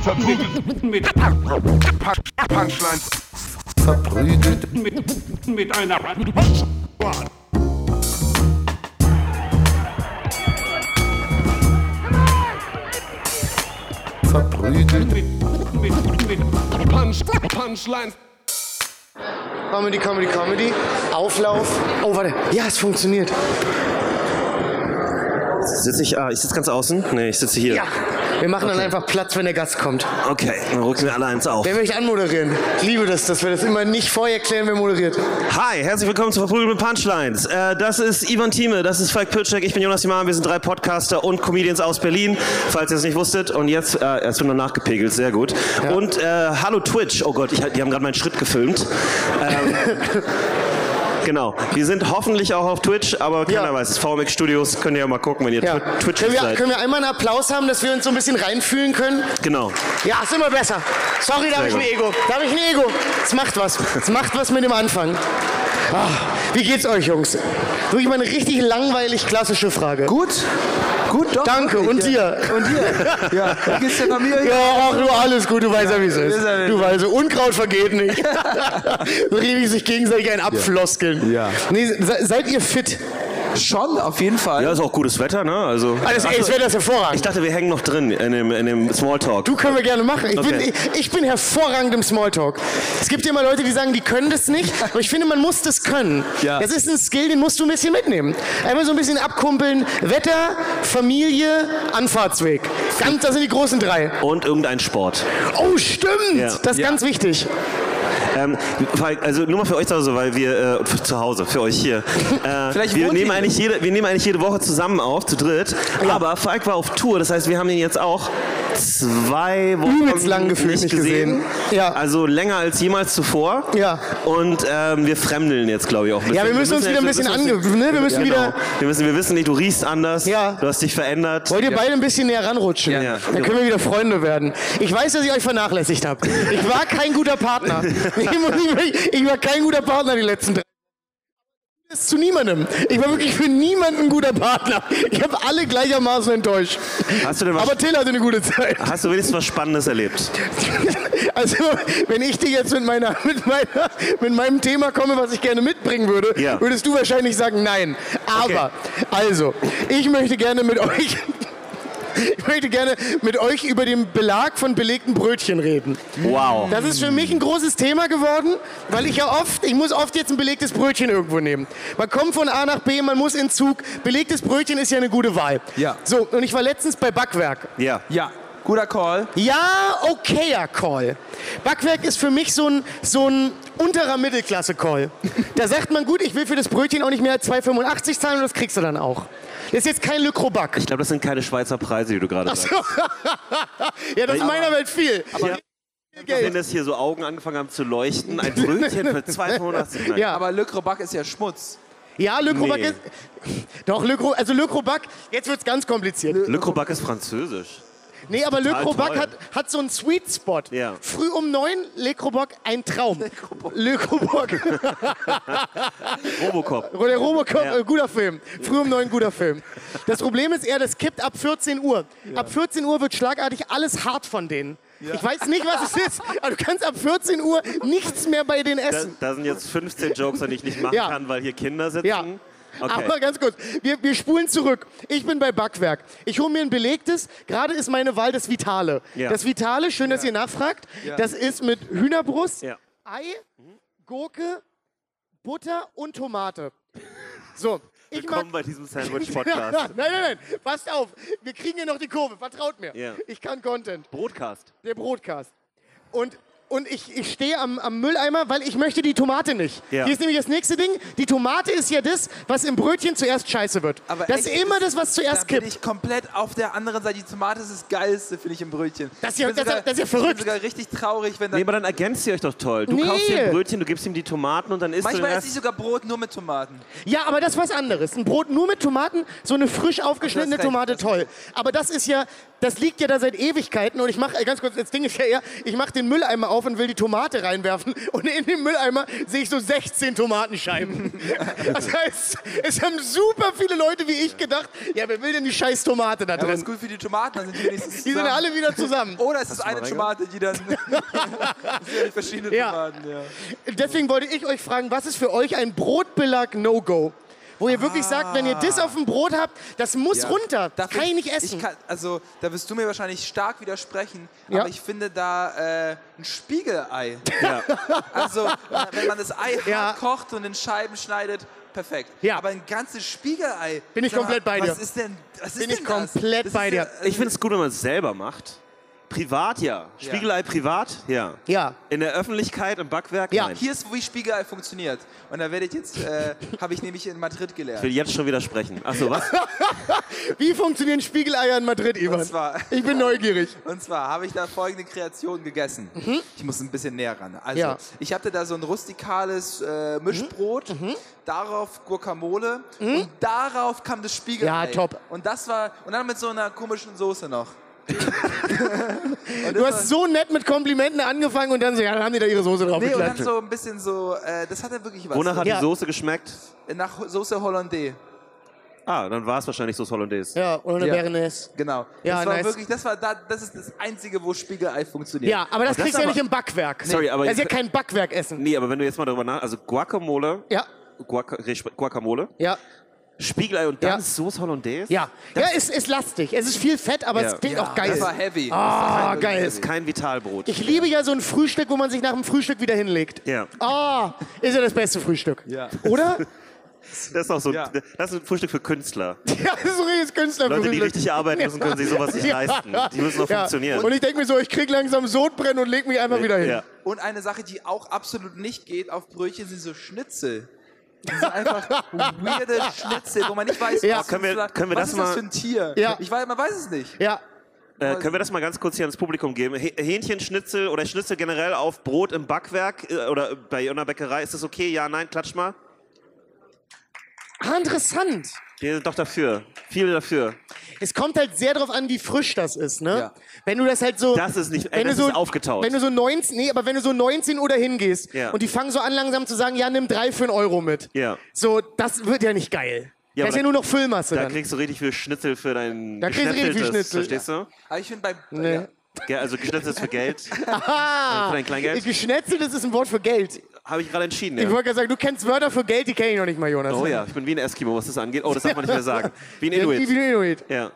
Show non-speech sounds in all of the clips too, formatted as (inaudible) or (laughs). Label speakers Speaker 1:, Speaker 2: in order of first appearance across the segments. Speaker 1: verprügelt mit Punchlines.
Speaker 2: Verprügelt
Speaker 1: Mit, mit einer
Speaker 2: verprügelt,
Speaker 1: mit, mit, mit Punch, Punchlines.
Speaker 3: Comedy, Comedy, Comedy. Auflauf. Oh, warte. Ja, es funktioniert.
Speaker 4: Sitze ich, ah, ich sitze ganz außen? Nee, ich sitze hier.
Speaker 3: Ja. Wir machen dann einfach Platz, wenn der Gast kommt.
Speaker 4: Okay, dann rücken wir alle eins auf.
Speaker 3: Der will ich anmoderieren. Ich liebe das, dass wir das immer nicht vorher klären, wer moderiert.
Speaker 4: Hi, herzlich willkommen zu Verprügeln mit Punchlines. Äh, das ist Ivan Thieme, das ist Falk Pirczek, ich bin Jonas Imam, wir sind drei Podcaster und Comedians aus Berlin, falls ihr es nicht wusstet. Und jetzt, äh, es wird noch nachgepegelt, sehr gut. Und äh, hallo Twitch, oh Gott, ich, die haben gerade meinen Schritt gefilmt. Ähm, (laughs) genau, wir sind hoffentlich auch auf Twitch, aber keiner
Speaker 3: Ja.
Speaker 4: weiß es. VMX Studios, könnt ihr ja mal gucken, wenn ihr
Speaker 3: Ja.
Speaker 4: Twi- Twitch
Speaker 3: Können wir,
Speaker 4: seid.
Speaker 3: können wir einmal einen Applaus haben, dass wir uns so ein bisschen reinfühlen können?
Speaker 4: Genau.
Speaker 3: Ja, ist immer besser. Sorry, da habe ich
Speaker 4: Sehr
Speaker 3: ein Ego. Da habe ich ein Ego. Es macht was. Es macht was mit dem Anfang. Ah, wie geht's euch, Jungs? Wirklich mal eine richtig langweilig klassische Frage.
Speaker 2: gut, gut, doch.
Speaker 3: Danke,
Speaker 2: wirklich.
Speaker 3: und dir?
Speaker 2: Und dir. Ja, wie geht's dir bei mir?
Speaker 3: Ja, ach du, alles gut, du weißt ja, wie es ist.
Speaker 2: ist ja-
Speaker 3: Du weißt, Unkraut
Speaker 2: (laughs)
Speaker 3: vergeht nicht. Richtig sich gegenseitig ein Abfloskeln.
Speaker 2: Ja.
Speaker 3: Nee, se seid ihr fit?
Speaker 2: Schon, auf jeden Fall.
Speaker 4: Ja, ist auch gutes Wetter, ne? Also,
Speaker 3: Alles, ey,
Speaker 4: Ach
Speaker 3: es
Speaker 4: so,
Speaker 3: wäre das hervorragend.
Speaker 4: ich dachte, wir hängen noch drin in dem, in dem Smalltalk.
Speaker 3: Du können wir gerne machen. Ich, bin,
Speaker 4: Okay.
Speaker 3: ich, ich bin hervorragend im Smalltalk. Es gibt ja immer Leute, die sagen, die können das nicht, aber ich finde, man muss das können.
Speaker 2: Ja.
Speaker 3: Das ist ein Skill, den musst du ein bisschen mitnehmen. Einmal so ein bisschen abkumpeln. Wetter, Familie, Anfahrtsweg. Ganz, das sind die großen drei.
Speaker 4: Und irgendein Sport.
Speaker 3: Oh, stimmt!
Speaker 4: Ja.
Speaker 3: Das ist
Speaker 2: Ja.
Speaker 3: ganz wichtig.
Speaker 4: Ähm, weil- also nur mal für euch zu Hause, weil wir äh, für zu Hause, für
Speaker 3: (laughs)
Speaker 4: euch hier. Äh,
Speaker 2: Vielleicht
Speaker 4: wir
Speaker 2: wohnt
Speaker 4: nehmen
Speaker 2: ihr-
Speaker 4: eigentlich jede, wir nehmen eigentlich jede Woche zusammen auf, zu dritt. Aber Falk war auf Tour, das heißt, wir haben ihn jetzt auch zwei Wochen
Speaker 3: Übelst lang gefühlt nicht gesehen. Ja.
Speaker 4: Also länger als jemals zuvor.
Speaker 3: Ja.
Speaker 4: Und ähm, wir fremdeln jetzt, glaube ich, auch ein bisschen.
Speaker 3: Ja, wir müssen uns wieder ein bisschen ange... Ne? Wir müssen
Speaker 4: ja,
Speaker 3: wieder...
Speaker 4: genau. wir müssen, wir wissen nicht, du riechst anders,
Speaker 3: Ja.
Speaker 4: du hast dich verändert.
Speaker 3: Wollt ihr beide ein bisschen näher ranrutschen?
Speaker 4: ja.
Speaker 3: Dann können wir wieder Freunde werden. Ich weiß, dass ich euch vernachlässigt habe. Ich war kein guter
Speaker 4: (laughs)
Speaker 3: Partner. Ich, muss- ich- ich war kein guter Partner die letzten drei. Das zu niemandem. Ich war wirklich für niemanden ein guter Partner. Ich habe alle gleichermaßen enttäuscht.
Speaker 4: Hast du denn was-
Speaker 3: Aber Till hatte eine gute Zeit.
Speaker 4: Hast du wenigstens was Spannendes erlebt?
Speaker 3: (laughs) Also, wenn ich dir jetzt mit, meiner, mit, meiner, mit meinem Thema komme, was ich gerne mitbringen würde,
Speaker 4: Ja.
Speaker 3: würdest du wahrscheinlich sagen, nein. Aber, also, ich möchte gerne mit euch... (laughs) Ich möchte gerne mit euch über den Belag von belegten Brötchen reden.
Speaker 4: Wow.
Speaker 3: Das ist für mich ein großes Thema geworden, weil ich ja oft, ich muss oft jetzt ein belegtes Brötchen irgendwo nehmen. Man kommt von A nach B, man muss in Zug. Belegtes Brötchen ist ja eine gute Wahl.
Speaker 2: Ja.
Speaker 3: So, und ich war letztens bei Backwerk.
Speaker 4: Ja.
Speaker 2: Ja, guter Call.
Speaker 3: Ja, okayer Call. Backwerk ist für mich so ein, so ein unterer Mittelklasse-Call. Da sagt man, gut, ich will für das Brötchen auch nicht mehr als 2,85 zahlen und das kriegst du dann auch. Das ist jetzt kein Le Gros Back.
Speaker 4: Ich glaube, das sind keine Schweizer Preise, die du gerade sagst.
Speaker 3: (laughs) Ja, das ist in meiner Welt viel.
Speaker 4: Ja. Wenn das hier so Augen angefangen haben zu leuchten, ein Brötchen
Speaker 3: (laughs)
Speaker 4: für 280 Nein.
Speaker 3: Ja,
Speaker 2: Aber Le Crobac ist ja Schmutz.
Speaker 3: ja Le Gros Back
Speaker 4: Nee.
Speaker 3: ist... Doch, Le Gros, also Le Gros Back, jetzt wird's ganz kompliziert.
Speaker 4: Le Crobac ist französisch.
Speaker 3: Nee, aber Le
Speaker 4: Total
Speaker 3: Crobac
Speaker 4: toll.
Speaker 3: hat, hat so einen Sweet Spot.
Speaker 4: Ja.
Speaker 3: Früh um neun, Le Crobac, ein Traum. Le
Speaker 4: (laughs)
Speaker 3: Crobac.
Speaker 4: Robocop.
Speaker 3: Der Robocop,
Speaker 4: Ja.
Speaker 3: äh, guter Film. Früh um neun, guter Film. Das Problem ist eher, das kippt ab 14 Uhr. Ab 14 Uhr wird schlagartig alles hart von denen. Ich weiß nicht, was es ist, aber du kannst ab 14 Uhr nichts mehr bei denen
Speaker 4: Da,
Speaker 3: essen.
Speaker 4: da sind jetzt 15 Jokes, die ich nicht machen
Speaker 3: Ja.
Speaker 4: kann, weil hier Kinder sitzen.
Speaker 3: Ja.
Speaker 4: Okay.
Speaker 3: Aber ganz kurz, wir, wir spulen zurück. Ich bin bei Backwerk. Ich hole mir ein belegtes. Gerade ist meine Wahl das Vitale.
Speaker 4: Ja.
Speaker 3: Das Vitale, schön, dass ihr nachfragt. Das ist mit Hühnerbrust,
Speaker 4: Ja.
Speaker 3: Ei, Gurke, Butter und Tomate. So, ich mag
Speaker 4: Willkommen bei diesem Sandwich-Podcast.
Speaker 3: (laughs) nein, nein, nein. Passt auf. Wir kriegen hier noch die Kurve. Vertraut mir.
Speaker 4: Ja.
Speaker 3: Ich kann Content.
Speaker 4: Broadcast.
Speaker 3: Der Broadcast. Und, und ich, ich stehe am, am Mülleimer, weil ich möchte die Tomate nicht.
Speaker 4: Ja.
Speaker 3: Hier ist nämlich das nächste Ding. Die Tomate ist ja das, was im Brötchen zuerst scheiße wird.
Speaker 2: Aber
Speaker 3: das
Speaker 2: echt,
Speaker 3: ist immer das, was
Speaker 2: Da
Speaker 3: zuerst
Speaker 2: bin
Speaker 3: kippt.
Speaker 2: ich komplett auf der anderen Seite. Die Tomate ist das Geilste, finde ich, im Brötchen.
Speaker 3: Das ist ja-
Speaker 2: Ich bin
Speaker 3: das ist ja- das ist ja
Speaker 2: ich bin
Speaker 3: verrückt.
Speaker 2: sogar richtig traurig, wenn dann...
Speaker 4: Nee, aber dann ergänzt ihr euch doch toll. Du
Speaker 3: Nee.
Speaker 4: kaufst dir ein Brötchen, du gibst ihm die Tomaten und dann isst du
Speaker 2: Manchmal
Speaker 4: den
Speaker 2: esse ich
Speaker 4: Rest.
Speaker 2: sogar Brot nur mit Tomaten.
Speaker 3: Ja, aber das ist was anderes. Ein Brot nur mit Tomaten, so eine frisch aufgeschnittene
Speaker 2: recht,
Speaker 3: Tomate,
Speaker 2: das-
Speaker 3: toll. Aber das ist ja, das liegt ja da seit Ewigkeiten. Und ich mache, ganz kurz, das Ding ist ja eher, ich mache den Mülleimer auf auf und will die Tomate reinwerfen und in den Mülleimer sehe ich so
Speaker 5: (laughs)
Speaker 3: 16 Tomatenscheiben. Das heißt, es haben super viele Leute wie ich gedacht, ja, wer will denn die scheiß Tomate da
Speaker 5: Aber das
Speaker 3: drin?
Speaker 5: ist gut für die Tomaten, dann sind die wenigstens
Speaker 3: die sind
Speaker 5: zusammen.
Speaker 3: alle wieder zusammen.
Speaker 5: Oder es ist eine Tomate, die dann.
Speaker 2: (laughs)
Speaker 5: das sind ja verschiedene
Speaker 3: Ja.
Speaker 5: Tomaten, ja.
Speaker 3: Deswegen wollte ich euch fragen, was ist für euch ein Brotbelag No-Go? Wo ihr wirklich sagt, wenn ihr das auf dem Brot habt, das muss
Speaker 5: Ah. Ja.
Speaker 3: runter. Das
Speaker 5: Dafür-
Speaker 3: kann ich nicht essen.
Speaker 5: Ich kann, also, da wirst du mir wahrscheinlich stark widersprechen,
Speaker 3: Ja.
Speaker 5: aber ich finde da äh, ein Spiegelei. (laughs) Also, wenn man das Ei
Speaker 3: Ja.
Speaker 5: hart kocht und in Scheiben schneidet, perfekt.
Speaker 3: Ja.
Speaker 5: Aber ein ganzes Spiegelei.
Speaker 3: Bin ich
Speaker 5: sag mal,
Speaker 3: komplett bei
Speaker 5: Was
Speaker 3: dir.
Speaker 5: ist denn, was
Speaker 3: Bin
Speaker 5: ist
Speaker 3: ich
Speaker 5: denn das?
Speaker 3: komplett
Speaker 5: das ist
Speaker 3: bei dir.
Speaker 5: Ja,
Speaker 4: Ich finde es gut, wenn man es selber macht. Privat ja. Spiegelei privat? Ja.
Speaker 3: Ja.
Speaker 4: In der Öffentlichkeit, im Backwerk?
Speaker 3: Ja.
Speaker 4: Nein.
Speaker 5: äh, hier ist, wie Spiegelei funktioniert. Und da werde ich jetzt, äh, (laughs) habe ich nämlich in Madrid
Speaker 4: Ich will
Speaker 5: gelernt.
Speaker 4: jetzt schon widersprechen.
Speaker 3: (laughs)
Speaker 4: Achso, was?
Speaker 3: Wie funktionieren Spiegeleier in Madrid, Ivan?
Speaker 5: Und zwar,
Speaker 3: Ich bin neugierig.
Speaker 5: Und zwar habe ich da folgende Kreation gegessen. Ich muss ein bisschen näher ran. Also,
Speaker 3: Mhm. Ja.
Speaker 5: ich hatte da so ein rustikales äh, Mischbrot,
Speaker 3: Mhm.
Speaker 5: darauf Guacamole und darauf kam das Spiegel.
Speaker 3: Ja, top.
Speaker 5: Und das war und dann mit so einer komischen Soße
Speaker 3: (laughs)
Speaker 5: noch.
Speaker 3: Du hast so nett mit Komplimenten angefangen und dann so, ja, dann haben die da ihre Soße drauf
Speaker 5: Nee, und dann
Speaker 3: geklatscht.
Speaker 5: so ein bisschen so, äh, das hatte wirklich was.
Speaker 4: Wonach hat
Speaker 3: Ja.
Speaker 4: die Soße geschmeckt?
Speaker 5: Nach Ho- Soße Hollandaise.
Speaker 4: Ah, dann war es wahrscheinlich Soße Hollandaise.
Speaker 3: Ja, oder eine
Speaker 5: Ja.
Speaker 3: Bernays.
Speaker 5: Genau.
Speaker 3: Ja,
Speaker 5: das war
Speaker 3: nice.
Speaker 5: wirklich, das war da, das ist das einzige, wo Spiegelei funktioniert.
Speaker 3: Ja, ah, aber das,
Speaker 4: das
Speaker 3: kriegst du ja
Speaker 4: aber-
Speaker 3: nicht im Backwerk.
Speaker 4: Sorry, aber-
Speaker 3: das ist ja kein Backwerkessen.
Speaker 4: Nee, aber wenn du jetzt mal darüber nach... Also Guacamole.
Speaker 3: Ja,
Speaker 4: Guac Re- Guacamole.
Speaker 3: ja,
Speaker 4: Spiegelei und dann
Speaker 3: Ja.
Speaker 4: Soße Hollandaise?
Speaker 3: ja. Ja, es ist lastig. Es ist viel Fett, aber es
Speaker 4: Ja.
Speaker 3: klingt
Speaker 5: Ja,
Speaker 3: auch geil.
Speaker 5: Das war heavy.
Speaker 3: Ah,
Speaker 5: das war
Speaker 3: geil.
Speaker 5: heavy.
Speaker 4: Ist kein Vitalbrot.
Speaker 3: Ich liebe ja so ein Frühstück, wo man sich nach dem Frühstück wieder hinlegt.
Speaker 4: ja.
Speaker 3: Ah, ist ja das beste Frühstück.
Speaker 5: Ja. (laughs)
Speaker 3: Oder?
Speaker 4: Das ist auch so.
Speaker 5: Ja.
Speaker 4: Das ist ein Frühstück für Künstler.
Speaker 3: Ja, das ist ein richtiges Künstlerfrühstück.
Speaker 4: Leute, die richtig arbeiten müssen, können sich sowas nicht leisten. Die müssen noch
Speaker 3: Ja.
Speaker 4: funktionieren.
Speaker 3: Und ich denke mir so, ich krieg langsam Sodbrennen und leg mich einfach wieder hin.
Speaker 4: ja.
Speaker 5: Und eine Sache, die auch absolut nicht geht auf Brötchen, sind so Schnitzel. Das sind einfach
Speaker 3: (laughs)
Speaker 5: weirde Schnitzel, wo man nicht weiß,
Speaker 3: Ja.
Speaker 5: was,
Speaker 4: Können wir-
Speaker 5: das-
Speaker 4: können wir
Speaker 5: was
Speaker 4: das
Speaker 5: ist
Speaker 4: mal-
Speaker 5: das für ein Tier?
Speaker 3: Ja.
Speaker 5: Ich weiß, man weiß es nicht.
Speaker 3: Ja.
Speaker 4: Äh, können wir das mal ganz kurz hier ans Publikum geben? H Hähnchenschnitzel oder Schnitzel generell auf Brot im Backwerk äh, oder bei einer Bäckerei, ist das okay? Ja, nein, klatsch mal.
Speaker 3: Ah, interessant.
Speaker 4: Wir sind doch dafür. Viele dafür.
Speaker 3: Es kommt halt sehr drauf an, wie frisch das ist, ne?
Speaker 5: Ja.
Speaker 3: Wenn du das halt so.
Speaker 4: Das ist nicht- ey, das ist aufgetaut.
Speaker 3: Wenn du so 19, nee, aber wenn du so 19 oder hingehst
Speaker 4: Ja.
Speaker 3: und die fangen so an, langsam zu sagen, ja, nimm drei für einen Euro mit.
Speaker 4: Ja.
Speaker 3: So, das wird ja nicht geil.
Speaker 4: Ja,
Speaker 3: das ist ja
Speaker 4: aber da-
Speaker 3: nur noch Füllmasse
Speaker 4: Da
Speaker 3: dann.
Speaker 4: kriegst du richtig viel Schnitzel für deinen
Speaker 3: Da kriegst du richtig viel
Speaker 4: Geschnetzeltes,
Speaker 3: Schnitzel.
Speaker 4: Verstehst du?
Speaker 5: Aber ich finde bei.
Speaker 3: Nee.
Speaker 5: Ja.
Speaker 4: Ge- Also Geschnitzeltes für
Speaker 3: (laughs)
Speaker 4: Geld. Für dein Kleingeld.
Speaker 3: Geschnetzelt das ist ein Wort für Geld.
Speaker 4: Habe ich gerade entschieden.
Speaker 3: Ich
Speaker 4: Ja.
Speaker 3: wollte gerade sagen, du kennst Wörter für Geld, die kenne ich noch nicht mal, Jonas.
Speaker 4: Oh ja, ich bin wie ein Eskimo, was das angeht. Oh, das darf man nicht mehr sagen. Wie ein
Speaker 3: Ja, Wie
Speaker 4: Inuit.
Speaker 3: wie Inuit.
Speaker 4: Ja.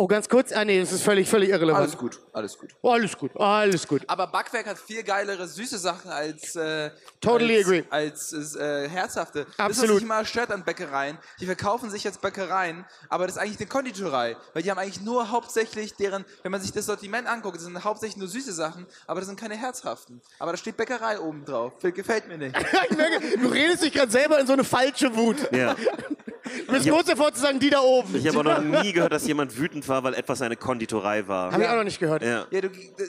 Speaker 3: Oh, ganz kurz. Ah, nee, das ist völlig, völlig irrelevant.
Speaker 5: Alles gut, alles gut.
Speaker 3: Oh, alles gut, alles
Speaker 4: (laughs)
Speaker 3: gut.
Speaker 5: Aber Backwerk hat viel geilere süße Sachen als, äh,
Speaker 3: Totally
Speaker 5: als,
Speaker 3: agree.
Speaker 5: als äh, herzhafte. Das, was
Speaker 3: Absolut.
Speaker 5: mich immer stört an Bäckereien, die verkaufen sich jetzt Bäckereien, aber das ist eigentlich eine Konditorei. Weil die haben eigentlich nur hauptsächlich deren, wenn man sich das Sortiment anguckt, das sind hauptsächlich nur süße Sachen, aber das sind keine herzhaften. Aber da steht Bäckerei oben drauf. Gefällt mir nicht.
Speaker 3: Ich merke, du redest dich gerade selber in so eine falsche Wut.
Speaker 4: ja.
Speaker 3: Du bist kurz davor zu sagen, die da oben.
Speaker 4: Ich habe auch
Speaker 3: (laughs)
Speaker 4: noch nie gehört, dass jemand wütend war, weil etwas eine Konditorei war.
Speaker 3: Hab ich auch noch nicht gehört.
Speaker 4: Ja.
Speaker 5: (laughs)
Speaker 4: (laughs)
Speaker 5: Ja, du,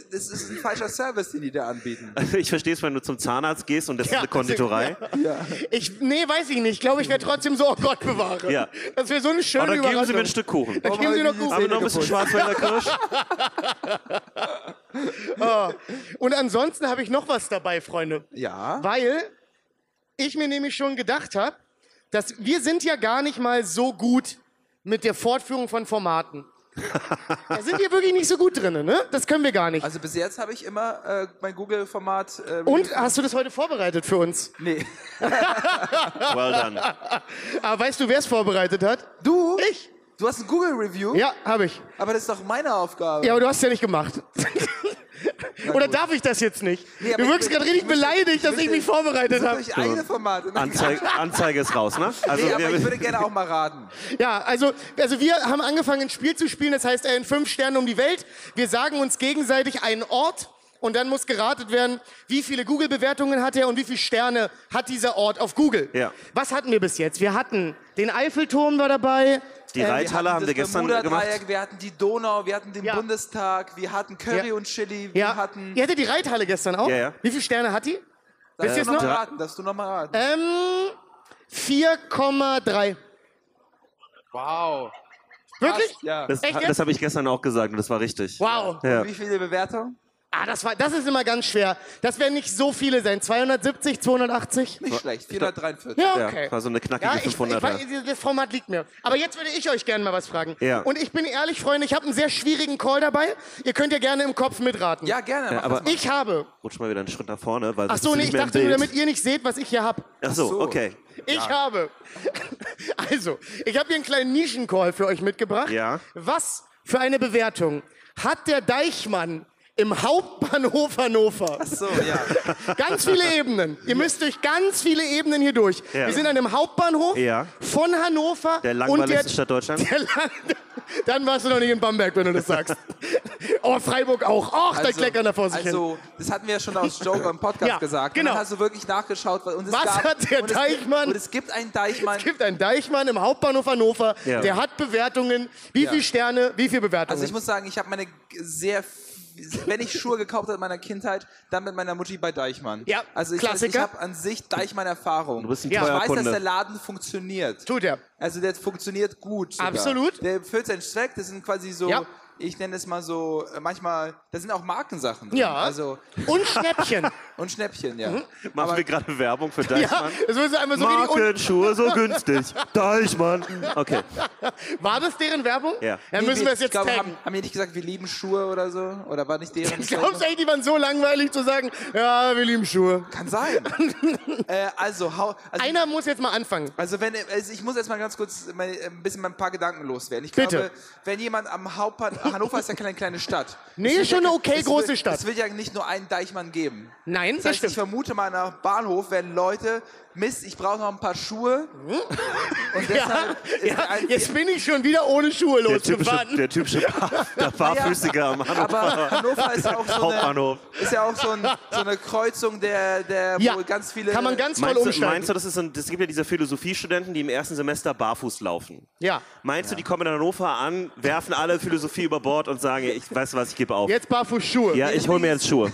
Speaker 5: das ist ein falscher Service, den die da anbieten.
Speaker 4: Ich verstehe es, wenn du zum Zahnarzt gehst und das
Speaker 3: Ja,
Speaker 4: ist eine Konditorei.
Speaker 3: Ich, nee, weiß ich nicht. Ich glaube, ich wäre trotzdem so, oh Gott, bewahre.
Speaker 4: Ja.
Speaker 3: Das wäre so eine schöne
Speaker 4: Aber dann geben
Speaker 3: Überraschung.
Speaker 4: Sie mir ein Stück Kuchen.
Speaker 3: Dann geben Sie noch Kuchen.
Speaker 4: Aber noch ein bisschen
Speaker 3: (laughs)
Speaker 4: Schwarzwälder Kirsch.
Speaker 3: Und ansonsten habe ich noch was dabei, Freunde.
Speaker 5: Ja.
Speaker 3: Weil ich mir nämlich schon gedacht habe, dass wir sind ja gar nicht mal so gut mit der Fortführung von
Speaker 4: (laughs)
Speaker 3: Formaten. da sind wir wirklich nicht so gut drin, ne? Das können wir gar nicht.
Speaker 5: Also bis jetzt habe ich immer äh, mein Google-Format. Äh,
Speaker 3: Und hast du das heute vorbereitet für uns? (laughs)
Speaker 5: Nee.
Speaker 4: Well done.
Speaker 3: Aber weißt du, wer es vorbereitet hat?
Speaker 5: Du?
Speaker 3: Ich?
Speaker 5: Du hast ein Google-Review?
Speaker 3: Ja, habe ich.
Speaker 5: Aber das ist doch meine Aufgabe.
Speaker 3: Ja, aber du hast es ja
Speaker 5: (laughs)
Speaker 3: nicht gemacht. (laughs) Oder
Speaker 5: gut.
Speaker 3: darf ich das jetzt nicht?
Speaker 5: Nee, aber
Speaker 3: du
Speaker 5: ich
Speaker 3: wirkst
Speaker 5: will-
Speaker 3: gerade richtig
Speaker 5: ich möchte-
Speaker 3: beleidigt, dass
Speaker 5: möchte-
Speaker 3: ich mich vorbereitet
Speaker 5: Sucht
Speaker 3: habe.
Speaker 5: euch eigene (laughs) Formate. Nein,
Speaker 4: Anzeige, Anzeige ist raus, ne? Also
Speaker 5: nee, aber ich würde
Speaker 4: wir,
Speaker 5: gerne auch mal
Speaker 4: (laughs)
Speaker 5: raten.
Speaker 3: Ja, also, also wir haben angefangen, ein Spiel zu spielen, das heißt äh, in fünf Sternen um die Welt. Wir sagen uns gegenseitig einen Ort und dann muss geratet werden, wie viele Google-Bewertungen hat er und wie viele Sterne hat dieser Ort auf Google.
Speaker 4: Ja.
Speaker 3: Was hatten wir bis jetzt? Wir hatten den Eiffelturm war dabei.
Speaker 4: die Reithalle haben
Speaker 5: das
Speaker 4: wir gestern gemacht.
Speaker 5: Bermuda-Dreieck, wir hatten die Donau, wir hatten den
Speaker 3: Ja.
Speaker 5: Bundestag, wir hatten Curry
Speaker 3: Ja.
Speaker 5: und Chili, wir
Speaker 3: Ja,
Speaker 5: hatten...
Speaker 3: ihr hattet die Reithalle gestern auch.
Speaker 4: Ja, ja.
Speaker 3: Wie viele Sterne hat die?
Speaker 5: darfst
Speaker 3: wisst
Speaker 5: du
Speaker 3: ihr's
Speaker 5: noch mal
Speaker 3: noch?
Speaker 5: raten? Darfst du noch mal raten?
Speaker 3: Ähm, 4,3.
Speaker 5: wow.
Speaker 3: Wirklich?
Speaker 5: Ja.
Speaker 4: Das,
Speaker 3: Echt jetzt?
Speaker 4: das habe ich gestern auch gesagt und das war richtig.
Speaker 3: Wow.
Speaker 4: Ja.
Speaker 5: Wie viele Bewertungen?
Speaker 3: Ah, das, war, das ist immer ganz schwer. Das werden nicht so viele sein. 270, 280?
Speaker 5: Nicht schlecht. 443.
Speaker 3: Ja,
Speaker 4: Ja,
Speaker 3: okay.
Speaker 4: war so eine knackige
Speaker 3: ich, ich
Speaker 4: 500er.
Speaker 3: weiß, das Format liegt mir. Aber jetzt würde ich euch gerne mal was fragen.
Speaker 4: Ja.
Speaker 3: Und ich bin ehrlich, Freunde, ich habe einen sehr schwierigen Call dabei. Ihr könnt ja gerne im Kopf mitraten.
Speaker 5: Ja, gerne. mach
Speaker 4: aber-
Speaker 5: das mal.
Speaker 3: Ich habe.
Speaker 4: Rutsch mal wieder einen Schritt nach vorne, weil
Speaker 3: Ach
Speaker 4: sonst
Speaker 3: so,
Speaker 4: bist du
Speaker 3: nee, ich
Speaker 4: nicht mehr im
Speaker 3: dachte nur,
Speaker 4: Bild.
Speaker 3: damit ihr nicht seht, was ich hier habe.
Speaker 4: Ach so,
Speaker 5: so.
Speaker 4: okay.
Speaker 3: Ich habe. (laughs) Also, ich habe hier einen kleinen Nischencall für euch mitgebracht.
Speaker 4: Ja.
Speaker 3: Was für eine Bewertung hat der Deichmann im Hauptbahnhof Hannover?
Speaker 5: so,
Speaker 4: (laughs)
Speaker 5: ja.
Speaker 3: Ganz viele Ebenen. Ihr müsst durch ganz viele Ebenen hier durch.
Speaker 4: Ja.
Speaker 3: Wir sind an dem Hauptbahnhof
Speaker 4: Ja.
Speaker 3: von Hannover.
Speaker 4: Der
Speaker 3: und
Speaker 4: langweiligste
Speaker 3: jetzt
Speaker 4: Stadt
Speaker 3: (laughs)
Speaker 4: Deutschlands.
Speaker 3: Der Lang Dann warst du noch nicht in Bamberg, wenn du das sagst. oh, Freiburg auch. Och, da kleckern da vor sich hin.
Speaker 5: also, das hatten wir ja schon aus Joker im Podcast
Speaker 3: Ja,
Speaker 5: gesagt.
Speaker 3: genau.
Speaker 5: Und dann hast du wirklich nachgeschaut. weil- Und es
Speaker 3: Was
Speaker 5: gab,
Speaker 3: hat der
Speaker 5: und es
Speaker 3: Deichmann?
Speaker 5: Gibt, und es gibt einen Deichmann.
Speaker 3: Es gibt einen Deichmann im Hauptbahnhof Hannover,
Speaker 4: Ja.
Speaker 3: der hat Bewertungen. Wie
Speaker 5: Ja.
Speaker 3: viele Sterne, wie viele Bewertungen?
Speaker 5: Also ich muss sagen, ich habe meine g- sehr, f- wenn ich Schuhe gekauft habe in meiner Kindheit, dann mit meiner Mutti bei Deichmann.
Speaker 3: Ja,
Speaker 5: also ich, ich
Speaker 3: Klassiker.
Speaker 5: habe an sich Deichmann-Erfahrung. Du
Speaker 4: bist ein
Speaker 5: ich
Speaker 4: teurer
Speaker 5: weiß,
Speaker 4: Kunde.
Speaker 5: dass der Laden funktioniert.
Speaker 3: Tut er.
Speaker 5: Also der funktioniert gut. Sogar.
Speaker 3: Absolut.
Speaker 5: Der füllt seinen Zweck. Das sind quasi so,
Speaker 3: Ja.
Speaker 5: ich nenne es mal so, äh, manchmal, da sind auch Markensachen drin.
Speaker 3: ja. Mhm.
Speaker 5: Also,
Speaker 3: Und Schnäppchen.
Speaker 5: und Schnäppchen, ja.
Speaker 4: (laughs) Machen wir gerade Werbung
Speaker 3: (laughs)
Speaker 4: für
Speaker 3: ja,
Speaker 4: Deichmann?
Speaker 3: das müssen wir einmal so richtig un-
Speaker 4: Markenschuhe so
Speaker 3: (laughs)
Speaker 4: günstig. Deichmann. Okay.
Speaker 3: War das deren Werbung?
Speaker 4: Ja.
Speaker 3: Dann müssen wir es jetzt
Speaker 5: ich glaube,
Speaker 3: taggen.
Speaker 5: haben, haben die nicht gesagt, wir lieben Schuhe oder so? Oder war nicht deren?
Speaker 3: Glaubst du (laughs) eigentlich, die waren so langweilig zu sagen, ja, wir lieben Schuhe.
Speaker 5: Kann
Speaker 3: (laughs)
Speaker 5: sein. äh, also, hau, also
Speaker 3: Einer muss jetzt mal anfangen.
Speaker 5: Also wenn also ich muss jetzt mal ganz kurz mein, äh, ein bisschen mein paar Gedanken loswerden. Ich
Speaker 3: Bitte.
Speaker 5: glaube, wenn jemand am Hauptbahnhof Hannover ist ja keine kleine Stadt.
Speaker 3: (laughs) Nee, ist schon eine okay
Speaker 5: es
Speaker 3: große
Speaker 5: wird,
Speaker 3: Stadt.
Speaker 5: Es wird ja nicht nur einen Deichmann geben.
Speaker 3: Nein, das,
Speaker 5: Das heißt, ich
Speaker 3: stimmt.
Speaker 5: vermute mal nach Bahnhof werden Leute, Mist, ich brauche noch ein paar Schuhe. Und
Speaker 3: Ja,
Speaker 5: deshalb ist
Speaker 3: Hm? ja,
Speaker 5: ein,
Speaker 3: jetzt bin ich schon wieder ohne Schuhe
Speaker 4: Der typische,
Speaker 3: losgefahren.
Speaker 4: der typische
Speaker 3: (laughs)
Speaker 4: Bar- der Barfüßiger am
Speaker 5: aber
Speaker 4: Hannover.
Speaker 5: Hannover ist auch so eine,
Speaker 4: Hauptbahnhof.
Speaker 5: ist ja auch so, ein, so eine Kreuzung der, der
Speaker 3: Ja,
Speaker 5: wo ganz viele
Speaker 3: kann man ganz toll
Speaker 4: Meinst du,
Speaker 3: umsteigen.
Speaker 4: meinst du, das ist ein, das gibt ja diese Philosophiestudenten, die im ersten Semester barfuß laufen.
Speaker 3: ja,
Speaker 4: Meinst du, die kommen in Hannover an, werfen alle Philosophie über Bord und sagen, ich weiß was, ich gebe auf.
Speaker 3: jetzt barfuß Schuhe.
Speaker 4: Ja, ich hole mir jetzt Schuhe.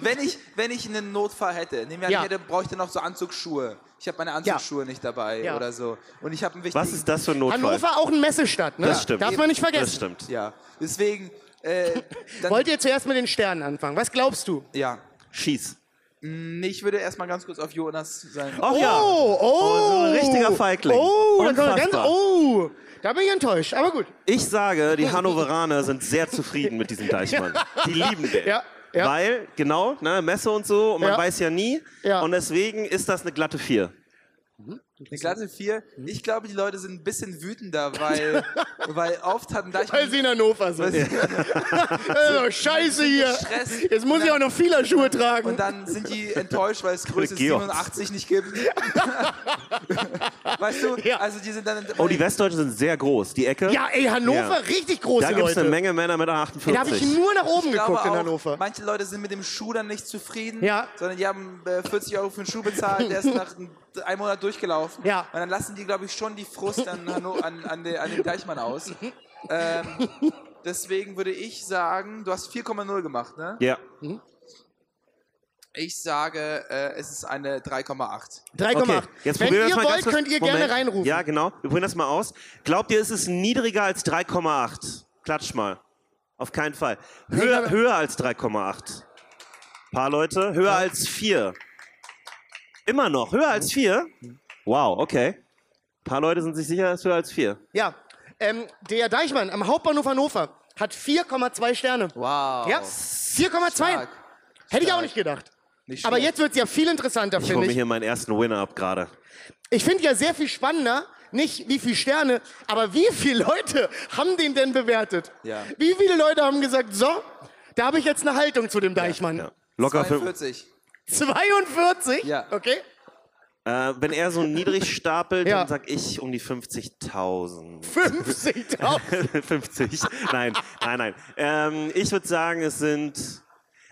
Speaker 5: Wenn ich, wenn ich einen Notfall hätte, nehmen wir an,
Speaker 3: Ja.
Speaker 5: ich hätte, bräuchte noch so Anzugsschuhe. Ich habe meine Anzugsschuhe nicht dabei
Speaker 3: Ja.
Speaker 5: oder so. Und ich habe einen wichtigen.
Speaker 4: Was ist das für ein Notfall?
Speaker 3: Hannover auch ein Messestadt, ne?
Speaker 4: Das stimmt.
Speaker 3: Darf man nicht
Speaker 4: Das
Speaker 3: vergessen.
Speaker 4: stimmt.
Speaker 5: Ja, deswegen.
Speaker 3: (laughs)
Speaker 5: Äh, dann,
Speaker 3: Wollt ihr zuerst mit den Sternen anfangen? Was glaubst du?
Speaker 5: ja.
Speaker 4: Schieß.
Speaker 5: Nee, ich würde erstmal ganz kurz auf Jonas sein.
Speaker 4: Ach ja.
Speaker 3: Oh, oh.
Speaker 4: so ein richtiger Feigling.
Speaker 3: Oh, da, kann man ganz,
Speaker 4: Unfassbar.
Speaker 3: oh, da bin ich enttäuscht, aber gut.
Speaker 4: Ich sage, die Hannoveraner sind sehr zufrieden mit diesem Deichmann. Die lieben den.
Speaker 3: Ja, ja.
Speaker 4: Weil, genau, ne, Messe und so, und man
Speaker 3: Ja.
Speaker 4: weiß ja nie.
Speaker 3: Ja.
Speaker 4: Und deswegen ist das eine glatte 4.
Speaker 5: Eine glatte 4.
Speaker 3: Mhm.
Speaker 5: Ich glaube, die Leute sind ein bisschen wütender,
Speaker 3: (laughs)
Speaker 5: weil, weil oft hatten da ich
Speaker 3: Weil sie in Hannover sind. Also, scheiße hier.
Speaker 5: Stress.
Speaker 3: Jetzt muss ich auch noch vieler Schuhe tragen.
Speaker 5: und dann sind die enttäuscht, weil es Größe
Speaker 4: Georgs.
Speaker 5: 87 nicht
Speaker 3: (laughs)
Speaker 5: gibt. (laughs) weißt du?
Speaker 3: Ja.
Speaker 5: Also die sind dann.
Speaker 4: Oh, die Westdeutschen sind sehr groß. Die Ecke,
Speaker 3: ja, ey, Hannover,
Speaker 4: Ja.
Speaker 3: richtig große
Speaker 4: da gibt es
Speaker 3: Leute.
Speaker 4: eine Menge Männer mit einer 48.
Speaker 3: da habe ich nur nach oben
Speaker 5: Ich glaube
Speaker 3: geguckt in
Speaker 5: auch,
Speaker 3: Hannover.
Speaker 5: Manche Leute sind mit dem Schuh dann nicht zufrieden,
Speaker 3: Ja.
Speaker 5: sondern die haben äh, 40 Euro für den Schuh bezahlt, der ist
Speaker 3: (laughs)
Speaker 5: nach n- einem Monat durchgelaufen.
Speaker 3: Ja.
Speaker 5: Und dann lassen die, glaube ich, schon die Frust an, Hanno, an, an, den, an den Deichmann aus.
Speaker 3: Mhm.
Speaker 5: Ähm, deswegen würde ich sagen, du hast 4,0 gemacht, ne?
Speaker 4: ja.
Speaker 5: Ich sage, äh, es ist eine 3,8.
Speaker 3: 3,8.
Speaker 4: Okay, jetzt
Speaker 3: Wenn
Speaker 4: probieren wir
Speaker 3: ihr
Speaker 4: das mal
Speaker 3: wollt,
Speaker 4: ganz kurz.
Speaker 3: könnt ihr
Speaker 4: Moment.
Speaker 3: gerne reinrufen.
Speaker 4: Ja, genau. Wir probieren das mal aus. Glaubt ihr, es ist niedriger als 3,8? Klatsch mal. Auf keinen Fall. Höher, höher als 3,8. Paar Leute. Höher als 4. Immer noch. Höher als 4? Wow, okay. Paar Leute sind sich sicher, es ist höher als 4.
Speaker 3: Ja. Ähm, der Deichmann am Hauptbahnhof Hannover hat 4,2 Sterne.
Speaker 5: Wow.
Speaker 3: Ja, 4,2.
Speaker 5: Stark.
Speaker 3: Hätte ich auch nicht gedacht.
Speaker 5: Nicht
Speaker 3: Aber
Speaker 5: schlecht.
Speaker 3: jetzt wird es ja viel interessanter,
Speaker 4: Ich
Speaker 3: finde
Speaker 4: hole mir
Speaker 3: ich.
Speaker 4: hier meinen ersten Winner ab gerade.
Speaker 3: Ich finde ja sehr viel spannender, nicht wie viele Sterne, aber wie viele Leute (laughs) haben den denn bewertet?
Speaker 5: Ja.
Speaker 3: Wie viele Leute haben gesagt, so, da habe ich jetzt eine Haltung zu dem Deichmann.
Speaker 4: Ja. Locker fünf.
Speaker 5: 42.
Speaker 3: 42?
Speaker 5: Ja.
Speaker 3: Okay.
Speaker 4: Äh, wenn er
Speaker 3: (laughs)
Speaker 4: so niedrig stapelt,
Speaker 3: Ja.
Speaker 4: dann sag ich um die 50.000. (laughs)
Speaker 3: 50.000.
Speaker 4: 50. Nein, nein, nein. Ähm, ich würde sagen, es sind.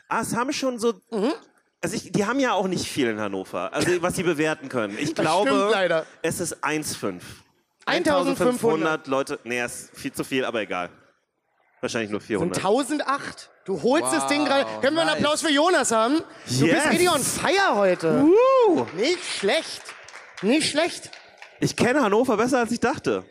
Speaker 4: Ah, es haben schon so.
Speaker 3: Mhm.
Speaker 4: Also ich, die haben ja auch nicht viel in Hannover, also was sie bewerten können. Ich
Speaker 3: Das
Speaker 4: glaube,
Speaker 3: stimmt leider.
Speaker 4: es ist 1,5.
Speaker 3: 1500.
Speaker 4: Leute. Nee, ist viel zu viel, aber egal. Wahrscheinlich nur 400.
Speaker 3: 1008. Du holst das Ding gerade. Können wir einen
Speaker 5: nice.
Speaker 3: Applaus für Jonas haben? Du
Speaker 4: Yes.
Speaker 3: bist richtig on fire heute.
Speaker 4: Uh,
Speaker 3: Nicht schlecht. Nicht schlecht.
Speaker 4: ich kenne Hannover besser, als ich dachte.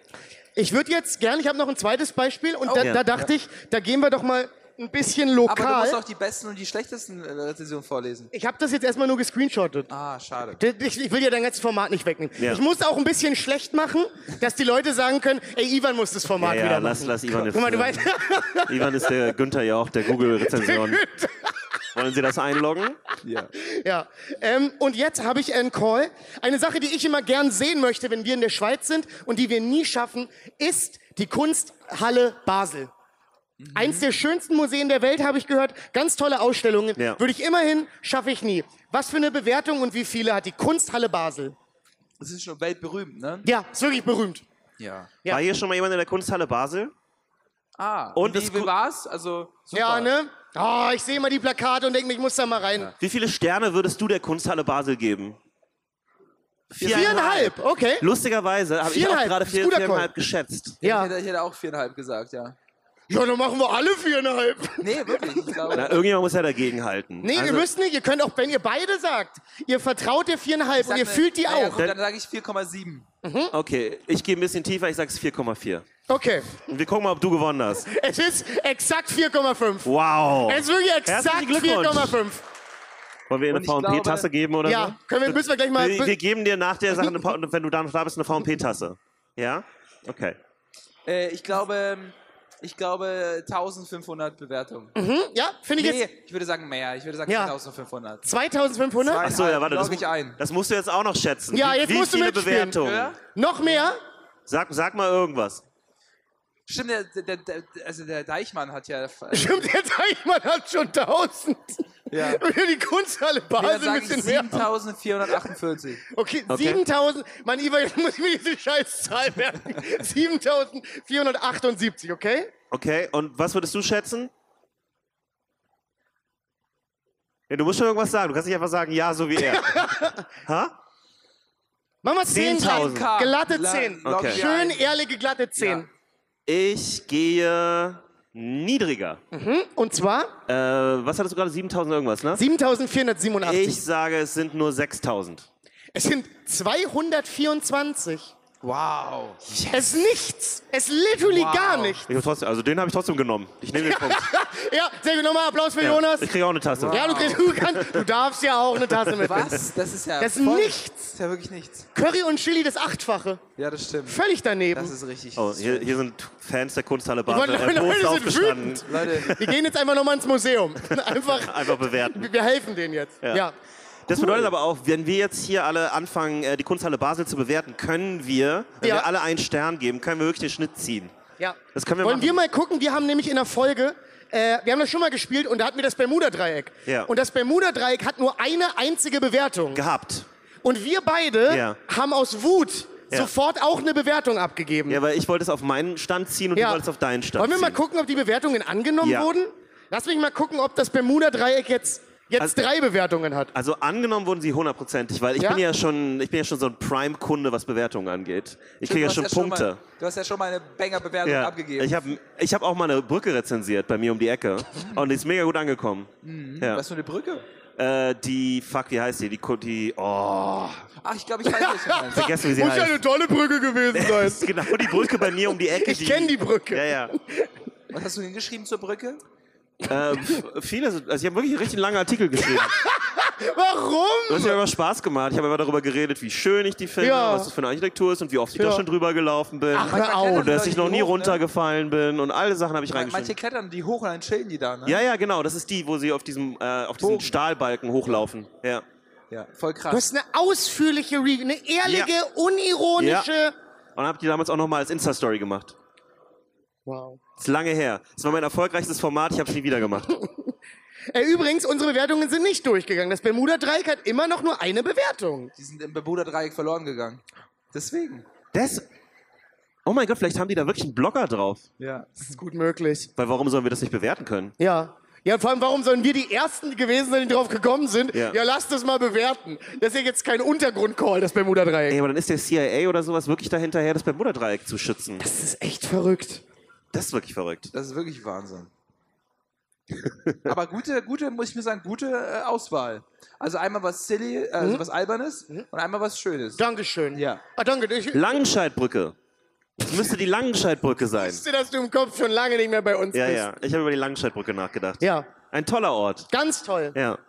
Speaker 3: Ich würde jetzt gerne, ich habe noch ein zweites Beispiel und da,
Speaker 4: Oh. Ja.
Speaker 3: da dachte ich, da gehen wir doch mal ein bisschen
Speaker 5: Aber du musst
Speaker 3: lokal.
Speaker 5: auch die besten und die schlechtesten äh, Rezensionen vorlesen.
Speaker 3: Ich habe das jetzt erstmal nur gescreenshottet.
Speaker 5: Ah,
Speaker 3: (laughs)
Speaker 5: schade.
Speaker 3: Ich, ich will dir dein ganzes Format nicht wegnehmen.
Speaker 4: Ja.
Speaker 3: Ich muss auch ein bisschen schlecht machen, dass die Leute sagen können, ey, Ivan muss das Format
Speaker 4: Ja, ja,
Speaker 3: wieder
Speaker 4: lass,
Speaker 3: machen.
Speaker 4: lass Ivan jetzt.
Speaker 3: Guck mal, du weißt, (laughs)
Speaker 4: Ivan ist der Günther ja auch der Google-Rezension. Wollen Sie das einloggen?
Speaker 5: Ja.
Speaker 3: ja. Ähm, und jetzt habe ich einen Call. Eine Sache, die ich immer gern sehen möchte, wenn wir in der Schweiz sind und die wir nie schaffen, ist die Kunsthalle Basel. Eins der schönsten Museen der Welt, habe ich gehört. Ganz tolle Ausstellungen.
Speaker 4: Ja.
Speaker 3: Würde ich immerhin, schaffe ich nie. Was für eine Bewertung und wie viele hat die Kunsthalle Basel?
Speaker 5: Das ist schon weltberühmt, ne?
Speaker 3: Ja, ist wirklich berühmt.
Speaker 5: Ja.
Speaker 3: Ja.
Speaker 4: War hier schon mal jemand in der Kunsthalle Basel?
Speaker 5: Ah, und
Speaker 4: Und es
Speaker 5: wie, wie
Speaker 4: gu-
Speaker 5: war's? Also, super.
Speaker 3: Ja, ne? Ah, ich sehe immer die Plakate und denke mir, ich muss da mal rein.
Speaker 4: Wie viele Sterne würdest du der Kunsthalle Basel geben?
Speaker 3: Viereinhalb, okay.
Speaker 4: Lustigerweise habe ich auch
Speaker 3: Viereinhalb,
Speaker 4: gerade
Speaker 3: ist
Speaker 4: vier,
Speaker 3: guter
Speaker 4: viereinhalb geschätzt.
Speaker 5: Ich,
Speaker 3: Ja.
Speaker 5: hätte, ich hätte auch viereinhalb gesagt, ja.
Speaker 3: ja, dann machen wir alle viereinhalb.
Speaker 5: Nee, wirklich. Ich
Speaker 4: Na,
Speaker 5: glaube,
Speaker 4: irgendjemand muss ja dagegenhalten.
Speaker 3: Nee, ihr
Speaker 4: Also-
Speaker 3: müsst nicht, ihr könnt auch, wenn ihr beide sagt, ihr vertraut der viereinhalb und
Speaker 5: sag
Speaker 3: ihr
Speaker 5: mir- also
Speaker 3: fühlt die
Speaker 5: na ja,
Speaker 3: auch.
Speaker 5: gut, dann sage ich 4,7.
Speaker 4: Okay, ich gehe ein bisschen tiefer, ich sag's 4,4.
Speaker 3: Okay,
Speaker 4: Und Wir gucken mal, ob du gewonnen hast.
Speaker 3: es ist exakt 4,5.
Speaker 4: Wow.
Speaker 3: Es ist wirklich exakt
Speaker 4: Herzlichen Glückwunsch.
Speaker 3: 4,5
Speaker 4: Wollen wir ihr eine
Speaker 5: Und ich
Speaker 4: VP-Tasse
Speaker 5: glaube-
Speaker 4: geben oder so?
Speaker 3: Ja, können wir, müssen wir gleich mal...
Speaker 4: Wir, wir geben dir nach der Sache, eine, Pa- wenn du da noch da bist, eine VP-Tasse. Ja? Okay.
Speaker 5: Äh, ich glaube, ich glaube 1500 Bewertungen.
Speaker 3: Ja, finde ich jetzt
Speaker 5: Nee, ich würde sagen mehr. Ich würde sagen
Speaker 3: Ja.
Speaker 5: 1500.
Speaker 3: 2500?
Speaker 4: Achso, ja, warte. Das,
Speaker 5: Log ich ein.
Speaker 4: das musst du jetzt auch noch schätzen.
Speaker 3: Ja,
Speaker 4: wie,
Speaker 3: jetzt
Speaker 4: wie
Speaker 3: musst du
Speaker 4: viele
Speaker 3: mitspielen.
Speaker 4: Bewertungen?
Speaker 5: Ja?
Speaker 3: Noch mehr?
Speaker 4: Sag, sag mal irgendwas.
Speaker 5: Stimmt, der, der, der, also der Deichmann hat
Speaker 3: (laughs)
Speaker 5: ja.
Speaker 3: Stimmt, der Teichmann hat schon 1000.
Speaker 5: Ja.
Speaker 3: Die Kunsthalle
Speaker 5: Dann
Speaker 3: Basel also ein
Speaker 5: sage ich
Speaker 3: bisschen mehr.
Speaker 5: 7448.
Speaker 3: Okay, 7000, mein Ivan, jetzt muss ich mir diese scheiß Zahl merken. 7478, okay?
Speaker 4: Okay, und was würdest du schätzen? Ja, du musst schon irgendwas sagen. Du kannst nicht einfach sagen, ja, so wie er. ha?
Speaker 3: Machen wir 10.
Speaker 4: 10.000.
Speaker 3: gleich. Glatte 10.
Speaker 5: Log
Speaker 4: Okay.
Speaker 5: ich
Speaker 3: Schön
Speaker 5: ein.
Speaker 3: ehrliche, glatte 10.
Speaker 4: (laughs) Ich gehe niedriger.
Speaker 3: Und zwar
Speaker 4: Äh, was hattest du gerade? 7000 irgendwas, ne?
Speaker 3: 7487.
Speaker 4: Ich sage, es sind nur 6000.
Speaker 3: Es sind 224.
Speaker 5: Wow.
Speaker 3: Es ist nichts. Es ist literally
Speaker 5: Wow.
Speaker 3: gar nichts.
Speaker 4: Ich hab trotzdem, also den habe ich trotzdem genommen. Ich nehme den Punkt.
Speaker 3: (laughs) ja, sehr gut. Nochmal Applaus für
Speaker 4: Ja.
Speaker 3: Jonas.
Speaker 4: Ich kriege auch eine Tasse.
Speaker 3: Ja, du, kriegst, du, kannst, du darfst ja auch eine Tasse mitnehmen.
Speaker 5: Was? Das ist ja.
Speaker 3: Das ist
Speaker 5: voll-
Speaker 3: nichts.
Speaker 5: Das ist ja wirklich nichts.
Speaker 3: Curry und Chili das Achtfache.
Speaker 5: Ja, das stimmt.
Speaker 3: Völlig daneben.
Speaker 5: Das ist richtig.
Speaker 4: Oh, hier, hier sind Fans der Kunsthalle Basel.
Speaker 3: Leute, Leute,
Speaker 4: erbost
Speaker 3: sind
Speaker 4: aufgestanden.
Speaker 3: wütend.
Speaker 5: Leute,
Speaker 3: Wir gehen jetzt einfach nochmal ins Museum. (laughs) Einfach,
Speaker 4: Einfach bewerten.
Speaker 3: wir helfen denen jetzt. Ja.
Speaker 4: Das bedeutet aber auch, wenn wir jetzt hier alle anfangen, äh, die Kunsthalle Basel zu bewerten, können wir, wenn
Speaker 3: Ja.
Speaker 4: wir alle einen Stern geben, können wir wirklich den Schnitt ziehen.
Speaker 3: ja.
Speaker 4: Das können wir
Speaker 3: Wollen
Speaker 4: machen.
Speaker 3: wir mal gucken, wir haben nämlich in der Folge, äh, wir haben das schon mal gespielt und da hatten wir das Bermuda-Dreieck.
Speaker 4: Ja.
Speaker 3: Und das Bermuda-Dreieck hat nur eine einzige Bewertung.
Speaker 4: Gehabt.
Speaker 3: Und wir beide
Speaker 4: Ja.
Speaker 3: haben aus Wut
Speaker 4: Ja.
Speaker 3: sofort auch eine Bewertung abgegeben.
Speaker 4: Ja, weil ich wollte es auf meinen Stand ziehen und
Speaker 3: Ja.
Speaker 4: du wolltest auf deinen Stand
Speaker 3: Wollen wir mal
Speaker 4: ziehen.
Speaker 3: gucken, ob die Bewertungen angenommen
Speaker 4: Ja.
Speaker 3: wurden? Lass mich mal gucken, ob das Bermuda-Dreieck jetzt, jetzt
Speaker 4: Also-
Speaker 3: drei Bewertungen hat.
Speaker 4: Also angenommen wurden sie hundertprozentig, weil ich
Speaker 3: Ja?
Speaker 4: bin ja schon, ich bin ja schon so ein Prime-Kunde, was Bewertungen angeht. Ich kriege ja
Speaker 5: hast
Speaker 4: schon Punkte.
Speaker 5: mal, du hast ja schon mal eine Banger-Bewertung
Speaker 4: Ja.
Speaker 5: abgegeben.
Speaker 4: Ich habe ich hab auch mal eine Brücke rezensiert bei mir um
Speaker 5: (laughs)
Speaker 4: die Ecke und die ist mega gut angekommen. Ja.
Speaker 5: Mhm. Was für eine Brücke?
Speaker 4: Äh, die, fuck, wie heißt die? Die, Ko- die
Speaker 5: (laughs)
Speaker 4: oh,
Speaker 5: Ach, ich glaube, ich weiß nicht. was
Speaker 4: (laughs)
Speaker 5: du meinst.
Speaker 4: vergessen, wie sie
Speaker 3: Muss ja
Speaker 4: heißt.
Speaker 3: eine tolle Brücke gewesen
Speaker 4: (laughs)
Speaker 3: sein.
Speaker 4: Das ist genau die Brücke bei mir um die Ecke.
Speaker 3: Ich kenn die Brücke.
Speaker 4: Ja, ja.
Speaker 5: Was hast du hingeschrieben zur Brücke?
Speaker 4: Äh, f- viele, sind- also ich habe wirklich einen richtig langen Artikel geschrieben.
Speaker 3: Warum?
Speaker 4: Das hat mir aber Spaß gemacht. Ich habe immer darüber geredet, wie schön ich die finde,
Speaker 3: Ja.
Speaker 4: was das für eine Architektur ist und wie oft ich
Speaker 3: Ja.
Speaker 4: da schon drüber gelaufen bin.
Speaker 3: Ach,
Speaker 5: Manchmal
Speaker 3: hör auf.
Speaker 5: klettern
Speaker 4: und dass
Speaker 5: die
Speaker 4: ich noch
Speaker 5: Leute
Speaker 4: nie
Speaker 5: hoch, ne?
Speaker 4: runtergefallen bin und alle Sachen habe ich
Speaker 5: Manche
Speaker 4: reingeschrieben.
Speaker 5: klettern die hoch und dann chillen die da, ne?
Speaker 4: Ja, ja, genau. Das ist die, wo sie auf diesem, äh, auf diesem
Speaker 3: Oh.
Speaker 5: Bogen.
Speaker 4: Stahlbalken hochlaufen. Ja.
Speaker 5: Ja, voll krass.
Speaker 3: Du hast eine ausführliche, Re eine ehrliche,
Speaker 4: Ja.
Speaker 3: unironische.
Speaker 4: Und habe die damals auch nochmal als Insta-Story gemacht.
Speaker 3: Wow.
Speaker 4: Ist lange her. Das war mein erfolgreichstes Format. Ich habe es nie
Speaker 3: (laughs)
Speaker 4: wieder gemacht.
Speaker 3: Äh, übrigens, unsere Bewertungen sind nicht durchgegangen. Das Bermuda-Dreieck hat immer noch nur eine Bewertung.
Speaker 5: Die sind im Bermuda-Dreieck verloren gegangen. Deswegen.
Speaker 4: Das. Oh mein Gott, vielleicht haben die da wirklich einen Blogger drauf.
Speaker 5: Ja.
Speaker 3: Das ist gut möglich.
Speaker 4: Weil warum sollen wir das nicht bewerten können?
Speaker 3: Ja. Ja, vor allem, warum sollen wir die Ersten gewesen sein, die drauf gekommen sind?
Speaker 4: Ja.
Speaker 3: Ja, lasst es mal bewerten. Das ist ja jetzt kein Untergrundcall, das Bermuda-Dreieck.
Speaker 4: Ey, aber dann ist der CIA oder sowas wirklich dahinterher, das Bermuda-Dreieck zu schützen.
Speaker 3: Das ist echt verrückt.
Speaker 4: Das ist wirklich verrückt.
Speaker 5: Das ist wirklich Wahnsinn. Aber gute, gute, muss ich mir sagen, gute äh, Auswahl. Also einmal was silly, äh, also was albernes und einmal was schönes.
Speaker 3: Dankeschön.
Speaker 5: Ja.
Speaker 3: Ah, danke. Ich,
Speaker 4: Langenscheidbrücke. Es müsste die Langenscheidbrücke sein.
Speaker 3: wusste, dass du im Kopf schon lange nicht mehr bei uns
Speaker 4: Ja,
Speaker 3: bist.
Speaker 4: ja. Ich habe über die Langenscheidbrücke nachgedacht.
Speaker 3: Ja.
Speaker 4: Ein toller Ort.
Speaker 3: Ganz toll.
Speaker 4: Ja.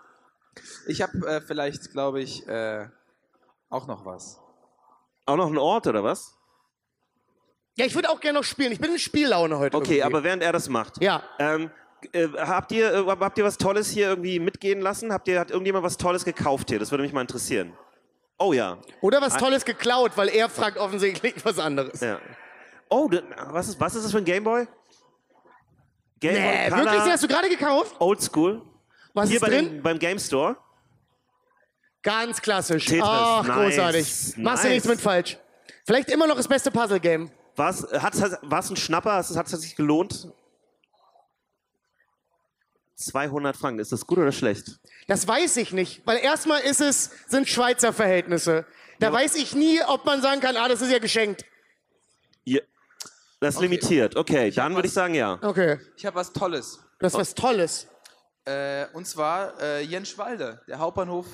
Speaker 5: Ich habe äh, vielleicht, glaube ich, äh, auch noch was.
Speaker 4: Auch noch ein Ort, oder was?
Speaker 3: Ja, ich würde auch gerne noch spielen. Ich bin in Spiellaune heute.
Speaker 4: Okay,
Speaker 3: irgendwie.
Speaker 4: aber während er das macht.
Speaker 3: Ja.
Speaker 4: Ähm, äh, habt, ihr, äh, habt ihr was Tolles hier irgendwie mitgehen lassen? Habt ihr, hat irgendjemand was Tolles gekauft hier? Das würde mich mal interessieren. Oh ja.
Speaker 3: Oder was Tolles geklaut, weil er fragt offensichtlich (laughs) was anderes.
Speaker 4: ja. Oh, da- was ist, was ist das für ein Gameboy?
Speaker 3: Nee,
Speaker 4: Gameboy Color,
Speaker 3: Äh, wirklich? Den hast du gerade gekauft?
Speaker 4: Oldschool.
Speaker 3: Was
Speaker 4: Hier
Speaker 3: ist
Speaker 4: bei
Speaker 3: drin?
Speaker 4: dem, beim Game Store.
Speaker 3: Ganz klassisch.
Speaker 4: Tetris,
Speaker 3: Ach,
Speaker 4: nice,
Speaker 3: großartig. Machst du
Speaker 4: nice.
Speaker 3: nichts mit falsch. Vielleicht immer noch das beste Puzzle-Game.
Speaker 4: Was, hat, hat, war es ein Schnapper? Hat es hat es sich gelohnt? 200 Franken. Ist das gut oder schlecht?
Speaker 3: Das weiß ich nicht, weil erstmal ist es, sind Schweizer Verhältnisse. Da weiß ich nie, ob man sagen kann, ah, das ist ja geschenkt.
Speaker 4: Ja. Das ist limitiert. Okay, dann würde ich sagen, ja.
Speaker 3: Okay.
Speaker 5: Ich habe was Tolles.
Speaker 3: Das ist was
Speaker 4: Oh.
Speaker 3: Tolles.
Speaker 5: Äh, und zwar äh, Jenschwalde, der Hauptbahnhof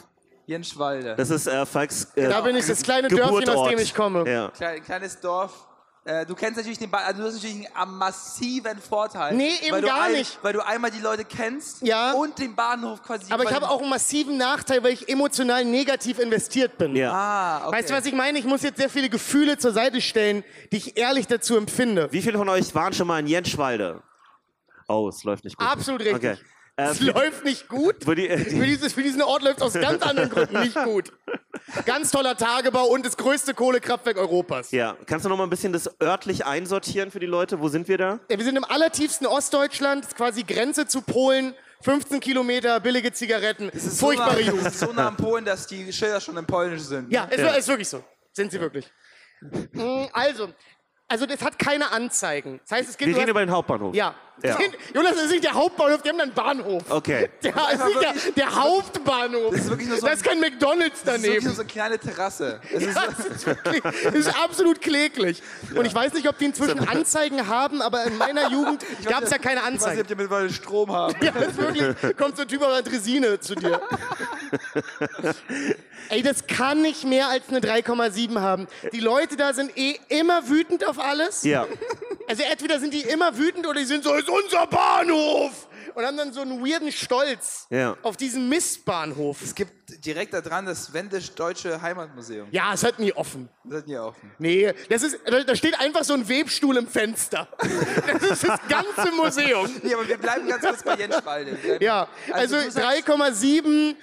Speaker 5: Jenschwalde.
Speaker 4: Das ist äh, Falks. Äh,
Speaker 3: Da bin ich das kleine Dörfchen, aus dem ich komme.
Speaker 4: Ja.
Speaker 5: Klein, kleines Dorf. Äh, du kennst natürlich den ba also du hast natürlich einen am massiven Vorteil.
Speaker 3: Nee, eben
Speaker 5: weil du
Speaker 3: gar
Speaker 5: ein-
Speaker 3: nicht.
Speaker 5: Weil du einmal die Leute kennst
Speaker 3: Ja.
Speaker 5: und den Bahnhof quasi.
Speaker 3: Aber ich
Speaker 5: weil-
Speaker 3: habe auch einen massiven Nachteil, weil ich emotional negativ investiert bin.
Speaker 4: ja.
Speaker 5: Ah, okay.
Speaker 3: Weißt du, was ich meine? Ich muss jetzt sehr viele Gefühle zur Seite stellen, die ich ehrlich dazu empfinde.
Speaker 4: Wie viele von euch waren schon mal in Jenschwalde? Oh, es läuft nicht gut.
Speaker 3: Absolut richtig.
Speaker 4: Okay. Äh,
Speaker 3: Es läuft nicht gut.
Speaker 4: Für die,
Speaker 3: Für, dieses, für diesen Ort läuft es aus ganz anderen Gründen nicht gut. Ganz toller Tagebau und das größte Kohlekraftwerk Europas.
Speaker 4: (laughs) ja, kannst du noch mal ein bisschen das örtlich einsortieren für die Leute? Wo sind wir da?
Speaker 3: Ja, wir sind im allertiefsten Ostdeutschland, ist quasi Grenze zu Polen, 15 Kilometer, billige Zigaretten,
Speaker 5: Es ist
Speaker 3: furchtbare
Speaker 5: so nah,
Speaker 3: Jugend.
Speaker 5: es ist so nah am Polen, dass die Schilder schon in Polnisch sind.
Speaker 3: Ja, ist,
Speaker 4: Ja.
Speaker 3: ist wirklich so. Sind sie wirklich. Mm, Also, also das hat keine Anzeigen. Das heißt, es gibt
Speaker 4: Wir
Speaker 3: nur-
Speaker 4: reden über den Hauptbahnhof.
Speaker 3: ja.
Speaker 4: Ja.
Speaker 3: (laughs) Jonas, das ist nicht der Hauptbahnhof, die haben einen Bahnhof. (laughs)
Speaker 4: Okay.
Speaker 3: Der, das ist nicht der,
Speaker 5: Oh. wirklich-
Speaker 3: der Hauptbahnhof. Das
Speaker 5: ist wirklich nur so
Speaker 3: Da
Speaker 5: ein-
Speaker 3: ist kein McDonalds
Speaker 5: Das ist wirklich nur
Speaker 3: daneben.
Speaker 5: so eine kleine Terrasse. Es ist
Speaker 3: Das ist, wirklich, das ist absolut kläglich. Und ich weiß nicht, ob
Speaker 5: (laughs)
Speaker 3: die inzwischen Anzeigen haben, aber in meiner Jugend gab es ja keine
Speaker 5: ich weiß
Speaker 3: Anzeigen.
Speaker 5: nicht, ob die mittlerweile Strom haben.
Speaker 3: (laughs) Ja, das ist wirklich. Kommt so ein Typ auf einer Dresine
Speaker 5: (laughs)
Speaker 3: zu dir. Ey, das kann nicht mehr als eine 3,7 haben. Die Leute da sind eh immer wütend auf alles.
Speaker 4: Ja.
Speaker 3: Also entweder sind die immer wütend oder die sind so, ist unser Bahnhof! Und haben dann so einen weirden Stolz
Speaker 4: Ja.
Speaker 3: auf diesen Mistbahnhof.
Speaker 5: Es gibt direkt da dran das Wendisch-Deutsche Heimatmuseum.
Speaker 3: Ja, es hat nie offen.
Speaker 5: Das hat nie offen.
Speaker 3: Nee, das ist, da da steht einfach so ein Webstuhl im Fenster. (laughs) Das ist das ganze Museum.
Speaker 5: Nee, aber wir bleiben ganz kurz bei Jenschwalde. Wir bleiben-
Speaker 3: Ja, also,
Speaker 5: du sagst-
Speaker 3: 3,7.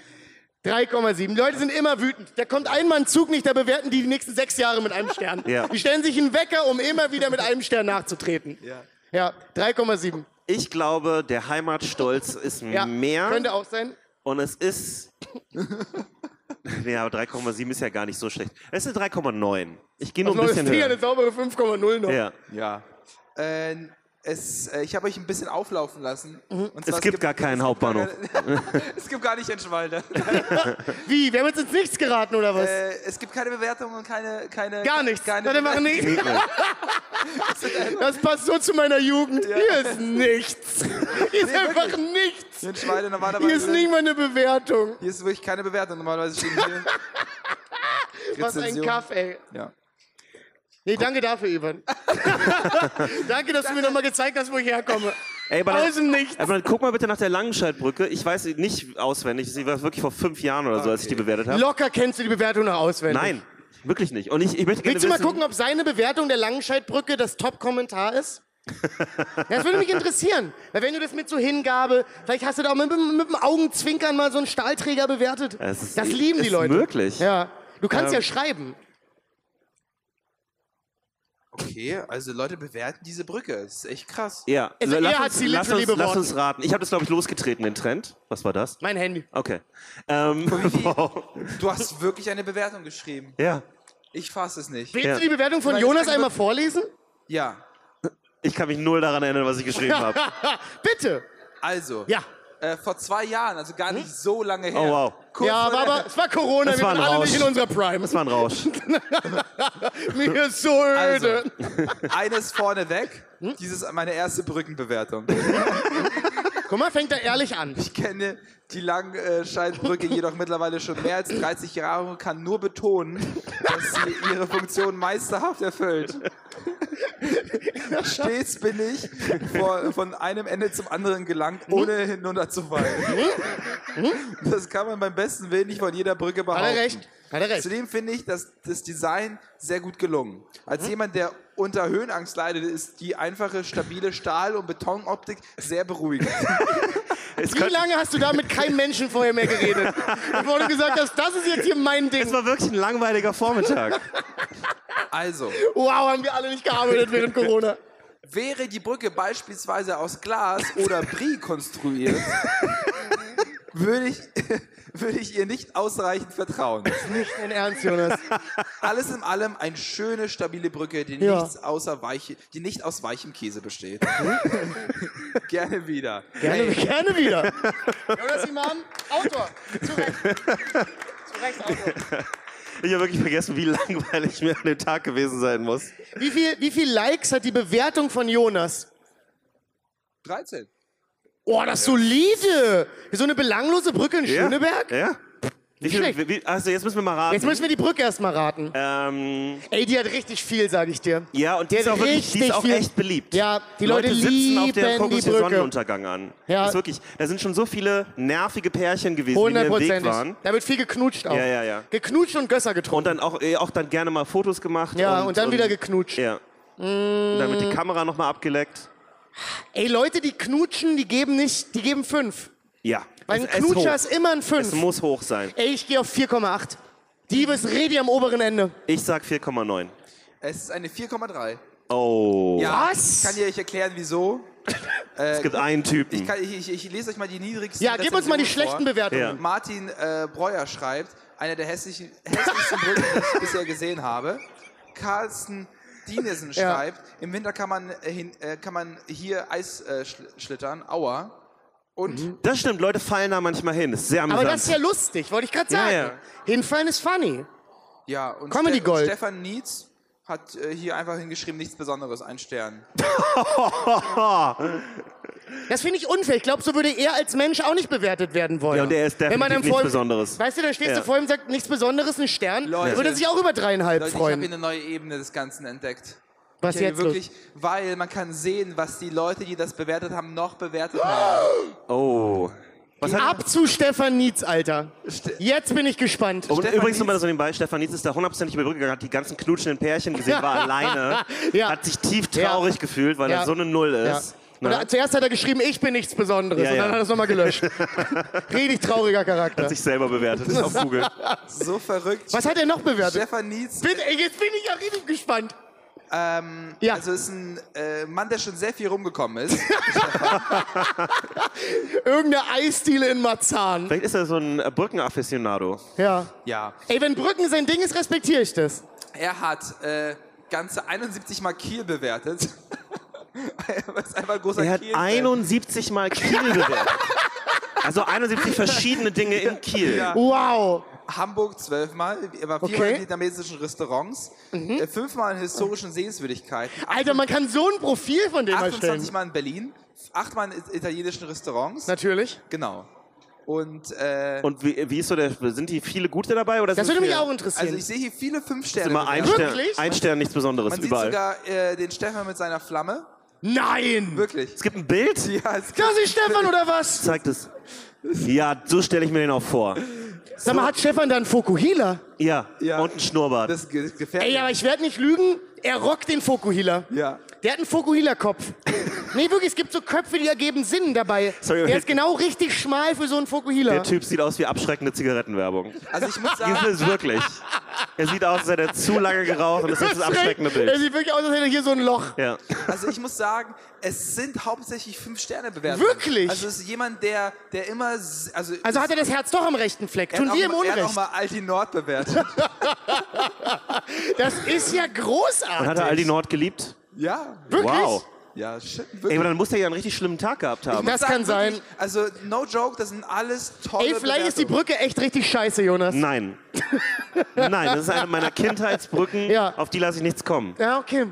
Speaker 3: 3,7. Die Leute sind immer wütend. Da kommt einmal ein Zug nicht, da bewerten die die nächsten sechs Jahre mit einem Stern.
Speaker 4: Ja.
Speaker 3: Die stellen sich einen Wecker, um immer wieder mit einem Stern nachzutreten.
Speaker 5: Ja.
Speaker 3: Ja, 3,7.
Speaker 4: Ich glaube, der Heimatstolz ist
Speaker 3: Ja,
Speaker 4: mehr.
Speaker 3: Könnte auch sein.
Speaker 4: Und es ist. (laughs) nee, aber 3,7 ist ja gar nicht so schlecht. Es ist eine 3,9. Ich gehe noch ein
Speaker 3: Neues
Speaker 4: bisschen
Speaker 3: Tier, eine
Speaker 4: höher.
Speaker 3: saubere 5,0 noch.
Speaker 4: Ja.
Speaker 5: Ja. Äh, es, äh, ich habe euch ein bisschen auflaufen lassen.
Speaker 3: Mhm.
Speaker 5: Und zwar,
Speaker 4: Es gibt gar keinen Hauptbahnhof.
Speaker 5: (laughs) es gibt gar nicht
Speaker 3: (laughs)
Speaker 5: Jenschwalde.
Speaker 3: Wie? Wir haben jetzt ins Nichts geraten, oder was?
Speaker 5: äh, es gibt keine Bewertung und keine. keine
Speaker 3: Gar nichts.
Speaker 5: Keine
Speaker 3: Warte, machen nichts.
Speaker 5: (laughs)
Speaker 3: Das passt so zu meiner Jugend. Hier ist nichts. Hier ist einfach nichts.
Speaker 5: Jenschwalde normalerweise.
Speaker 3: Hier ist nicht mal eine Bewertung.
Speaker 5: hier ist wirklich keine Bewertung. Normalerweise stehen hier.
Speaker 3: (laughs) Was ein
Speaker 5: Rezension.
Speaker 3: Kaff, ey.
Speaker 5: Ja.
Speaker 3: Nee, danke dafür,
Speaker 4: (laughs)
Speaker 3: Ivan. danke, dass du mir nochmal gezeigt hast, wo ich herkomme. (laughs)
Speaker 4: Ey, aber
Speaker 3: Aus dem Nichts.
Speaker 4: Aber dann guck mal bitte nach der Langenscheidbrücke. Ich weiß sie nicht auswendig. Sie war wirklich vor fünf Jahren oder so, als ich die bewertet habe.
Speaker 3: Locker kennst du die Bewertung noch auswendig.
Speaker 4: Nein, wirklich nicht. Und ich, ich möchte gerne
Speaker 3: Willst du mal
Speaker 4: wissen,
Speaker 3: gucken, ob seine Bewertung der Langenscheidbrücke das Top-Kommentar ist? Das würde mich interessieren. Weil wenn du das mit so Hingabe, vielleicht hast du da auch mit, mit dem Augenzwinkern mal so einen Stahlträger bewertet.
Speaker 4: Es ist-
Speaker 3: das lieben die
Speaker 4: ist
Speaker 3: Leute.
Speaker 4: möglich.
Speaker 3: Ja. Du kannst ja schreiben.
Speaker 5: Okay, also Leute bewerten diese Brücke. Das ist echt krass.
Speaker 4: Ja,
Speaker 3: Also
Speaker 4: lass,
Speaker 3: er hat
Speaker 4: uns,
Speaker 3: sie
Speaker 4: lass,
Speaker 3: literally
Speaker 4: uns, lass
Speaker 3: beworfen.
Speaker 4: uns raten. Ich habe das, glaube ich, losgetreten, den Trend. Was war das?
Speaker 3: Mein Handy.
Speaker 4: Okay. Ähm, (laughs)
Speaker 3: (laughs)
Speaker 5: Du hast wirklich eine Bewertung geschrieben.
Speaker 4: ja,
Speaker 5: Ich fasse es nicht.
Speaker 3: Willst
Speaker 4: Ja.
Speaker 3: du die Bewertung von
Speaker 5: Weil das
Speaker 3: Jonas
Speaker 5: kann-
Speaker 3: einmal vorlesen?
Speaker 5: Ja,
Speaker 4: ich kann mich null daran erinnern, was ich geschrieben habe.
Speaker 3: (laughs) Bitte.
Speaker 5: also.
Speaker 3: Ja. Hm?
Speaker 5: Äh, vor zwei Jahren, also gar nicht so lange her.
Speaker 4: Oh, wow.
Speaker 5: Kurz
Speaker 3: ja,
Speaker 5: vor
Speaker 3: war
Speaker 5: der-
Speaker 3: aber es war Corona,
Speaker 4: Das
Speaker 3: wir
Speaker 4: war ein
Speaker 3: waren alle
Speaker 4: Rausch.
Speaker 3: nicht in unserer Prime.
Speaker 4: Das war ein Rausch.
Speaker 3: (laughs) Mir ist so öde.
Speaker 5: Also, eines vorneweg.
Speaker 3: Hm?
Speaker 5: Dies ist meine erste Brückenbewertung.
Speaker 3: Guck mal, fängt er ehrlich an.
Speaker 5: Ich kenne die äh, Langscheidbrücke jedoch mittlerweile schon mehr als 30 Jahre und kann nur betonen, dass sie ihre Funktion meisterhaft erfüllt. Stets bin ich vor, von einem Ende zum anderen gelangt,
Speaker 3: Hm?
Speaker 5: ohne hinunterzufallen. Das kann man beim besten Willen nicht von jeder Brücke behaupten.
Speaker 3: Hat er recht? Hat er recht?
Speaker 5: Zudem finde ich, dass das Design sehr gut gelungen.
Speaker 3: Mhm.
Speaker 5: Als jemand, der unter Höhenangst leidet, ist die einfache, stabile Stahl- und Betonoptik sehr beruhigend.
Speaker 3: (laughs)
Speaker 4: Es
Speaker 3: Wie
Speaker 4: könnte-
Speaker 3: lange hast du da mit keinem Menschen vorher mehr geredet? Bevor du gesagt hast, das ist jetzt hier mein
Speaker 4: Es
Speaker 3: Ding.
Speaker 4: war wirklich ein langweiliger Vormittag.
Speaker 5: Also,
Speaker 3: Wow, haben wir alle nicht gearbeitet während Corona.
Speaker 5: wäre die Brücke beispielsweise aus Glas oder Brie konstruiert,
Speaker 3: (laughs)
Speaker 5: würde ich, (laughs) würde ich ihr nicht ausreichend vertrauen.
Speaker 3: Nicht in Ernst, Jonas.
Speaker 5: Alles in allem eine schöne, stabile Brücke, die,
Speaker 3: Ja.
Speaker 5: nichts außer weiche, die nicht aus weichem Käse
Speaker 3: (laughs)
Speaker 5: besteht. Gerne wieder.
Speaker 3: Gerne,
Speaker 5: Hey,
Speaker 3: gerne wieder. Jonas Imam, Autor. Zu Recht. Zu Recht Autor.
Speaker 4: Ich habe wirklich vergessen, wie langweilig mir an dem Tag gewesen sein muss.
Speaker 3: Wie viel, wie viel Likes hat die Bewertung von Jonas?
Speaker 5: 13.
Speaker 3: Oh, das solide. Wie so eine belanglose Brücke in
Speaker 4: Ja?
Speaker 3: Schöneberg.
Speaker 4: Ja. Wie viel,
Speaker 3: schlecht.
Speaker 4: wie- wie, also jetzt müssen wir mal raten.
Speaker 3: Jetzt müssen wir die Brücke erstmal raten.
Speaker 4: ähm,
Speaker 3: Ey, die hat richtig viel, sage ich dir.
Speaker 4: ja, und die
Speaker 3: Der
Speaker 4: ist auch, wirklich, die ist
Speaker 3: richtig
Speaker 4: auch
Speaker 3: viel-
Speaker 4: echt beliebt.
Speaker 3: Ja, die Leute
Speaker 4: sitzen auf der
Speaker 3: lieben
Speaker 4: Kokos
Speaker 3: die
Speaker 4: den
Speaker 3: Brücke.
Speaker 4: Sonnenuntergang an.
Speaker 3: Ja.
Speaker 4: Das ist wirklich, da sind schon so viele nervige Pärchen gewesen, die mir im Weg waren.
Speaker 3: Hundertprozentig. Da wird viel geknutscht auch.
Speaker 4: Ja, ja, ja.
Speaker 3: Geknutscht und Gösser
Speaker 4: Und
Speaker 3: getrunken.
Speaker 4: dann auch, eh, auch dann gerne mal Fotos gemacht.
Speaker 3: ja, und, dann wieder geknutscht. Mm.
Speaker 4: Ja. Und dann wird die Kamera nochmal abgeleckt.
Speaker 3: Ey, Leute, die knutschen, die geben nicht, die geben fünf.
Speaker 4: Ja.
Speaker 3: Weil ein
Speaker 4: Es- es
Speaker 3: Knutscher
Speaker 4: hoch.
Speaker 3: ist immer ein
Speaker 4: Es
Speaker 3: 5.
Speaker 4: muss hoch sein.
Speaker 3: Ey, ich gehe auf 4,8. Diebes Redi am oberen Ende.
Speaker 4: Ich sag 4,9.
Speaker 5: Es ist eine 4,3.
Speaker 4: Oh.
Speaker 5: Ja,
Speaker 3: Was?
Speaker 5: Ich kann dir euch erklären, wieso.
Speaker 3: Äh,
Speaker 4: Es gibt einen Typen.
Speaker 5: Ich, kann, ich, ich, ich lese euch mal die niedrigsten.
Speaker 3: Ja, gib uns mal die schlechten
Speaker 5: Bewertungen.
Speaker 3: Bewertungen.
Speaker 4: Ja.
Speaker 5: Martin äh, Breuer schreibt, einer der hässlichen, hässlichsten Brücken, die ich
Speaker 3: (laughs)
Speaker 5: bisher gesehen habe. Carlsen Dinesen
Speaker 3: Ja.
Speaker 5: schreibt, im Winter kann man, äh, hin, äh, kann man hier Eis äh, schl- schlittern, aua. Und
Speaker 3: Mhm.
Speaker 4: Das stimmt, Leute fallen da manchmal hin. Ist sehr amüsant.
Speaker 3: Aber das ist ja lustig, wollte ich gerade
Speaker 4: Ja,
Speaker 3: sagen.
Speaker 4: ja.
Speaker 3: Hinfallen ist funny.
Speaker 5: ja, und
Speaker 3: Comedy
Speaker 5: Ste-
Speaker 3: Gold.
Speaker 5: Stefan Nietz hat äh, hier einfach hingeschrieben, nichts Besonderes, ein Stern.
Speaker 3: Das finde ich unfair. Ich glaube, so würde er als Mensch auch nicht bewertet werden wollen.
Speaker 4: Ja, und er ist
Speaker 3: Wenn man
Speaker 4: definitiv
Speaker 3: dann
Speaker 4: nichts
Speaker 3: vor-
Speaker 4: Besonderes.
Speaker 3: Weißt du, dann stehst
Speaker 4: Ja.
Speaker 3: du vor ihm und sagst, nichts Besonderes, ein Stern.
Speaker 5: Leute.
Speaker 3: Würde sich auch über dreieinhalb
Speaker 5: Leute, ich habe hier
Speaker 3: freuen.
Speaker 5: eine neue Ebene des Ganzen entdeckt.
Speaker 3: Was
Speaker 5: Hier
Speaker 3: Also jetzt
Speaker 5: wirklich, weil man kann sehen, was die Leute, die das bewertet haben, noch bewertet haben.
Speaker 4: Oh. Was
Speaker 3: los?
Speaker 4: hat,
Speaker 3: Ab zu Stefan Nietz, Alter. Jetzt bin ich gespannt.
Speaker 4: und
Speaker 5: Stefan
Speaker 4: Oh, übrigens nochmal
Speaker 5: Nietz-
Speaker 4: so nebenbei, Stefan Nietz ist da hundertprozentig über die Brücke gegangen, hat die ganzen knutschenden Pärchen gesehen,
Speaker 3: (laughs)
Speaker 4: war alleine,
Speaker 3: Ja.
Speaker 4: hat sich tief traurig
Speaker 3: Ja.
Speaker 4: gefühlt, weil
Speaker 3: Ja.
Speaker 4: er so eine Null
Speaker 3: Ja.
Speaker 4: ist.
Speaker 3: Und
Speaker 4: Ne?
Speaker 3: da- zuerst hat er geschrieben, ich bin nichts Besonderes.
Speaker 4: Ja,
Speaker 3: und dann
Speaker 4: ja.
Speaker 3: hat er es nochmal gelöscht. Richtig trauriger Charakter.
Speaker 4: Sich selber bewertet auf
Speaker 3: (laughs)
Speaker 4: Google.
Speaker 5: So verrückt.
Speaker 3: Was hat er noch bewertet?
Speaker 5: Stefan Nietz,
Speaker 3: Bitte, ey, jetzt bin ich ja richtig gespannt.
Speaker 5: ähm,
Speaker 3: Ja.
Speaker 5: also ist ein äh, Mann, der schon sehr viel rumgekommen ist.
Speaker 3: Irgendeine Eisdiele in Marzahn.
Speaker 4: Vielleicht ist er so ein äh, Brückenafficionado.
Speaker 3: Ja.
Speaker 5: ja.
Speaker 3: Ey, wenn Brücken sein Ding ist, respektiere ich das.
Speaker 5: Er hat äh, ganze 71 Mal Kiel bewertet. (laughs) Was ist einfach ein großer äh,
Speaker 4: Er hat
Speaker 5: Kiel-Fan.
Speaker 4: 71 Mal Kiel bewertet. Also 71 verschiedene Dinge in Kiel.
Speaker 5: Ja.
Speaker 3: Wow.
Speaker 5: Hamburg zwölfmal, er war viermal
Speaker 3: Okay.
Speaker 5: in vietnamesischen Restaurants, äh, fünfmal in historischen Sehenswürdigkeiten,
Speaker 3: Alter, man kann so ein Profil von dem erstellen.
Speaker 5: 28 Mal in Berlin, achtmal in italienischen Restaurants.
Speaker 3: Natürlich.
Speaker 5: Genau. Und, äh,
Speaker 4: Und wie, wie ist so der, sind die viele gute dabei? Oder
Speaker 3: Das
Speaker 4: sind
Speaker 3: würde mich
Speaker 4: viele-
Speaker 3: auch interessieren.
Speaker 5: also ich sehe hier viele fünf Sterne.
Speaker 4: Immer ein
Speaker 5: Bewertungen.
Speaker 4: Stern,
Speaker 3: Wirklich?
Speaker 4: ein Stern, nichts Besonderes,
Speaker 5: Man sieht
Speaker 4: überall.
Speaker 5: sogar äh, den Stefan mit seiner Flamme.
Speaker 3: Nein!
Speaker 5: Wirklich. (laughs)
Speaker 4: es gibt ein Bild?
Speaker 5: Ja, es
Speaker 3: Das ist Stefan oder was?
Speaker 4: Zeigt es. Ja, so stelle ich mir den auch vor.
Speaker 3: Sag mal, hat Stefan da einen Fokuhila?
Speaker 4: Ja,
Speaker 5: Ja.
Speaker 4: und ein Schnurrbart.
Speaker 5: das ge- das gefährlich.
Speaker 3: Ey, aber ich werde nicht lügen, er rockt den Fokuhila.
Speaker 5: ja.
Speaker 3: Der hat einen Fokuhila-Kopf. nee, wirklich, es gibt so Köpfe, die ergeben Sinn dabei.
Speaker 4: Sorry,
Speaker 3: der ist genau richtig schmal für so einen Fokuhila.
Speaker 4: der Typ sieht aus wie abschreckende Zigarettenwerbung.
Speaker 5: Also ich
Speaker 3: (laughs)
Speaker 5: muss
Speaker 4: Das
Speaker 5: sagen,
Speaker 4: ist wirklich. Er sieht aus, als hätte er zu lange geraucht und das ist das abschreckende
Speaker 3: Er
Speaker 4: Bild.
Speaker 3: sieht wirklich aus, als hätte er hier so ein Loch.
Speaker 4: Ja.
Speaker 5: also ich muss sagen, es sind hauptsächlich fünf Sterne bewertet.
Speaker 3: Wirklich?
Speaker 5: Also es ist jemand, der, der immer, s- also,
Speaker 3: Also hat er das Herz doch am rechten Fleck. Tun
Speaker 5: hat
Speaker 3: wir
Speaker 5: auch
Speaker 3: im
Speaker 5: mal- Er hat auch
Speaker 3: Unrecht.
Speaker 5: mal Aldi Nord
Speaker 3: (laughs)
Speaker 5: bewertet.
Speaker 3: Das ist ja großartig.
Speaker 4: Und hat er Aldi Nord geliebt?
Speaker 5: ja.
Speaker 3: Wirklich?
Speaker 4: Wow.
Speaker 5: Ja, shit.
Speaker 4: Ey,
Speaker 5: Wirklich.
Speaker 4: aber dann muss der ja einen richtig schlimmen Tag gehabt haben.
Speaker 3: Das
Speaker 5: Ich
Speaker 3: kann
Speaker 5: sag
Speaker 3: sein.
Speaker 5: wirklich, Also no joke, das sind alles tolle
Speaker 3: Ey, vielleicht ist die
Speaker 5: Bewertungen.
Speaker 3: Brücke echt richtig scheiße, Jonas.
Speaker 4: Nein. Nein, das ist eine meiner Kindheitsbrücken,
Speaker 3: Ja.
Speaker 4: auf die lasse ich nichts kommen.
Speaker 3: Ja, okay.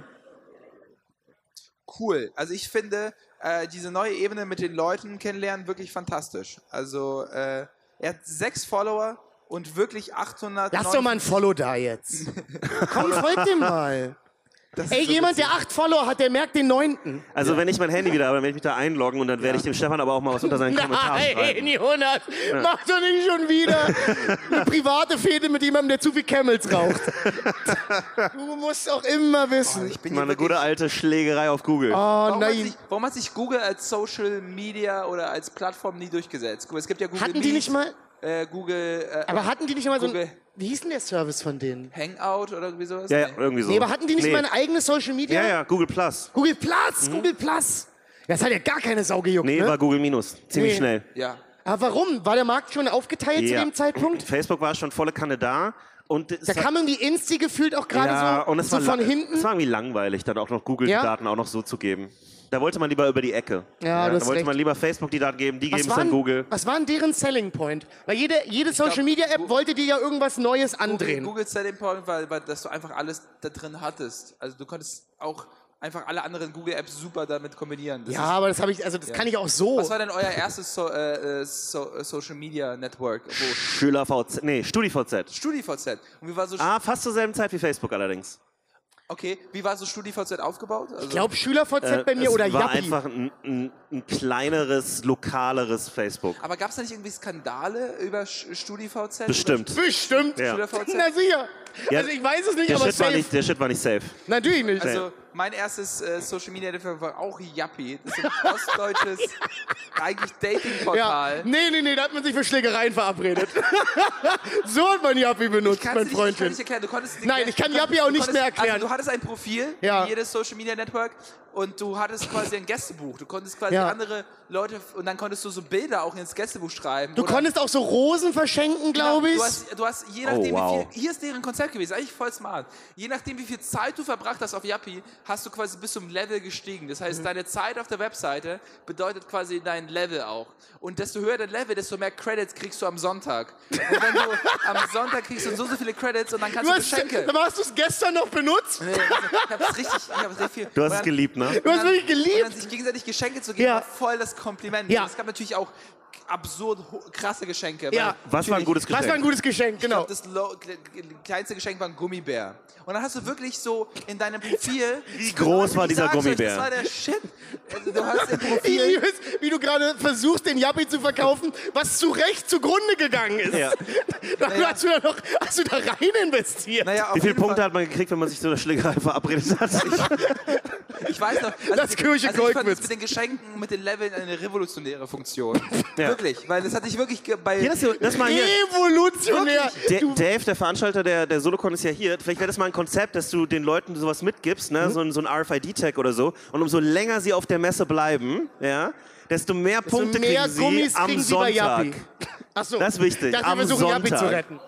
Speaker 5: cool. Also ich finde äh, diese neue Ebene mit den Leuten kennenlernen wirklich fantastisch. Also äh, er hat sechs Follower und wirklich 800. (laughs)
Speaker 3: Lass doch mal ein Follow da jetzt. Komm, folg dem mal.
Speaker 5: Das
Speaker 3: Ey,
Speaker 5: ist so
Speaker 3: jemand, der acht Follower hat, der merkt den neunten.
Speaker 4: Also wenn ich mein Handy wieder habe, dann werde ich mich da einloggen und dann werde ich dem Stefan aber auch mal was unter
Speaker 5: (laughs)
Speaker 4: seinen Kommentaren schreiben.
Speaker 3: Nein, Jonas, mach doch nicht schon wieder
Speaker 4: (laughs)
Speaker 3: eine private Fehde mit jemandem, der zu viel Camels raucht. Du musst auch immer wissen.
Speaker 5: Ich bin
Speaker 4: Mal
Speaker 5: hier
Speaker 4: eine gute
Speaker 5: wirklich-
Speaker 4: alte Schlägerei auf Google.
Speaker 3: Oh
Speaker 5: Warum hat,
Speaker 3: nein.
Speaker 5: sich, warum hat sich Google als Social Media oder als Plattform nie durchgesetzt? Guck mal, Es gibt ja Google
Speaker 3: Hatten die
Speaker 5: Meet,
Speaker 3: nicht mal,
Speaker 5: Äh, Google äh,
Speaker 3: aber hatten die nicht mal so ein,
Speaker 5: Google.
Speaker 3: wie hieß denn der Service von denen?
Speaker 5: Hangout oder irgendwie sowas?
Speaker 4: ja, ja,
Speaker 5: Nee.
Speaker 4: irgendwie so.
Speaker 3: Nee, aber hatten die nicht
Speaker 4: Nee.
Speaker 3: mal eine eigene Social Media?
Speaker 4: Ja, ja, Google Plus.
Speaker 3: Google Plus, Google Plus. Das hat ja gar keine Sau gejuckt,
Speaker 4: Nee,
Speaker 3: ne?
Speaker 4: war Google Minus. Ziemlich
Speaker 3: Nee.
Speaker 4: schnell.
Speaker 5: ja.
Speaker 3: Aber warum? War der Markt schon aufgeteilt zu
Speaker 4: Ja.
Speaker 3: dem Zeitpunkt?
Speaker 4: Facebook war schon volle Kanne da. Und es
Speaker 3: Da
Speaker 4: hat-
Speaker 3: kam irgendwie Insti gefühlt auch gerade
Speaker 4: ja,
Speaker 3: so,
Speaker 4: und es
Speaker 3: so
Speaker 4: war
Speaker 3: von
Speaker 4: la-
Speaker 3: hinten.
Speaker 4: Es war irgendwie langweilig, dann auch noch Google-Daten auch noch so zu geben. Da wollte man lieber über die Ecke.
Speaker 3: Ja, du
Speaker 4: da
Speaker 3: hast
Speaker 4: wollte
Speaker 3: recht.
Speaker 4: man lieber Facebook die Daten geben, die
Speaker 3: was,
Speaker 4: geben es
Speaker 3: waren,
Speaker 4: an Google.
Speaker 3: was waren deren Selling Point? Weil jede, jede Social Media App wollte dir ja irgendwas Neues
Speaker 5: Google,
Speaker 3: andrehen.
Speaker 5: Google Selling Point war, war, dass du einfach alles da drin hattest. Also du konntest auch einfach alle anderen Google Apps super damit kombinieren. Das
Speaker 3: ja,
Speaker 5: ist-
Speaker 3: aber das habe ich, also das kann ich auch so.
Speaker 5: was war denn euer erstes so, äh, äh, so, äh, Social Media Network? Wo?
Speaker 4: Schüler VZ, nee, StudiVZ.
Speaker 5: StudiVZ. Und wie war so
Speaker 4: Ah, fast zur selben Zeit wie Facebook allerdings.
Speaker 5: okay, wie war so StudiVZ aufgebaut? Also,
Speaker 3: ich glaube SchülerVZ bei mir
Speaker 4: Äh, es
Speaker 3: oder
Speaker 4: war
Speaker 3: Yappi.
Speaker 4: einfach ein, ein, ein kleineres, lokaleres Facebook.
Speaker 5: aber gab es da nicht irgendwie Skandale über Sch- StudiVZ?
Speaker 4: Bestimmt.
Speaker 3: Bestimmt.
Speaker 4: Ja.
Speaker 5: SchülerVZ?
Speaker 3: Na sicher.
Speaker 4: Ja,
Speaker 3: Also ich weiß es nicht,
Speaker 4: der,
Speaker 3: aber
Speaker 4: Shit war
Speaker 3: safe.
Speaker 4: nicht, der Shit war nicht safe.
Speaker 3: Natürlich nicht.
Speaker 5: Also, mein erstes äh, Social Media Network war auch Yappi. Das ist ein
Speaker 3: (laughs)
Speaker 5: ostdeutsches, eigentlich Dating-Portal.
Speaker 3: ja. Nee, nee, nee, da hat man sich für Schlägereien verabredet. (laughs) so hat man Yappi benutzt,
Speaker 5: Kannst du
Speaker 3: mein
Speaker 5: nicht, ich kann
Speaker 3: Freundchen.
Speaker 5: nicht erklären. Du konntest
Speaker 3: Nein, ich kann Yappi auch
Speaker 5: du
Speaker 3: nicht
Speaker 5: konntest,
Speaker 3: mehr erklären.
Speaker 5: Also du hattest ein Profil,
Speaker 3: Ja.
Speaker 5: wie jedes Social Media Network, und du hattest quasi ein Gästebuch. Du konntest quasi
Speaker 3: Ja.
Speaker 5: andere Leute und dann konntest du so Bilder auch ins Gästebuch schreiben.
Speaker 3: Du konntest auch so Rosen verschenken, glaube ich.
Speaker 5: Genau, Du hast, du hast je nachdem,
Speaker 4: Oh, wow.
Speaker 5: wie viel, hier ist deren Konzept gewesen, eigentlich voll smart. Je nachdem, wie viel Zeit du verbracht hast auf Yappi, hast du quasi bis zum Level gestiegen. Das
Speaker 3: Mhm.
Speaker 5: heißt, deine Zeit auf der Webseite bedeutet quasi dein Level auch. Und desto höher dein Level, desto mehr Credits kriegst du am Sonntag. Und wenn
Speaker 3: (laughs)
Speaker 5: du am Sonntag kriegst du so, so viele Credits und dann kannst
Speaker 3: Du
Speaker 5: du,
Speaker 3: hast, (laughs)
Speaker 5: Geschenke.
Speaker 3: aber hast du es gestern noch
Speaker 4: Äh,
Speaker 3: benutzt?
Speaker 5: Nee, also, ich hab's richtig, ich hab's richtig viel.
Speaker 4: Du hast es geliebt, ne?
Speaker 3: Du hast wirklich
Speaker 5: Und dann
Speaker 3: geliebt.
Speaker 5: sich gegenseitig Geschenke zu geben,
Speaker 3: Ja.
Speaker 5: war voll das Kompliment.
Speaker 3: Ja.
Speaker 5: Und Es gab natürlich auch absurd ho- krasse Geschenke.
Speaker 3: Ja.
Speaker 5: weil
Speaker 4: Was war ein gutes
Speaker 3: Das war ein
Speaker 4: Geschenk?
Speaker 3: gutes Geschenk,
Speaker 5: Ich
Speaker 3: genau.
Speaker 5: glaub, das lo- kle- kleinste Geschenk war ein Gummibär. Und dann hast du wirklich so in deinem
Speaker 4: (laughs)
Speaker 5: Profil. Wie
Speaker 4: groß war dieser Gummibär?
Speaker 5: Euch, das war der Shit. Also, du hast im
Speaker 3: Ich
Speaker 5: Profil.
Speaker 4: (laughs)
Speaker 3: liebe es, wie du gerade versuchst, den Yappi zu verkaufen, was zu Recht zugrunde gegangen ist.
Speaker 4: Ja.
Speaker 3: (laughs) Da
Speaker 5: Naja.
Speaker 3: hast, du da noch, hast du da rein investiert.
Speaker 5: Naja, auf
Speaker 4: Wie viele
Speaker 5: jeden Fall-
Speaker 4: Punkte hat man gekriegt, wenn man sich zu einer Schlägerei verabredet hat?
Speaker 5: Ich weiß
Speaker 4: (laughs)
Speaker 5: noch. Also,
Speaker 3: Das Kirche
Speaker 5: also ich fand
Speaker 3: Golkwitz.
Speaker 5: das mit den Geschenken, und mit den Leveln eine revolutionäre Funktion.
Speaker 4: (laughs) Ja.
Speaker 5: Wirklich. Weil das hatte ich wirklich ge- bei.
Speaker 4: Hier, das, hier, das mal hier.
Speaker 3: (laughs) Evolutionär.
Speaker 4: Da- Dave, der Veranstalter der, der Solocon, ist ja hier. Vielleicht wäre das mal ein Konzept, dass du den Leuten sowas mitgibst, ne? so, ein- so ein RFID-Tag oder so. Und umso länger sie auf der Messe bleiben, ja, desto mehr Punkte
Speaker 3: mehr
Speaker 4: kriegen sie
Speaker 3: Gummis
Speaker 4: am
Speaker 3: kriegen sie bei
Speaker 4: Sonntag.
Speaker 3: Yappi. Achso,
Speaker 4: Das ist wichtig,
Speaker 3: Dass wir
Speaker 4: am
Speaker 3: versuchen, Yappi zu
Speaker 4: Sonntag.
Speaker 3: retten.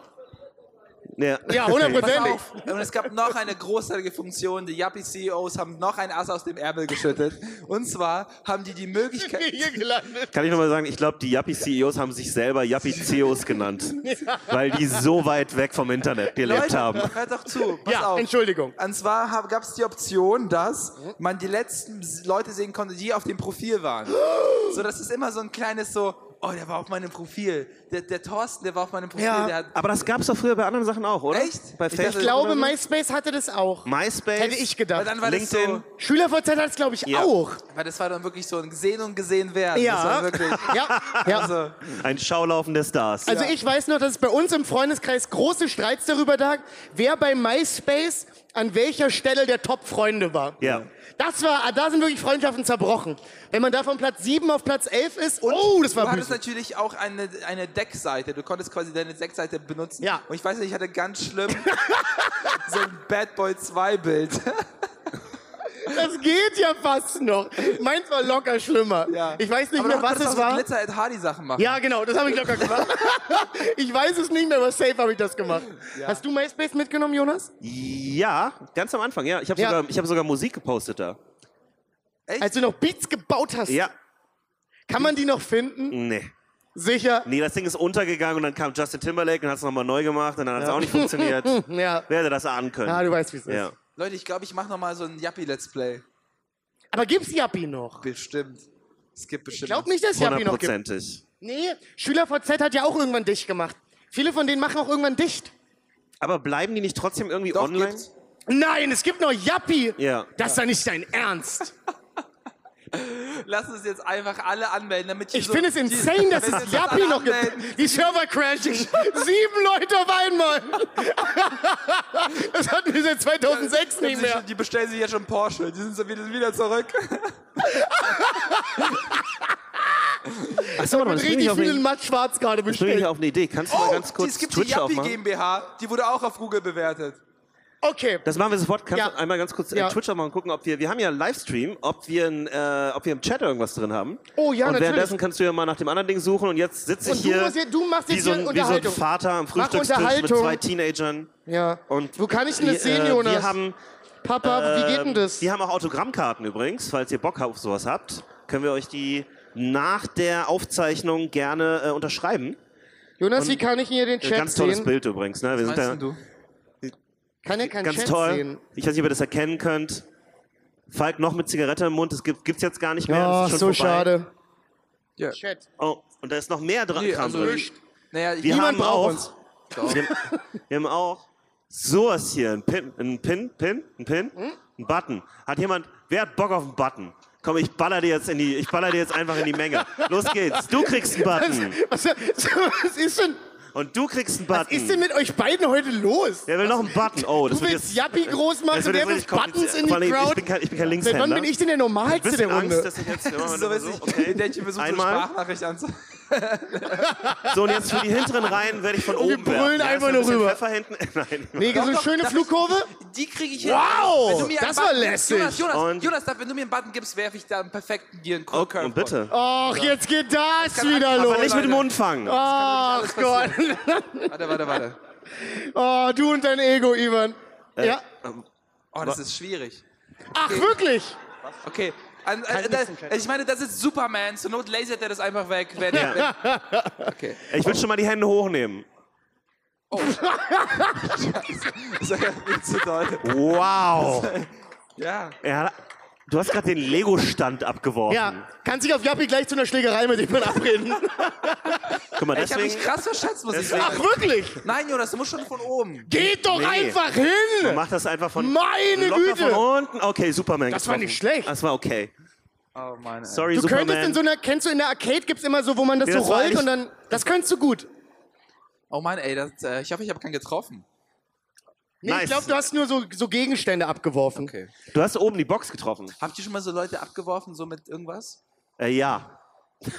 Speaker 4: ja.
Speaker 3: Ja, 100%.
Speaker 5: Pass auf. Und es gab noch eine großartige Funktion. Die Yuppie-CEOs haben noch ein Ass aus dem Ärmel geschüttet. Und zwar haben die die
Speaker 4: (laughs)
Speaker 5: Möglichkeit.
Speaker 3: (laughs) Hier gelandet.
Speaker 4: Kann ich nochmal sagen, ich glaube, die Yappi-CEOs haben sich selber Yappi-CEOs genannt, weil die so weit weg vom Internet gelebt
Speaker 5: Leute,
Speaker 4: haben.
Speaker 5: hört doch
Speaker 3: (laughs)
Speaker 5: zu. Pass
Speaker 3: Ja,
Speaker 5: auf.
Speaker 3: Entschuldigung. Mhm.
Speaker 5: Und zwar gab es die Option, dass man die letzten s- Leute sehen konnte, die auf dem Profil
Speaker 3: (gasps)
Speaker 5: waren. So, das ist immer so ein kleines so, oh, der war auf meinem Profil. Der, der Thorsten, der war auf meinem Profil.
Speaker 3: Ja.
Speaker 5: Der hat,
Speaker 4: Aber das gab es doch früher bei anderen Sachen auch, oder?
Speaker 5: Echt?
Speaker 4: Bei
Speaker 5: Ich dachte,
Speaker 4: Facebook.
Speaker 3: Ich glaube,
Speaker 4: oder so?
Speaker 3: MySpace hatte das auch.
Speaker 4: MySpace.
Speaker 3: Hätte ich
Speaker 5: weil
Speaker 3: gedacht.
Speaker 5: dann war
Speaker 4: LinkedIn.
Speaker 3: SchülerVZ hat es, glaube ich,
Speaker 4: Ja.
Speaker 3: auch.
Speaker 5: das so, weil das war dann wirklich so ein gesehen und gesehen werden. Das
Speaker 3: Ja.
Speaker 5: war wirklich,
Speaker 3: (laughs) Ja, ja.
Speaker 5: also,
Speaker 4: Ein Schaulaufen der Stars.
Speaker 3: Also ich weiß noch, dass es bei uns im Freundeskreis große Streits darüber gab, wer bei MySpace an welcher Stelle der Top-Freunde war.
Speaker 4: Ja.
Speaker 3: Das war, ah, da sind wirklich Freundschaften zerbrochen. Wenn man da von Platz 7 auf Platz 11 ist, oh, das
Speaker 5: du
Speaker 3: war
Speaker 5: hattest
Speaker 3: böse.
Speaker 5: natürlich auch eine, eine Deckseite. Du konntest quasi deine Deckseite benutzen.
Speaker 3: Ja.
Speaker 5: Und ich weiß nicht, ich hatte ganz
Speaker 3: (laughs)
Speaker 5: schlimm so ein Bad Boy 2 Bild.
Speaker 3: Das geht ja fast noch. Meins war locker schlimmer.
Speaker 5: Ja.
Speaker 3: Ich weiß nicht
Speaker 5: Aber
Speaker 3: mehr,
Speaker 5: du
Speaker 3: was
Speaker 5: konntest
Speaker 3: es
Speaker 5: auch so
Speaker 3: war.
Speaker 5: Glitzer at Hardy Sachen machen.
Speaker 3: ja, genau, das habe ich locker gemacht. (laughs) ich weiß es nicht mehr, aber safe habe ich das gemacht. Hast du MySpace mitgenommen, Jonas?
Speaker 4: Ja, ganz am Anfang, ja. Ich habe
Speaker 3: Ja.
Speaker 4: sogar, ich hab sogar Musik gepostet da.
Speaker 3: Als du noch Beats gebaut hast,
Speaker 4: Ja.
Speaker 3: kann man die noch finden?
Speaker 4: Nee.
Speaker 3: Sicher.
Speaker 4: Nee, das Ding ist untergegangen und dann kam Justin Timberlake und hat es nochmal neu gemacht und dann hat es auch nicht funktioniert. Wer
Speaker 3: Ja.
Speaker 4: hätte das ahnen können?
Speaker 3: Ah, du weißt, wie es ist.
Speaker 4: ja.
Speaker 5: Leute, ich glaube, ich mache nochmal so ein Yappi-Let's Play.
Speaker 3: Aber gibt's Yappi noch?
Speaker 5: Bestimmt. Es gibt
Speaker 3: Ich
Speaker 5: bestimmt.
Speaker 3: glaube nicht, dass Yappi noch gibt.
Speaker 4: Hundertprozentig.
Speaker 3: Nee, SchülerVZ hat ja auch irgendwann dicht gemacht. Viele von denen machen auch irgendwann dicht.
Speaker 4: Aber bleiben die nicht trotzdem irgendwie
Speaker 5: Doch,
Speaker 4: online?
Speaker 5: gibt's.
Speaker 3: Nein, es gibt nur Yappi.
Speaker 4: Ja.
Speaker 3: Das ist doch nicht dein Ernst.
Speaker 5: Lass uns jetzt einfach alle anmelden, damit
Speaker 4: Also,
Speaker 3: Ich finde es
Speaker 5: (laughs)
Speaker 3: insane,
Speaker 4: (laughs)
Speaker 3: dass es Yappi noch gibt. Die Server crashen. Sieben Leute auf einmal. (laughs) das hatten wir seit 2006 nicht mehr.
Speaker 5: Die bestellen sich jetzt schon Porsche. Die sind so wieder, wieder (laughs) zurück.
Speaker 4: Achso, warte mal, das bringt mich
Speaker 3: Richtig
Speaker 4: auf eine-
Speaker 3: viel Matt Schwarz gerade
Speaker 4: das bringt mich
Speaker 3: bestellt.
Speaker 4: auf eine Idee. Kannst du mal ganz kurz
Speaker 5: Oh, es gibt die
Speaker 4: Twitch
Speaker 5: Yappi
Speaker 4: aufmachen?
Speaker 5: GmbH. Die wurde auch auf Google bewertet.
Speaker 3: Okay.
Speaker 4: Das machen wir sofort. Kannst
Speaker 3: Ja.
Speaker 4: du einmal ganz kurz äh,
Speaker 3: Ja.
Speaker 4: Twitch aufmachen und gucken, ob wir, wir haben ja einen Livestream, ob wir, ein, äh, ob wir im Chat irgendwas drin haben.
Speaker 3: Oh ja,
Speaker 4: Und
Speaker 3: natürlich.
Speaker 4: währenddessen kannst du ja mal nach dem anderen Ding suchen und jetzt sitze
Speaker 3: Und
Speaker 4: ich
Speaker 3: du
Speaker 4: hier,
Speaker 3: musst hier- du machst
Speaker 4: wie,
Speaker 3: jetzt
Speaker 4: so
Speaker 3: hier
Speaker 4: ein, wie so ein
Speaker 3: Unterhaltung.
Speaker 4: Vater am Frühstückstisch mit
Speaker 3: Unterhaltung.
Speaker 4: zwei Teenagern.
Speaker 3: Ja.
Speaker 4: Und
Speaker 3: Wo kann ich denn das
Speaker 4: wir,
Speaker 3: sehen,
Speaker 4: äh,
Speaker 3: Jonas?
Speaker 4: Wir haben,
Speaker 3: Papa, wie geht denn
Speaker 4: ähm,
Speaker 3: das?
Speaker 4: Wir haben auch Autogrammkarten übrigens, falls ihr Bock auf sowas habt, können wir euch die nach der Aufzeichnung gerne äh, unterschreiben. Äh,
Speaker 3: Jonas, wie kann ich hier den Chat
Speaker 4: ganz tolles
Speaker 3: sehen?
Speaker 4: Bild übrigens. Ne? Wir sind da,
Speaker 3: Kann ja kein
Speaker 4: ganz
Speaker 3: Chat
Speaker 4: toll.
Speaker 3: sehen.
Speaker 4: Ich weiß nicht, ob ihr das erkennen könnt. Falk noch mit Zigarette im Mund, das gibt, gibt's jetzt gar nicht mehr.
Speaker 3: Oh,
Speaker 4: das ist
Speaker 3: so
Speaker 4: schon vorbei.
Speaker 3: schade.
Speaker 5: Ja.
Speaker 3: Chat.
Speaker 4: Oh, und da ist noch mehr dran.
Speaker 5: Nee,
Speaker 4: Kram
Speaker 5: also
Speaker 4: drin.
Speaker 5: ich- Naja, ich
Speaker 4: Wir
Speaker 5: niemand
Speaker 4: haben
Speaker 5: braucht
Speaker 4: auch,
Speaker 5: uns.
Speaker 4: (laughs) Wir, wir haben auch sowas hier. Ein Pin, ein Pin, Pin, ein Pin, ein Button. Hat jemand, wer hat Bock auf einen Button? Komm, ich baller dir jetzt in die, ich baller dir jetzt einfach in die Menge. Los geht's. Du kriegst einen Button.
Speaker 3: Was, (laughs) was, ist denn,
Speaker 4: Und du kriegst einen Button.
Speaker 3: was ist denn mit euch beiden heute los?
Speaker 4: Wer will noch einen Button? Oh, das
Speaker 3: Du
Speaker 4: wird
Speaker 3: willst
Speaker 4: jetzt.
Speaker 3: Yappi groß machen,
Speaker 4: Das wird
Speaker 3: wer
Speaker 4: jetzt
Speaker 3: will
Speaker 4: richtig
Speaker 3: Buttons
Speaker 4: kompliziert.
Speaker 3: in die
Speaker 4: Vor allem, Ich
Speaker 3: Crowd?
Speaker 4: bin kein, ich bin kein
Speaker 3: Seit
Speaker 4: Linkshänder.
Speaker 3: wann bin ich denn der
Speaker 4: ein
Speaker 3: Normalste
Speaker 4: bisschen
Speaker 3: der
Speaker 4: Angst,
Speaker 3: Runde?
Speaker 4: dass
Speaker 3: (laughs)
Speaker 4: ich jetzt immer mal
Speaker 5: So, weiß ich, (laughs) okay.
Speaker 4: okay.
Speaker 5: Dännchen versucht, eine
Speaker 4: Einmal.
Speaker 5: Sprachnachricht anzu.
Speaker 4: So, und jetzt für die hinteren Reihen werde ich
Speaker 3: (laughs)
Speaker 4: von
Speaker 3: wir
Speaker 4: oben werfen.
Speaker 3: brüllen
Speaker 4: Ja, ist
Speaker 3: einfach
Speaker 4: ein
Speaker 3: nur
Speaker 4: bisschen
Speaker 3: rüber.
Speaker 4: Pfeffer hinten. (laughs) Nein.
Speaker 3: (laughs) Nee, so eine
Speaker 5: doch,
Speaker 3: schöne
Speaker 5: das-
Speaker 3: Flugkurve?
Speaker 5: Die kriege ich hin.
Speaker 3: Wow,
Speaker 5: Wenn du mir einen
Speaker 3: das
Speaker 5: Button
Speaker 3: war
Speaker 5: gibst-
Speaker 3: lässig.
Speaker 5: Jonas, Jonas,
Speaker 4: Und-
Speaker 5: Jonas, wenn du mir einen Button gibst, werfe ich da einen perfekten dir einen
Speaker 4: Oh,
Speaker 5: Curve.
Speaker 4: und bitte.
Speaker 3: Och, jetzt geht das
Speaker 5: kann
Speaker 3: wieder
Speaker 5: einfach
Speaker 4: Aber
Speaker 3: los.
Speaker 4: nicht mit dem Mund fangen.
Speaker 3: Ach
Speaker 5: alles
Speaker 3: Gott.
Speaker 5: Warte, warte, warte.
Speaker 3: Oh, du und dein Ego, Ivan.
Speaker 4: Äh,
Speaker 3: Ja.
Speaker 5: Oh, das ist schwierig.
Speaker 3: Ach, wirklich?
Speaker 5: Okay. An, äh, da, ich meine, das ist Superman. Zur Not lasert er das einfach weg. Wenn,
Speaker 4: (laughs) Ja.
Speaker 5: wenn, okay.
Speaker 4: Ich will schon mal die Hände hochnehmen.
Speaker 5: Das ist ja viel zu doll.
Speaker 3: (laughs)
Speaker 4: Wow.
Speaker 5: Ja.
Speaker 4: Ja, du hast gerade den Lego-Stand abgeworfen.
Speaker 3: Ja. Kann sich auf Yappi gleich zu einer Schlägerei mit Ivan
Speaker 4: (laughs)
Speaker 3: abreden.
Speaker 4: Guck mal,
Speaker 5: Ich habe mich
Speaker 4: deswegen
Speaker 5: krass verschätzt, muss ich
Speaker 4: Deswegen-
Speaker 3: Ach,
Speaker 5: sagen.
Speaker 3: wirklich?
Speaker 5: Nein, Jonas, du musst schon von oben.
Speaker 3: Geht doch
Speaker 4: Nee.
Speaker 3: einfach hin!
Speaker 4: mach das einfach von
Speaker 3: Meine
Speaker 4: locker
Speaker 3: Güte.
Speaker 4: von unten. Okay, Superman.
Speaker 3: Das war
Speaker 4: getroffen.
Speaker 3: nicht schlecht.
Speaker 4: Das war okay.
Speaker 5: Oh, meine. ey.
Speaker 4: Sorry,
Speaker 3: Du
Speaker 4: Superman.
Speaker 3: könntest in so einer, kennst du in der Arcade gibt's immer so, wo man das
Speaker 4: Nee,
Speaker 3: so
Speaker 4: das war
Speaker 3: rollt
Speaker 4: eigentlich-
Speaker 3: und dann, das könntest du gut.
Speaker 5: Oh, Mann, ey. Das, äh, ich hoffe, ich habe keinen getroffen.
Speaker 3: Nee,
Speaker 4: Nice.
Speaker 3: ich glaube, du hast nur so, so Gegenstände abgeworfen.
Speaker 5: Okay.
Speaker 4: du hast oben die Box getroffen.
Speaker 5: Habt ihr schon mal so Leute abgeworfen, so mit irgendwas?
Speaker 4: Äh, ja. also,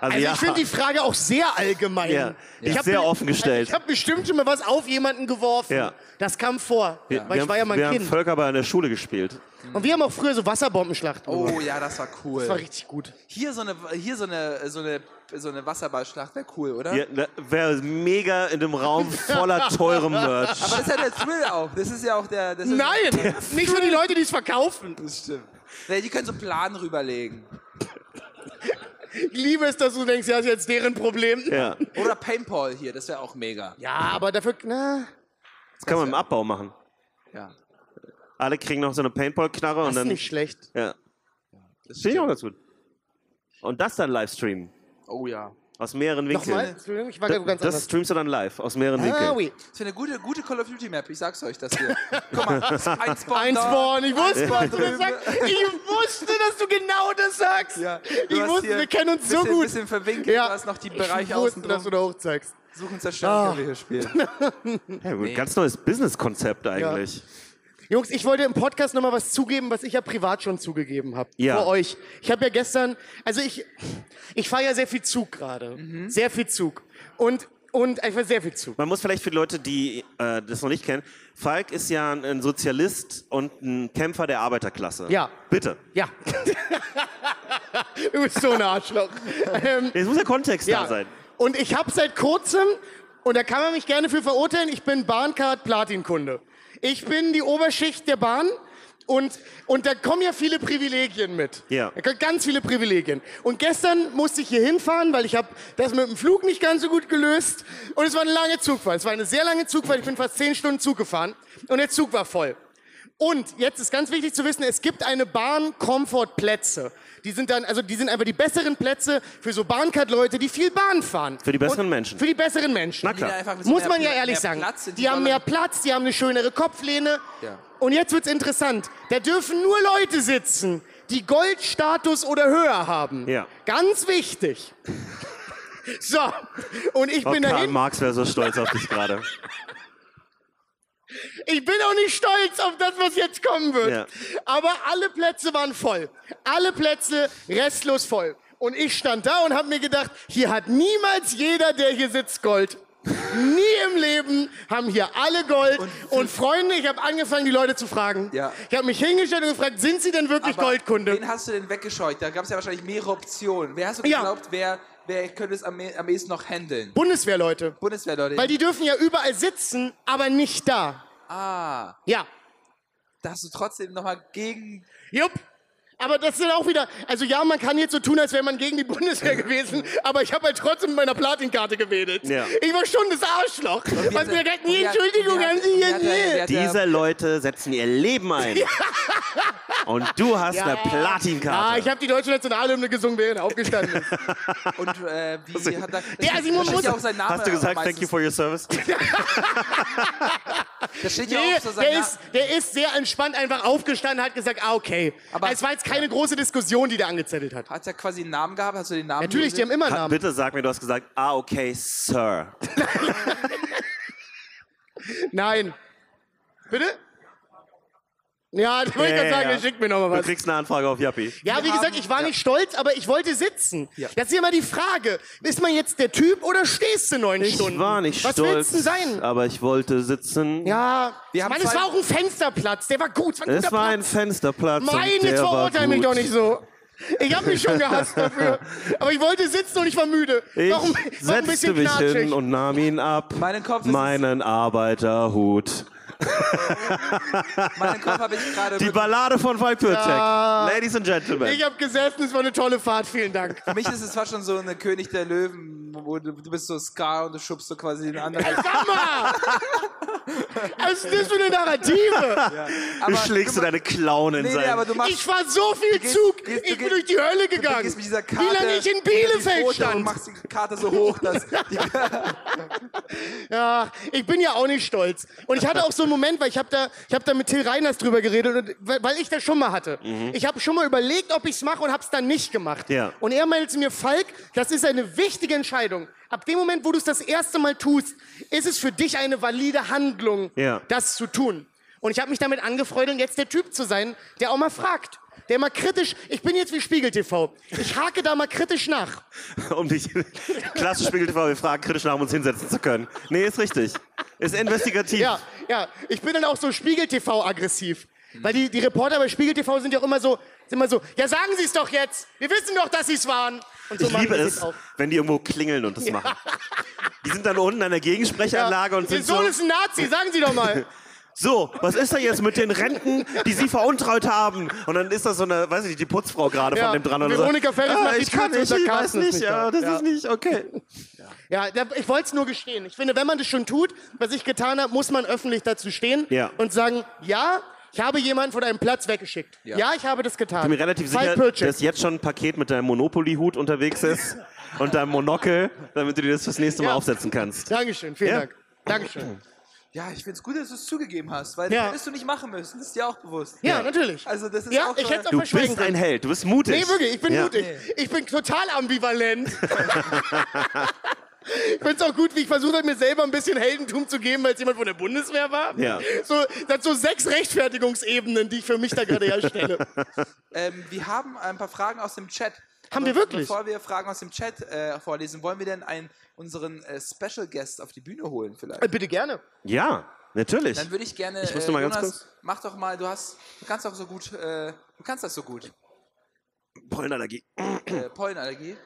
Speaker 3: Also
Speaker 4: ja.
Speaker 3: ich finde die Frage auch sehr allgemein.
Speaker 4: Ja. Die ist
Speaker 3: hab
Speaker 4: sehr
Speaker 3: be-
Speaker 4: offen gestellt.
Speaker 3: ich habe bestimmt schon mal was auf jemanden geworfen.
Speaker 4: Ja.
Speaker 3: Das kam vor, weil ich
Speaker 4: haben,
Speaker 3: war ja mal
Speaker 4: wir
Speaker 3: ein
Speaker 4: haben
Speaker 3: Kind.
Speaker 4: Völker bei der Schule gespielt.
Speaker 3: Und wir haben auch früher so Wasserbombenschlachten. gemacht.
Speaker 5: Oh ja, das war cool.
Speaker 3: Das war richtig gut.
Speaker 5: Hier so eine, hier so eine, so eine, so eine Wasserballschlacht wäre cool, oder?
Speaker 4: Ja, Wäre ne, mega in dem
Speaker 3: (laughs)
Speaker 4: Raum voller teurem Merch.
Speaker 5: Aber das ist ja der Thrill auch. Das ist ja auch der. Das ist
Speaker 3: Nein, nicht für die Leute, die es verkaufen.
Speaker 5: Das stimmt. Ja, die können so einen Plan rüberlegen.
Speaker 3: Ich liebe es, dass du denkst, ja, ist jetzt deren Problem. Ja,
Speaker 4: Ja. Das
Speaker 5: Oder Paintball hier, das wäre auch mega.
Speaker 3: aber dafür, na,
Speaker 4: kann man im Abbau machen.
Speaker 5: Ja.
Speaker 4: Alle kriegen noch so eine Paintball-Knarre und
Speaker 3: das ist
Speaker 4: dann.
Speaker 3: nicht schlecht.
Speaker 4: Ja.
Speaker 5: Das
Speaker 4: Finde ich auch
Speaker 5: stimmt.
Speaker 4: ganz gut. Und das dann live streamen.
Speaker 5: Oh ja.
Speaker 4: Aus mehreren
Speaker 3: Nochmal,
Speaker 4: Winkeln.
Speaker 3: Entschuldigung, ich war
Speaker 4: Da-
Speaker 3: ganz
Speaker 4: Das
Speaker 3: anders.
Speaker 4: streamst du dann live, aus mehreren
Speaker 3: Ah,
Speaker 4: Winkeln.
Speaker 3: oui.
Speaker 5: Das wäre eine gute, gute Call of Duty Map, ich sag's euch das
Speaker 3: (laughs)
Speaker 5: hier. Guck mal, ein Spawn.
Speaker 3: Ein
Speaker 5: da.
Speaker 3: Spawn, ich wusste, was du
Speaker 5: drüben.
Speaker 3: das sagst. Ich wusste, dass du genau das sagst.
Speaker 5: Ja, du
Speaker 3: ich
Speaker 5: hast
Speaker 3: wusste,
Speaker 5: hier
Speaker 3: wir kennen uns so
Speaker 5: bisschen,
Speaker 3: gut.
Speaker 5: bisschen verwinkelt,
Speaker 3: Ja.
Speaker 5: du hast noch die
Speaker 3: Ich
Speaker 5: Bereiche
Speaker 3: wusste,
Speaker 5: außen
Speaker 3: dass du
Speaker 5: drum.
Speaker 3: da hochzeigst.
Speaker 5: Suchen zerstören
Speaker 3: Ah. (laughs)
Speaker 5: können wir hier spielen.
Speaker 4: Ja, gut, Ganz neues Business-Konzept eigentlich.
Speaker 3: Jungs, ich wollte im Podcast nochmal was zugeben, was ich ja privat schon zugegeben habe.
Speaker 4: Ja.
Speaker 3: Vor euch. Ich habe ja gestern, also ich, ich fahre ja sehr viel Zug gerade. Sehr viel Zug. Und, und einfach sehr viel Zug.
Speaker 4: Man muss vielleicht für die Leute, die äh, das noch nicht kennen, Falk ist ja ein, ein Sozialist und ein Kämpfer der Arbeiterklasse.
Speaker 3: Ja.
Speaker 4: Bitte.
Speaker 3: Ja. (laughs) du bist so ein Arschloch. ähm,
Speaker 4: Jetzt muss der Kontext da sein.
Speaker 3: Und ich habe seit kurzem, und da kann man mich gerne für verurteilen, ich bin Bahncard-Platin-Kunde. Ich bin die Oberschicht der Bahn. Und, und da kommen ja viele Privilegien mit.
Speaker 4: Ja.
Speaker 3: Da kommen ganz viele Privilegien. Und gestern musste ich hier hinfahren, weil ich habe das mit dem Flug nicht ganz so gut gelöst. Und es war eine lange Zugfahrt. Es war eine sehr lange Zugfahrt. Ich bin fast zehn Stunden Zug gefahren. Und der Zug war voll. Und jetzt ist ganz wichtig zu wissen, es gibt eine Bahn-Komfortplätze. Die sind dann, also die sind einfach die besseren Plätze für so Bahncard-Leute, die viel Bahn fahren. Für
Speaker 4: die besseren Menschen.
Speaker 3: Für die besseren Menschen.
Speaker 4: Na klar.
Speaker 5: Die einfach ein bisschen
Speaker 3: Muss
Speaker 5: mehr-
Speaker 3: man ja
Speaker 5: mehr-
Speaker 3: ehrlich
Speaker 5: mehr
Speaker 3: sagen.
Speaker 5: Platz in
Speaker 3: die haben
Speaker 5: Rolle.
Speaker 3: mehr Platz, die haben eine schönere Kopflehne.
Speaker 5: Ja.
Speaker 3: Und jetzt wird's interessant. Da dürfen nur Leute sitzen, die Goldstatus oder höher haben.
Speaker 4: Ja.
Speaker 3: Ganz wichtig. (laughs) So, und ich
Speaker 4: Oh,
Speaker 3: bin
Speaker 4: Karl
Speaker 3: dahin.
Speaker 4: Marx wäre so stolz auf
Speaker 3: (laughs)
Speaker 4: dich gerade.
Speaker 3: Ich bin auch nicht stolz auf das, was jetzt kommen wird.
Speaker 4: Ja.
Speaker 3: Aber alle Plätze waren voll. Alle Plätze restlos voll. Und ich stand da und habe mir gedacht, hier hat niemals jeder, der hier sitzt, Gold. Nie im Leben haben hier alle Gold. Und, Freunde, ich habe angefangen, die Leute zu fragen.
Speaker 5: Ja.
Speaker 3: Ich habe mich hingestellt und gefragt, sind sie denn wirklich Goldkunde?
Speaker 5: Wen hast du denn weggescheucht? Da gab es ja wahrscheinlich mehrere Optionen. Wer hast du
Speaker 3: Ja.
Speaker 5: geglaubt, wer, wer könnte es am, me- am ehesten noch handeln?
Speaker 3: Bundeswehrleute.
Speaker 5: Bundeswehrleute.
Speaker 3: Weil die dürfen ja überall sitzen, aber nicht da.
Speaker 5: ah,
Speaker 3: Ja.
Speaker 5: da hast du trotzdem nochmal gegen.
Speaker 3: Jupp. Aber das sind auch wieder, also ja, man kann jetzt so tun, als wäre man gegen die Bundeswehr gewesen, aber ich habe halt trotzdem mit meiner Platinkarte gewedelt.
Speaker 4: Ja.
Speaker 3: Ich war schon das Arschloch. Und wir sagten, nee, Entschuldigung, haben Sie
Speaker 5: hier
Speaker 3: hier nee.
Speaker 4: Diese Leute setzen ihr
Speaker 3: (laughs)
Speaker 4: Leben ein. Und du hast eine
Speaker 3: Ah, ich
Speaker 4: Platinkarte.
Speaker 3: habe die deutsche Nationalhymne gesungen, während er aufgestanden (laughs) ist.
Speaker 5: Und äh, wie hat da.
Speaker 3: Ja, (laughs) also ich
Speaker 5: da
Speaker 3: muss-
Speaker 5: steht ja auch sein Name.
Speaker 4: Hast du gesagt,
Speaker 5: meistens.
Speaker 4: thank you for your service?
Speaker 5: Da steht ja
Speaker 3: Nee,
Speaker 5: auch so sein
Speaker 3: der,
Speaker 5: Name.
Speaker 3: ist, der ist sehr entspannt einfach aufgestanden, hat gesagt, ah, okay.
Speaker 5: Aber-
Speaker 3: Aber es war jetzt keine große Diskussion, die der angezettelt hat.
Speaker 5: Hat er quasi einen Namen gehabt? Hast du den Namen?
Speaker 3: Natürlich, die haben immer Namen.
Speaker 4: Bitte sag mir, du hast gesagt, ah, okay, Sir.
Speaker 3: Nein. Bitte? Ja, (laughs) das wollte ich
Speaker 4: Ja,
Speaker 3: gerade
Speaker 4: ja,
Speaker 3: sagen,
Speaker 4: ja.
Speaker 3: der schickt mir nochmal
Speaker 4: Du
Speaker 3: was.
Speaker 4: kriegst eine Anfrage auf Yappi.
Speaker 3: Ja, wie
Speaker 5: Wir
Speaker 3: gesagt,
Speaker 5: haben-
Speaker 3: ich war nicht stolz, aber ich wollte sitzen. Das ist immer die Frage. Ist man jetzt der Typ oder stehst du neun
Speaker 4: Ich
Speaker 3: Stunden?
Speaker 4: war nicht
Speaker 3: Was
Speaker 4: stolz,
Speaker 3: willst du sein?
Speaker 4: aber ich wollte sitzen.
Speaker 3: Ja,
Speaker 5: Wir
Speaker 3: ich
Speaker 5: haben
Speaker 3: meine, es
Speaker 5: zwei-
Speaker 3: war auch ein Fensterplatz. Der war gut. Es war ein
Speaker 4: es
Speaker 3: guter
Speaker 4: war ein
Speaker 3: Platz.
Speaker 4: Fensterplatz. und
Speaker 3: Nein,
Speaker 4: der
Speaker 3: jetzt
Speaker 4: war
Speaker 3: verurteile mich
Speaker 4: gut.
Speaker 3: doch nicht so. Ich hab mich schon gehasst dafür. Aber ich wollte sitzen und ich war müde.
Speaker 4: Ich
Speaker 3: war ein, war ein
Speaker 4: setzte
Speaker 3: bisschen
Speaker 4: mich
Speaker 3: knatschig.
Speaker 4: hin und nahm ihn ab.
Speaker 5: Meinen Kopf ist es-
Speaker 4: meinen Arbeiterhut.
Speaker 5: Meinen Kopf habe ich
Speaker 3: (laughs)
Speaker 5: gerade.
Speaker 4: Die
Speaker 5: wirklich-
Speaker 4: Ballade von Falk Pürtek. Ladies and Gentlemen.
Speaker 3: ich hab gesessen, es war eine tolle Fahrt. Vielen Dank.
Speaker 5: Für mich ist es fast schon so eine König der Löwen, wo du, du bist so Scar und du schubst so quasi den anderen.
Speaker 3: Sag
Speaker 4: (laughs)
Speaker 3: mal! Was ist das für eine Narrative?
Speaker 4: du
Speaker 5: Aber
Speaker 4: schlägst du deine Clown in
Speaker 5: Nee, nee,
Speaker 4: sein.
Speaker 5: aber du machst.
Speaker 3: Ich fahr so viel
Speaker 5: gehst-
Speaker 3: Zug.
Speaker 5: gehst- du
Speaker 3: ich bin
Speaker 5: gehst-
Speaker 3: durch die Hölle gegangen.
Speaker 5: gehst mit dieser Karte.
Speaker 3: Wie lange ich in
Speaker 5: die
Speaker 3: Bielefeld
Speaker 5: Pfote Und
Speaker 3: stand.
Speaker 5: machst die Karte so hoch,
Speaker 3: (laughs)
Speaker 5: dass. Die,
Speaker 3: Ja, ich bin ja auch nicht stolz. Und ich hatte auch so einen Moment, weil ich habe da, ich hab da mit Till Reiners drüber geredet, und, weil, weil ich das schon mal hatte. Ich habe schon mal überlegt, ob ich es mache und habe es dann nicht gemacht.
Speaker 4: Mhm. Ja.
Speaker 3: Und er meinte zu mir, Falk, das ist eine wichtige Entscheidung. Ab dem Moment, wo du es das erste Mal tust, ist es für dich eine valide Handlung,
Speaker 4: Ja.
Speaker 3: das zu tun. Und ich habe mich damit angefreundet, um jetzt der Typ zu sein, der auch mal fragt. Der mal kritisch, ich bin jetzt wie Spiegel TV. Ich hake da mal kritisch nach.
Speaker 4: (laughs) um dich klassisch Spiegel TV, wir fragen kritisch nach, um uns hinsetzen zu können. Nee, ist richtig. Ist investigativ.
Speaker 3: Ja, ja. Ich bin dann auch so Spiegel-TV aggressiv. Weil die, die Reporter bei Spiegel-TV sind ja auch immer so, sind immer so, ja sagen Sie es doch jetzt. Wir wissen doch, dass Sie es waren. Und so
Speaker 4: Ich
Speaker 3: machen
Speaker 4: liebe
Speaker 3: die
Speaker 4: es,
Speaker 3: sich auch.
Speaker 4: wenn die irgendwo klingeln und das machen. Die sind dann unten an der
Speaker 3: Ja,
Speaker 4: Gegensprechanlage und
Speaker 3: Ihr
Speaker 4: sind
Speaker 3: Sohn
Speaker 4: so,
Speaker 3: ist ein Nazi, sagen Sie doch
Speaker 4: (laughs)
Speaker 3: mal.
Speaker 4: so, was ist da jetzt mit den Renten, die sie veruntreut haben? Und dann ist das so eine, weiß ich nicht, die Putzfrau gerade
Speaker 3: Ja,
Speaker 4: von dem dran.
Speaker 3: Veronika
Speaker 4: sagt,
Speaker 3: Ferris macht die
Speaker 4: ich kann
Speaker 3: Putz
Speaker 4: nicht,
Speaker 3: und
Speaker 4: ich
Speaker 3: der
Speaker 4: weiß
Speaker 3: Carsten ist
Speaker 4: nicht,
Speaker 3: nicht
Speaker 4: ja,
Speaker 3: da.
Speaker 4: das
Speaker 3: Ja.
Speaker 4: ist nicht, okay.
Speaker 3: Ja, da, ich wollte es nur gestehen. Ich finde, wenn man das schon tut, was ich getan habe, muss man öffentlich dazu stehen
Speaker 4: Ja.
Speaker 3: und sagen, ja, ich habe jemanden von einem Platz weggeschickt. Ja, ich habe das getan.
Speaker 4: Ich bin mir relativ sicher,
Speaker 3: Falk Pircik.
Speaker 4: dass jetzt schon ein Paket mit deinem Monopoly-Hut
Speaker 3: (laughs)
Speaker 4: unterwegs ist und deinem Monokel, damit du dir das fürs nächste Mal
Speaker 3: Ja.
Speaker 4: aufsetzen kannst.
Speaker 3: Dankeschön, vielen
Speaker 4: Ja.
Speaker 3: Dank. Dankeschön.
Speaker 5: ja, ich finde es gut, dass du es zugegeben hast, weil
Speaker 3: Ja.
Speaker 5: das hättest du nicht machen müssen. Das ist dir auch bewusst.
Speaker 3: Ja, natürlich.
Speaker 5: Also, das ist
Speaker 3: ja,
Speaker 5: auch
Speaker 3: ich hätte es auch
Speaker 4: Du
Speaker 3: verschweigen
Speaker 4: bist
Speaker 3: können.
Speaker 4: ein Held, du bist mutig.
Speaker 3: Nee, wirklich, ich bin
Speaker 4: Ja.
Speaker 3: mutig. Ich bin total ambivalent. (laughs) Ich find's auch gut, wie ich versucht habe, mir selber ein bisschen Heldentum zu geben, weil es jemand von der Bundeswehr war.
Speaker 4: Ja.
Speaker 3: So, das sind so sechs Rechtfertigungsebenen, die ich für mich da gerade herstelle.
Speaker 6: (laughs)
Speaker 5: Ähm, wir haben ein paar Fragen aus dem Chat.
Speaker 3: Haben
Speaker 5: Aber
Speaker 3: wir wirklich?
Speaker 5: Bevor wir Fragen aus dem Chat äh, vorlesen, wollen wir denn einen, unseren äh, Special Guest auf die Bühne holen vielleicht?
Speaker 3: Äh, Bitte gerne.
Speaker 4: Ja, natürlich.
Speaker 5: Dann würde ich gerne. äh,
Speaker 4: Ich muss noch mal ganz kurz-
Speaker 5: mach doch mal, du hast, du kannst doch so gut, äh, du kannst das so gut.
Speaker 4: Pollenallergie. (clears throat)
Speaker 5: Äh, Pollenallergie.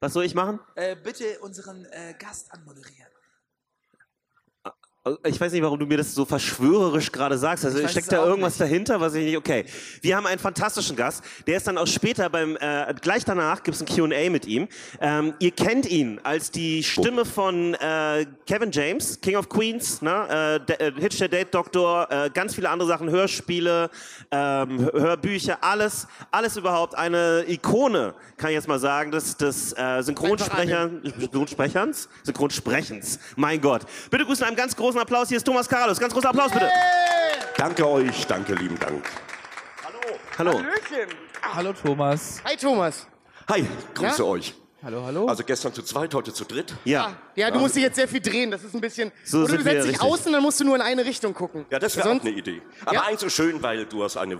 Speaker 4: Was soll ich machen?
Speaker 5: Äh, bitte unseren äh, Gast anmoderieren.
Speaker 4: Also, Ich weiß nicht, warum du mir das so verschwörerisch gerade sagst. Also
Speaker 2: weiß
Speaker 4: steckt
Speaker 2: es
Speaker 4: da
Speaker 2: auch
Speaker 4: irgendwas dahinter, was ich nicht. Okay, wir haben einen fantastischen Gast. Der ist dann auch später beim äh, gleich danach gibt's ein Q&A mit ihm. Ähm, ihr kennt ihn als die Stimme von äh, Kevin James, King of Queens, ne? äh, De- äh, Hitch der Date Doktor, äh, ganz viele andere Sachen, Hörspiele, ähm, Hörbücher, alles, alles überhaupt eine Ikone, kann ich jetzt mal sagen, des, des äh, Synchronsprecher, Synchronsprecherns, Synchronsprechens. Mein Gott. Bitte grüßen einen ganz großen Applaus. Hier ist Thomas Karalus. Ganz großen Applaus bitte.
Speaker 6: Danke euch, danke, lieben Dank.
Speaker 4: Hallo.
Speaker 2: Hallo Thomas.
Speaker 3: Hi Thomas.
Speaker 6: Hi, grüße euch.
Speaker 2: Hallo, hallo.
Speaker 6: Also gestern zu zweit, heute zu dritt.
Speaker 4: Ja.
Speaker 3: Ah, Ja, du musst dich jetzt sehr viel drehen, das ist ein bisschen...
Speaker 4: So
Speaker 3: oder
Speaker 4: sind
Speaker 3: du
Speaker 4: wir
Speaker 3: setzt dich
Speaker 4: richtig.
Speaker 3: außen, dann musst du nur in eine Richtung gucken.
Speaker 6: Ja, das wäre auch
Speaker 3: Sonst-
Speaker 6: eine Idee. Aber
Speaker 3: Ja.
Speaker 6: eins so schön, weil du hast eine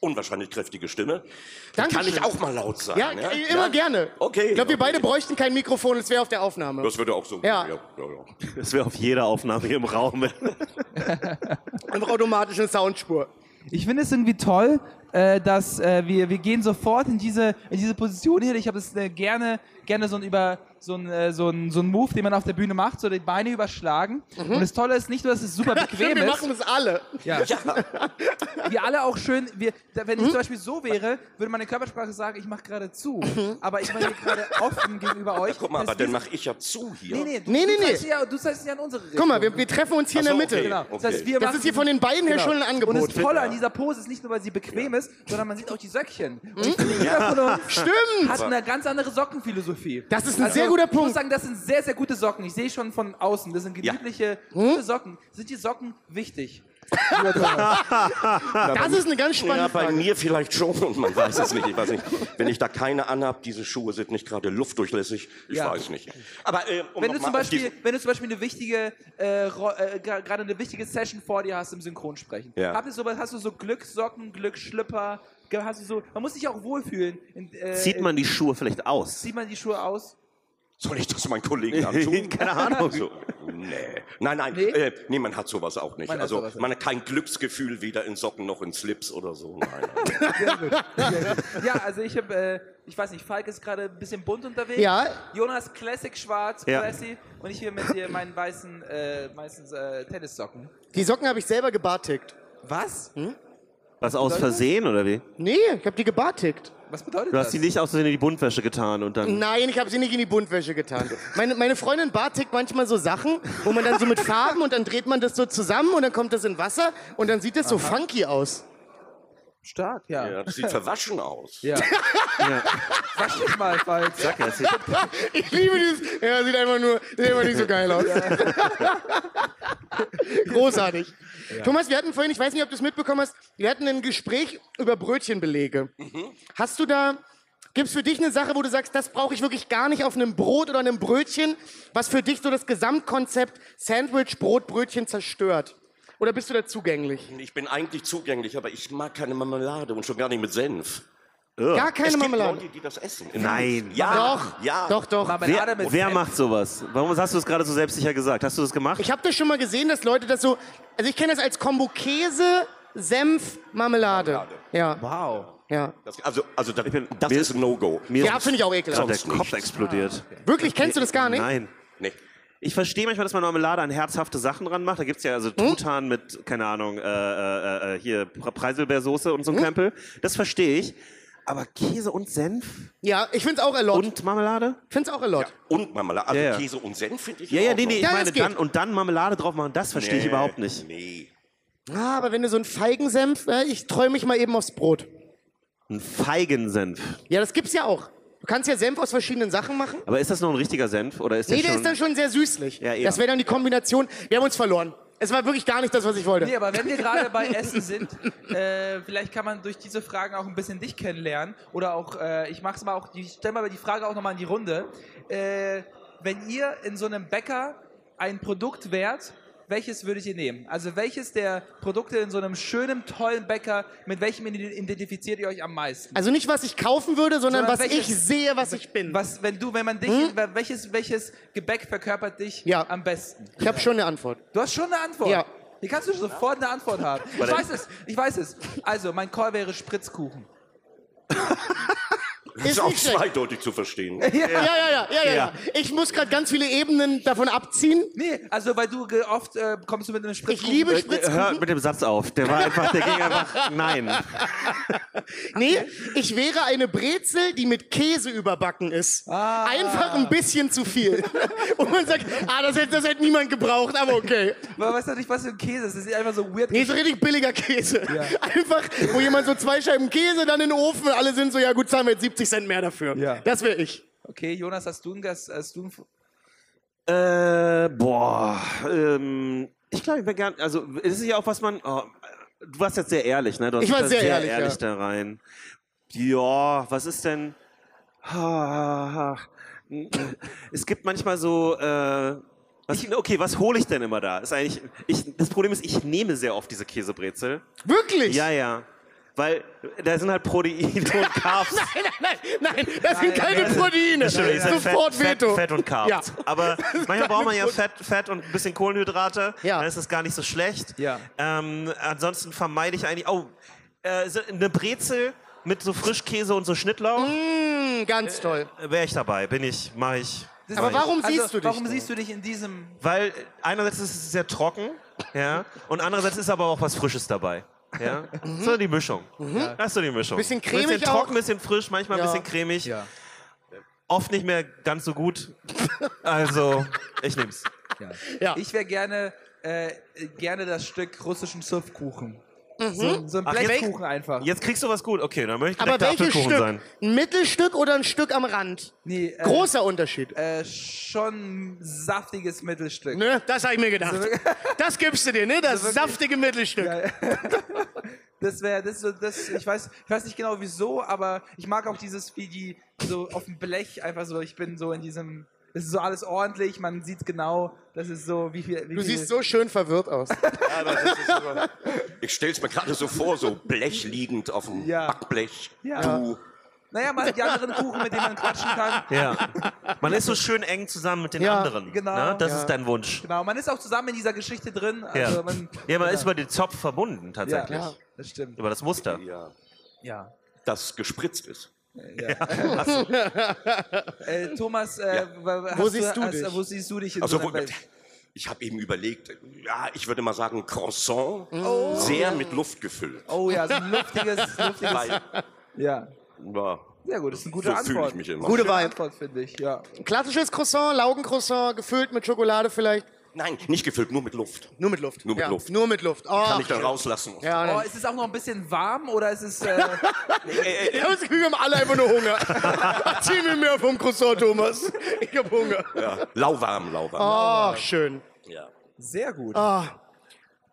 Speaker 6: unwahrscheinlich kräftige Stimme. Die Kann
Speaker 3: Dankeschön.
Speaker 6: ich auch mal laut sagen.
Speaker 3: Ja, äh,
Speaker 6: ja?
Speaker 3: immer
Speaker 6: ne? Ja?
Speaker 3: gerne.
Speaker 6: Okay.
Speaker 3: Ich glaube, wir
Speaker 6: okay.
Speaker 3: beide bräuchten kein Mikrofon, es wäre auf der Aufnahme.
Speaker 6: Das würde auch so.
Speaker 3: Ja.
Speaker 6: Ja, ja, ja.
Speaker 4: Das wäre auf jeder Aufnahme hier
Speaker 3: (laughs)
Speaker 4: im Raum.
Speaker 3: Einfach automatisch eine Soundspur.
Speaker 5: Ich finde es irgendwie toll, äh, dass äh, wir, wir gehen sofort in diese, in diese Position hier. Ich habe es äh, gerne, gerne so ein über so ein, äh, so, ein, so ein Move, den man auf der Bühne macht, so die Beine überschlagen.
Speaker 4: Mhm.
Speaker 5: Und das Tolle ist nicht nur, dass es
Speaker 4: (laughs)
Speaker 5: super bequem
Speaker 3: Schön, wir
Speaker 5: ist,
Speaker 3: machen das alle.
Speaker 5: ja. (laughs) wir alle auch schön, wir, da, wenn ich
Speaker 3: Mhm.
Speaker 5: zum Beispiel so wäre, würde meine Körpersprache sagen, ich mache gerade zu.
Speaker 3: Mhm.
Speaker 5: Aber ich war hier gerade offen gegenüber euch.
Speaker 6: Guck mal,
Speaker 5: Das
Speaker 6: aber
Speaker 5: ist-
Speaker 6: dann mache ich ja zu hier.
Speaker 5: Nee, nee, du,
Speaker 3: Nee, nee,
Speaker 5: du
Speaker 3: nee.
Speaker 5: zeigst dich ja, du zeigst dich ja in unsere Richtung.
Speaker 3: Guck mal, wir, wir treffen uns hier in
Speaker 6: Ach
Speaker 3: der
Speaker 6: so,
Speaker 3: Mitte.
Speaker 6: okay.
Speaker 5: Genau. Das, heißt, wir
Speaker 3: Das
Speaker 5: machen-
Speaker 3: ist hier von den beiden her schon ein
Speaker 5: Genau. Und
Speaker 3: Angebot.
Speaker 5: das Tolle an dieser Pose ist nicht nur, weil sie bequem ist, sondern man sieht auch die Söckchen. Und ich finde, jeder von uns
Speaker 3: Mhm. (laughs) Stimmt!
Speaker 5: hat eine ganz andere Sockenphilosophie.
Speaker 3: Das ist ein
Speaker 5: Also,
Speaker 3: sehr guter
Speaker 5: Ich muss
Speaker 3: Punkt.
Speaker 5: sagen, das sind sehr, sehr gute Socken. Ich sehe schon von außen. Das sind gemütliche,
Speaker 3: Mhm.
Speaker 5: gute Socken. Sind die Socken wichtig? Lieber Thomas.
Speaker 3: Das ist eine ganz
Speaker 6: Ja,
Speaker 3: spannende
Speaker 6: bei
Speaker 3: Frage.
Speaker 6: mir vielleicht schon (laughs) und man weiß es nicht. Ich weiß nicht, wenn ich da keine anhab, diese Schuhe sind nicht gerade luftdurchlässig. Ich
Speaker 5: Ja.
Speaker 6: weiß nicht. Aber äh, um
Speaker 5: wenn,
Speaker 6: noch
Speaker 5: du zum
Speaker 6: mal auf
Speaker 5: Beispiel,
Speaker 6: diesen-
Speaker 5: wenn du zum Beispiel eine wichtige, äh, Ro- äh, gra- gerade eine wichtige Session vor dir hast im Synchronsprechen,
Speaker 6: Ja.
Speaker 5: habt ihr sowas, hast du so Glückssocken, Glücksschlüpper, Ge- hast du so, man muss sich auch wohlfühlen. In, äh,
Speaker 4: Zieht man die Schuhe vielleicht aus?
Speaker 5: zieht man die Schuhe aus?
Speaker 6: Soll ich das meinen (laughs) Kollegen antun?
Speaker 4: Keine Ahnung.
Speaker 6: So, nee. Nein, nein,
Speaker 5: Nee?
Speaker 6: Äh, nee, man hat sowas auch nicht.
Speaker 5: Man hat
Speaker 6: also
Speaker 5: sowas
Speaker 6: man hat kein Glücksgefühl weder in Socken noch in Slips oder so. Nein, nein.
Speaker 5: Ja, also ich habe, äh, ich weiß nicht, Falk ist gerade ein bisschen bunt unterwegs.
Speaker 3: Ja.
Speaker 5: Jonas Classic schwarz,
Speaker 4: Ja.
Speaker 5: classy. Und ich hier mit dir meinen weißen, äh, meistens äh, Tennissocken.
Speaker 3: Die Socken habe ich selber gebartickt.
Speaker 5: Was?
Speaker 4: Hm? Was aus Versehen oder wie?
Speaker 3: Nee, ich habe die gebartickt.
Speaker 5: Was bedeutet
Speaker 4: Du
Speaker 5: das?
Speaker 4: hast die nicht aus Versehen in die Buntwäsche getan und dann.
Speaker 3: Nein, ich habe sie nicht in die Buntwäsche getan. Meine, meine Freundin bartickt manchmal so Sachen, wo man dann so mit Farben und dann dreht man das so zusammen und dann kommt das in Wasser und dann sieht das so funky aus.
Speaker 5: Stark, ja.
Speaker 6: Ja, das sieht verwaschen aus.
Speaker 5: Ja. Wasch dich mal, Falk.
Speaker 4: Danke, das-
Speaker 3: Ich liebe dieses. Ja, sieht einfach nur, sieht einfach nicht so geil aus. Großartig. Thomas, wir hatten vorhin, ich weiß nicht, ob du es mitbekommen hast, wir hatten ein Gespräch über Brötchenbelege.
Speaker 6: Mhm.
Speaker 3: Hast du da, gibt es für dich eine Sache, wo du sagst, das brauche ich wirklich gar nicht auf einem Brot oder einem Brötchen, was für dich so das Gesamtkonzept Sandwich, Brot, Brötchen zerstört? Oder bist du da zugänglich?
Speaker 6: Ich bin eigentlich zugänglich, aber ich mag keine Marmelade und schon gar nicht mit Senf.
Speaker 3: Gar keine
Speaker 6: es gibt
Speaker 3: Marmelade.
Speaker 6: Leute, die das essen.
Speaker 4: Nein.
Speaker 6: Ja,
Speaker 3: Doch,
Speaker 6: ja.
Speaker 3: doch, doch.
Speaker 5: Marmelade
Speaker 4: Wer,
Speaker 5: mit
Speaker 4: wer
Speaker 5: Senf.
Speaker 4: macht sowas? Warum hast du das gerade so selbstsicher gesagt? Hast du das gemacht?
Speaker 3: Ich habe das schon mal gesehen, dass Leute das so. Also ich kenne das als Kombo Käse, Senf, Marmelade. Ja. Wow. Ja,
Speaker 6: Das, also, also das, das
Speaker 4: mir-
Speaker 6: ist ein No-Go.
Speaker 4: Mir
Speaker 3: ja finde ich auch
Speaker 4: gerade
Speaker 3: ekelhaft.
Speaker 4: der
Speaker 6: Sonst
Speaker 4: Kopf
Speaker 6: nichts.
Speaker 4: explodiert.
Speaker 3: Wirklich, kennst du das gar nicht?
Speaker 4: Nein.
Speaker 6: Nee.
Speaker 4: Ich verstehe manchmal, dass man Marmelade an herzhafte Sachen ranmacht. Da gibt es ja
Speaker 3: Hm?
Speaker 4: also Truthahn mit, keine Ahnung, äh, äh, äh, hier Pre- Preiselbeersoße und so ein
Speaker 3: Hm?
Speaker 4: Krempel. Das verstehe ich. Aber Käse und Senf
Speaker 3: Ja, ich find's auch a lot.
Speaker 4: und Marmelade?
Speaker 3: find's auch a lot.
Speaker 6: Und Marmelade. Also
Speaker 4: Ja, ja.
Speaker 6: Käse und Senf finde ich
Speaker 4: Ja, ja,
Speaker 6: auch
Speaker 4: nee, nee, ich
Speaker 3: Ja, das
Speaker 4: meine,
Speaker 3: geht.
Speaker 4: dann, und dann Marmelade drauf machen, das verstehe ich überhaupt nicht.
Speaker 6: Nee.
Speaker 3: Ah, aber wenn du so einen Feigensenf, äh, ich träume mich mal eben aufs Brot.
Speaker 4: Ein Feigensenf.
Speaker 3: Ja, das gibt's ja auch. Du kannst ja Senf aus verschiedenen Sachen machen.
Speaker 4: Aber ist das noch ein richtiger Senf? Oder ist
Speaker 3: Nee,
Speaker 4: der
Speaker 3: der
Speaker 4: schon...
Speaker 3: ist dann schon sehr süßlich.
Speaker 4: Ja, eben.
Speaker 3: das wäre dann die Kombination. Wir haben uns verloren. Es war wirklich gar nicht das, was ich wollte.
Speaker 5: Nee, aber wenn wir gerade bei Essen sind, äh, vielleicht kann man durch diese Fragen auch ein bisschen dich kennenlernen. Oder auch, äh, ich mach's mal auch, ich stell mal die Frage auch nochmal in die Runde. Äh, wenn ihr in so einem Bäcker ein Produkt wärt, welches würdet ihr nehmen? Also welches der Produkte in so einem schönen, tollen Bäcker, mit welchem ide- identifiziert ihr euch am meisten?
Speaker 3: Also nicht, was ich kaufen würde, sondern,
Speaker 5: Sondern
Speaker 3: was
Speaker 5: welches-
Speaker 3: ich sehe, was ich bin. Hm?
Speaker 5: Was, wenn du, wenn man dich, welches, welches Gebäck verkörpert dich
Speaker 3: Ja.
Speaker 5: am besten?
Speaker 3: Ich habe schon eine Antwort.
Speaker 5: Du hast schon eine Antwort.
Speaker 3: Ja.
Speaker 5: Hier kannst du sofort eine Antwort haben. Ich weiß es, ich weiß es. Also, mein Call wäre Spritzkuchen.
Speaker 6: Ist,
Speaker 3: Ist
Speaker 6: auch
Speaker 3: nicht schlecht.
Speaker 6: zweideutig zu verstehen.
Speaker 3: Ja, ja, ja, ja, ja, ja. Ich muss gerade ganz viele Ebenen davon abziehen.
Speaker 5: Nee, also weil du ge- oft äh, kommst du mit einem Spritz.
Speaker 3: Ich liebe
Speaker 4: Hör
Speaker 3: Spritzkuchen.
Speaker 4: mit dem Satz auf. Der war einfach, der ging einfach, nein.
Speaker 3: Nee, ich wäre eine Brezel, die mit Käse überbacken ist.
Speaker 4: Ah.
Speaker 3: Einfach ein bisschen zu
Speaker 4: (laughs)
Speaker 3: viel. Und man sagt, ah, das hätte, das hätte niemand gebraucht, aber okay.
Speaker 5: Man weiß doch nicht, was für ein Käse ist. Das ist einfach so weird.
Speaker 3: Nee, so richtig billiger Käse. Einfach, wo jemand so zwei Scheiben Käse dann in den Ofen und alle sind so, ja gut, zahlen wir jetzt 70 Cent mehr dafür.
Speaker 5: Ja.
Speaker 3: Das wäre ich.
Speaker 5: Okay, Jonas, hast du einen Gast? Hast du einen F-
Speaker 4: Äh, boah, ähm, ich glaube, ich wäre gern, also, es ist ja auch was man, oh, du warst jetzt sehr ehrlich, ne? Du hast
Speaker 3: Ich war
Speaker 4: da
Speaker 3: sehr ehrlich, ja.
Speaker 4: da rein. Ja, was ist denn, Ah, es gibt manchmal so, äh, was, okay, was hole ich denn immer da? Ist eigentlich, ich, das Problem ist, ich nehme sehr oft diese Käsebrezel.
Speaker 3: Wirklich?
Speaker 4: Ja, ja. Weil da sind halt Proteine
Speaker 3: (laughs)
Speaker 4: und Carbs.
Speaker 3: Nein, nein, nein, nein, das sind keine Proteine.
Speaker 4: Entschuldigung, ihr seid
Speaker 3: Sofort
Speaker 4: Fett,
Speaker 3: Veto.
Speaker 4: Fett, Fett und Carbs.
Speaker 3: Ja.
Speaker 4: Aber manchmal braucht man ja
Speaker 3: Protein.
Speaker 4: Fett, Fett und ein bisschen Kohlenhydrate.
Speaker 3: Ja.
Speaker 4: Dann ist das gar nicht so schlecht.
Speaker 5: Ja.
Speaker 4: Ähm, ansonsten vermeide ich eigentlich. Oh, äh, so eine Brezel mit so Frischkäse und so Schnittlauch.
Speaker 3: Hm, Ganz toll.
Speaker 4: Wäre ich dabei. Bin ich. Mache ich.
Speaker 5: Das-
Speaker 3: Aber
Speaker 4: Nein.
Speaker 3: warum siehst
Speaker 5: also,
Speaker 3: du dich?
Speaker 5: Warum
Speaker 3: da?
Speaker 5: siehst du dich in diesem?
Speaker 4: Weil äh, einerseits ist es sehr trocken. Ja. Und andererseits ist aber auch was Frisches dabei. Ja. So die Mischung. Das ist so die Mischung.
Speaker 3: Mhm. Bisschen cremig
Speaker 4: Bisschen
Speaker 3: auch.
Speaker 4: trocken, bisschen frisch, manchmal
Speaker 3: Ja.
Speaker 4: ein bisschen cremig. Oft nicht mehr ganz so gut. Also, ich nehm's.
Speaker 3: Ja.
Speaker 5: Ich wäre gerne, äh, gerne das Stück russischen Surfkuchen.
Speaker 3: Mhm.
Speaker 5: So, so ein
Speaker 4: jetzt-
Speaker 5: Blechkuchen einfach.
Speaker 4: Jetzt kriegst du was gut. Okay, dann möchte ich
Speaker 3: Aber
Speaker 4: lecker
Speaker 3: welches
Speaker 4: Apfelkuchen
Speaker 3: Stück?
Speaker 4: sein.
Speaker 3: Ein Mittelstück oder ein Stück am Rand?
Speaker 5: Nee, äh,
Speaker 3: Großer Unterschied.
Speaker 5: Äh, schon saftiges Mittelstück.
Speaker 3: Ne, das habe ich
Speaker 5: (laughs)
Speaker 3: mir gedacht. Das gibst du dir, ne? Das saftige Mittelstück.
Speaker 5: Das wäre, das, so- das, ich weiß, ich weiß nicht genau wieso, aber ich mag auch dieses, wie die so auf dem Blech einfach so, ich bin so in diesem, es ist so alles ordentlich, man sieht genau, das ist so, wie viel, wie
Speaker 3: Du
Speaker 5: viel,
Speaker 3: siehst so schön verwirrt aus.
Speaker 6: (laughs) Ich stell's mir gerade so vor, so Blech liegend auf dem
Speaker 5: Ja.
Speaker 6: Backblech.
Speaker 5: Ja.
Speaker 6: Du.
Speaker 5: Naja, man hat die anderen Kuchen, mit denen man quatschen kann.
Speaker 4: Ja. Man ist so schön eng zusammen mit den
Speaker 3: Ja,
Speaker 4: anderen.
Speaker 5: genau.
Speaker 4: Ne? Das
Speaker 5: Ja.
Speaker 4: ist dein Wunsch.
Speaker 5: Genau, man ist auch zusammen in dieser Geschichte drin.
Speaker 4: Ja,
Speaker 5: Also man,
Speaker 4: ja man ist über den Zopf verbunden
Speaker 5: ja,
Speaker 4: tatsächlich.
Speaker 5: ja, das stimmt.
Speaker 4: Über das Muster.
Speaker 6: Ja.
Speaker 5: Ja.
Speaker 6: Das gespritzt ist.
Speaker 5: Äh, Thomas, äh, hast
Speaker 3: Wo siehst du
Speaker 5: hast,
Speaker 3: dich?
Speaker 5: Wo siehst du dich in
Speaker 6: Also,
Speaker 5: so einer
Speaker 6: wo- (laughs)
Speaker 5: Welt?
Speaker 6: ich habe eben überlegt, ja, ich würde mal sagen, Croissant, sehr mit Luft gefüllt.
Speaker 5: Oh ja, so ein luftiges, luftiges.
Speaker 6: Weil,
Speaker 5: Ja.
Speaker 6: ja,
Speaker 5: Sehr gut, das ist eine gute
Speaker 6: so fühle
Speaker 5: Antwort.
Speaker 6: ich mich immer.
Speaker 3: Gute
Speaker 5: Gute
Speaker 3: Wahl.
Speaker 5: Antwort, finde ich, ja.
Speaker 3: (laughs) Klassisches Croissant, Laugencroissant, gefüllt mit Schokolade vielleicht.
Speaker 6: Nein, nicht gefüllt, nur mit Luft.
Speaker 3: Nur mit Luft.
Speaker 6: Nur mit
Speaker 3: ja.
Speaker 6: Luft.
Speaker 3: Nur mit Luft. Oh.
Speaker 6: Kann ich dann rauslassen.
Speaker 3: ja,
Speaker 5: Oh,
Speaker 3: dann.
Speaker 5: ist es auch noch ein bisschen warm oder ist es.
Speaker 3: (laughs)
Speaker 5: Äh,
Speaker 3: Ich habe das Gefühl, wir haben alle einfach nur Hunger. (laughs) Erzähl mir mehr vom Croissant, Thomas. Ich habe Hunger.
Speaker 6: Ja. Lauwarm, lauwarm.
Speaker 3: (laughs) Oh, schön. Oh.
Speaker 6: Ja.
Speaker 5: sehr gut.
Speaker 3: Äh,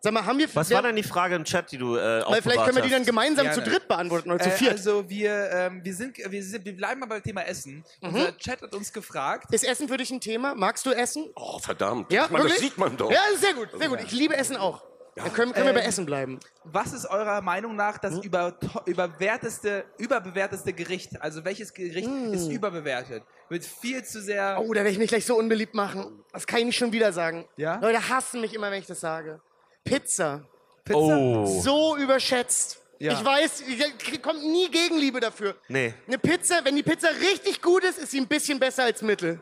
Speaker 3: Sag mal, haben wir...
Speaker 4: Was war denn die Frage im Chat, die du äh,
Speaker 3: Weil vielleicht können wir die dann gemeinsam
Speaker 5: Gerne.
Speaker 3: zu dritt beantworten oder zu
Speaker 5: Äh,
Speaker 3: viert.
Speaker 5: also, wir, ähm, wir, sind, wir, sind, wir bleiben mal beim Thema Essen.
Speaker 3: Mhm.
Speaker 5: Unser Chat hat uns gefragt.
Speaker 3: Ist Essen für dich ein Thema? Magst du Essen?
Speaker 6: Oh, verdammt.
Speaker 3: Ja,
Speaker 6: ich meine, das
Speaker 3: wirklich?
Speaker 6: sieht man doch. Also,
Speaker 3: Ja, sehr gut, sehr gut. Ich liebe Essen auch. Dann können, können wir bei Essen bleiben.
Speaker 5: Was ist eurer Meinung nach
Speaker 3: Mhm.
Speaker 5: das über, überwerteste, überbewerteste Gericht? Also, welches Gericht ist überbewertet? Wird viel zu sehr.
Speaker 3: Mhm. Oh, da werde ich mich gleich so unbeliebt machen. Das kann ich nicht schon wieder sagen.
Speaker 5: Ja?
Speaker 3: Leute hassen mich immer, wenn ich das sage. Pizza.
Speaker 5: Pizza?
Speaker 4: Oh.
Speaker 3: So überschätzt.
Speaker 5: Ja.
Speaker 3: Ich weiß, ihr kommt nie Gegenliebe dafür.
Speaker 4: Nee.
Speaker 3: Eine Pizza, wenn die Pizza richtig gut ist, ist sie ein bisschen besser als Mittel.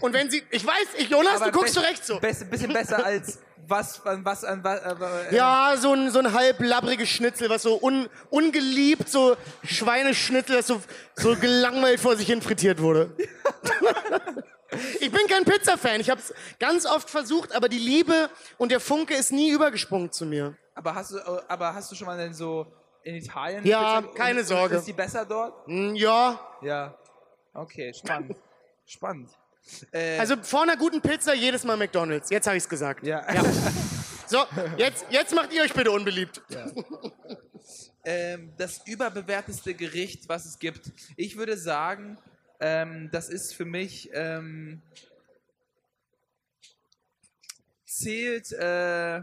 Speaker 3: Und wenn sie, ich weiß, ich, Jonas,
Speaker 5: Aber
Speaker 3: du guckst
Speaker 5: be-
Speaker 3: so recht so.
Speaker 5: bess- bisschen besser als was, an was, an was. Äh,
Speaker 3: Ja, so ein, so ein halb labbriges Schnitzel, was so un, ungeliebt, so Schweineschnitzel, das so, so gelangweilt vor sich hin frittiert wurde. ich bin kein Pizza-Fan. Ich habe es ganz oft versucht, aber die Liebe und der Funke ist nie übergesprungen zu mir.
Speaker 5: Aber hast du, aber hast du schon mal denn so in Italien?
Speaker 3: Ja,
Speaker 5: Und-
Speaker 3: keine
Speaker 5: und
Speaker 3: Sorge.
Speaker 5: Ist die besser dort?
Speaker 3: Hm, Ja,
Speaker 5: Ja. Okay, spannend. (laughs) spannend.
Speaker 3: also vor einer guten Pizza jedes Mal McDonald's. Jetzt habe ich es gesagt.
Speaker 5: Ja. (laughs)
Speaker 3: So, jetzt, jetzt macht ihr euch bitte unbeliebt.
Speaker 5: ähm, das überbewerteste Gericht, was es gibt. Ich würde sagen, ähm, das ist für mich ähm, zählt. Äh,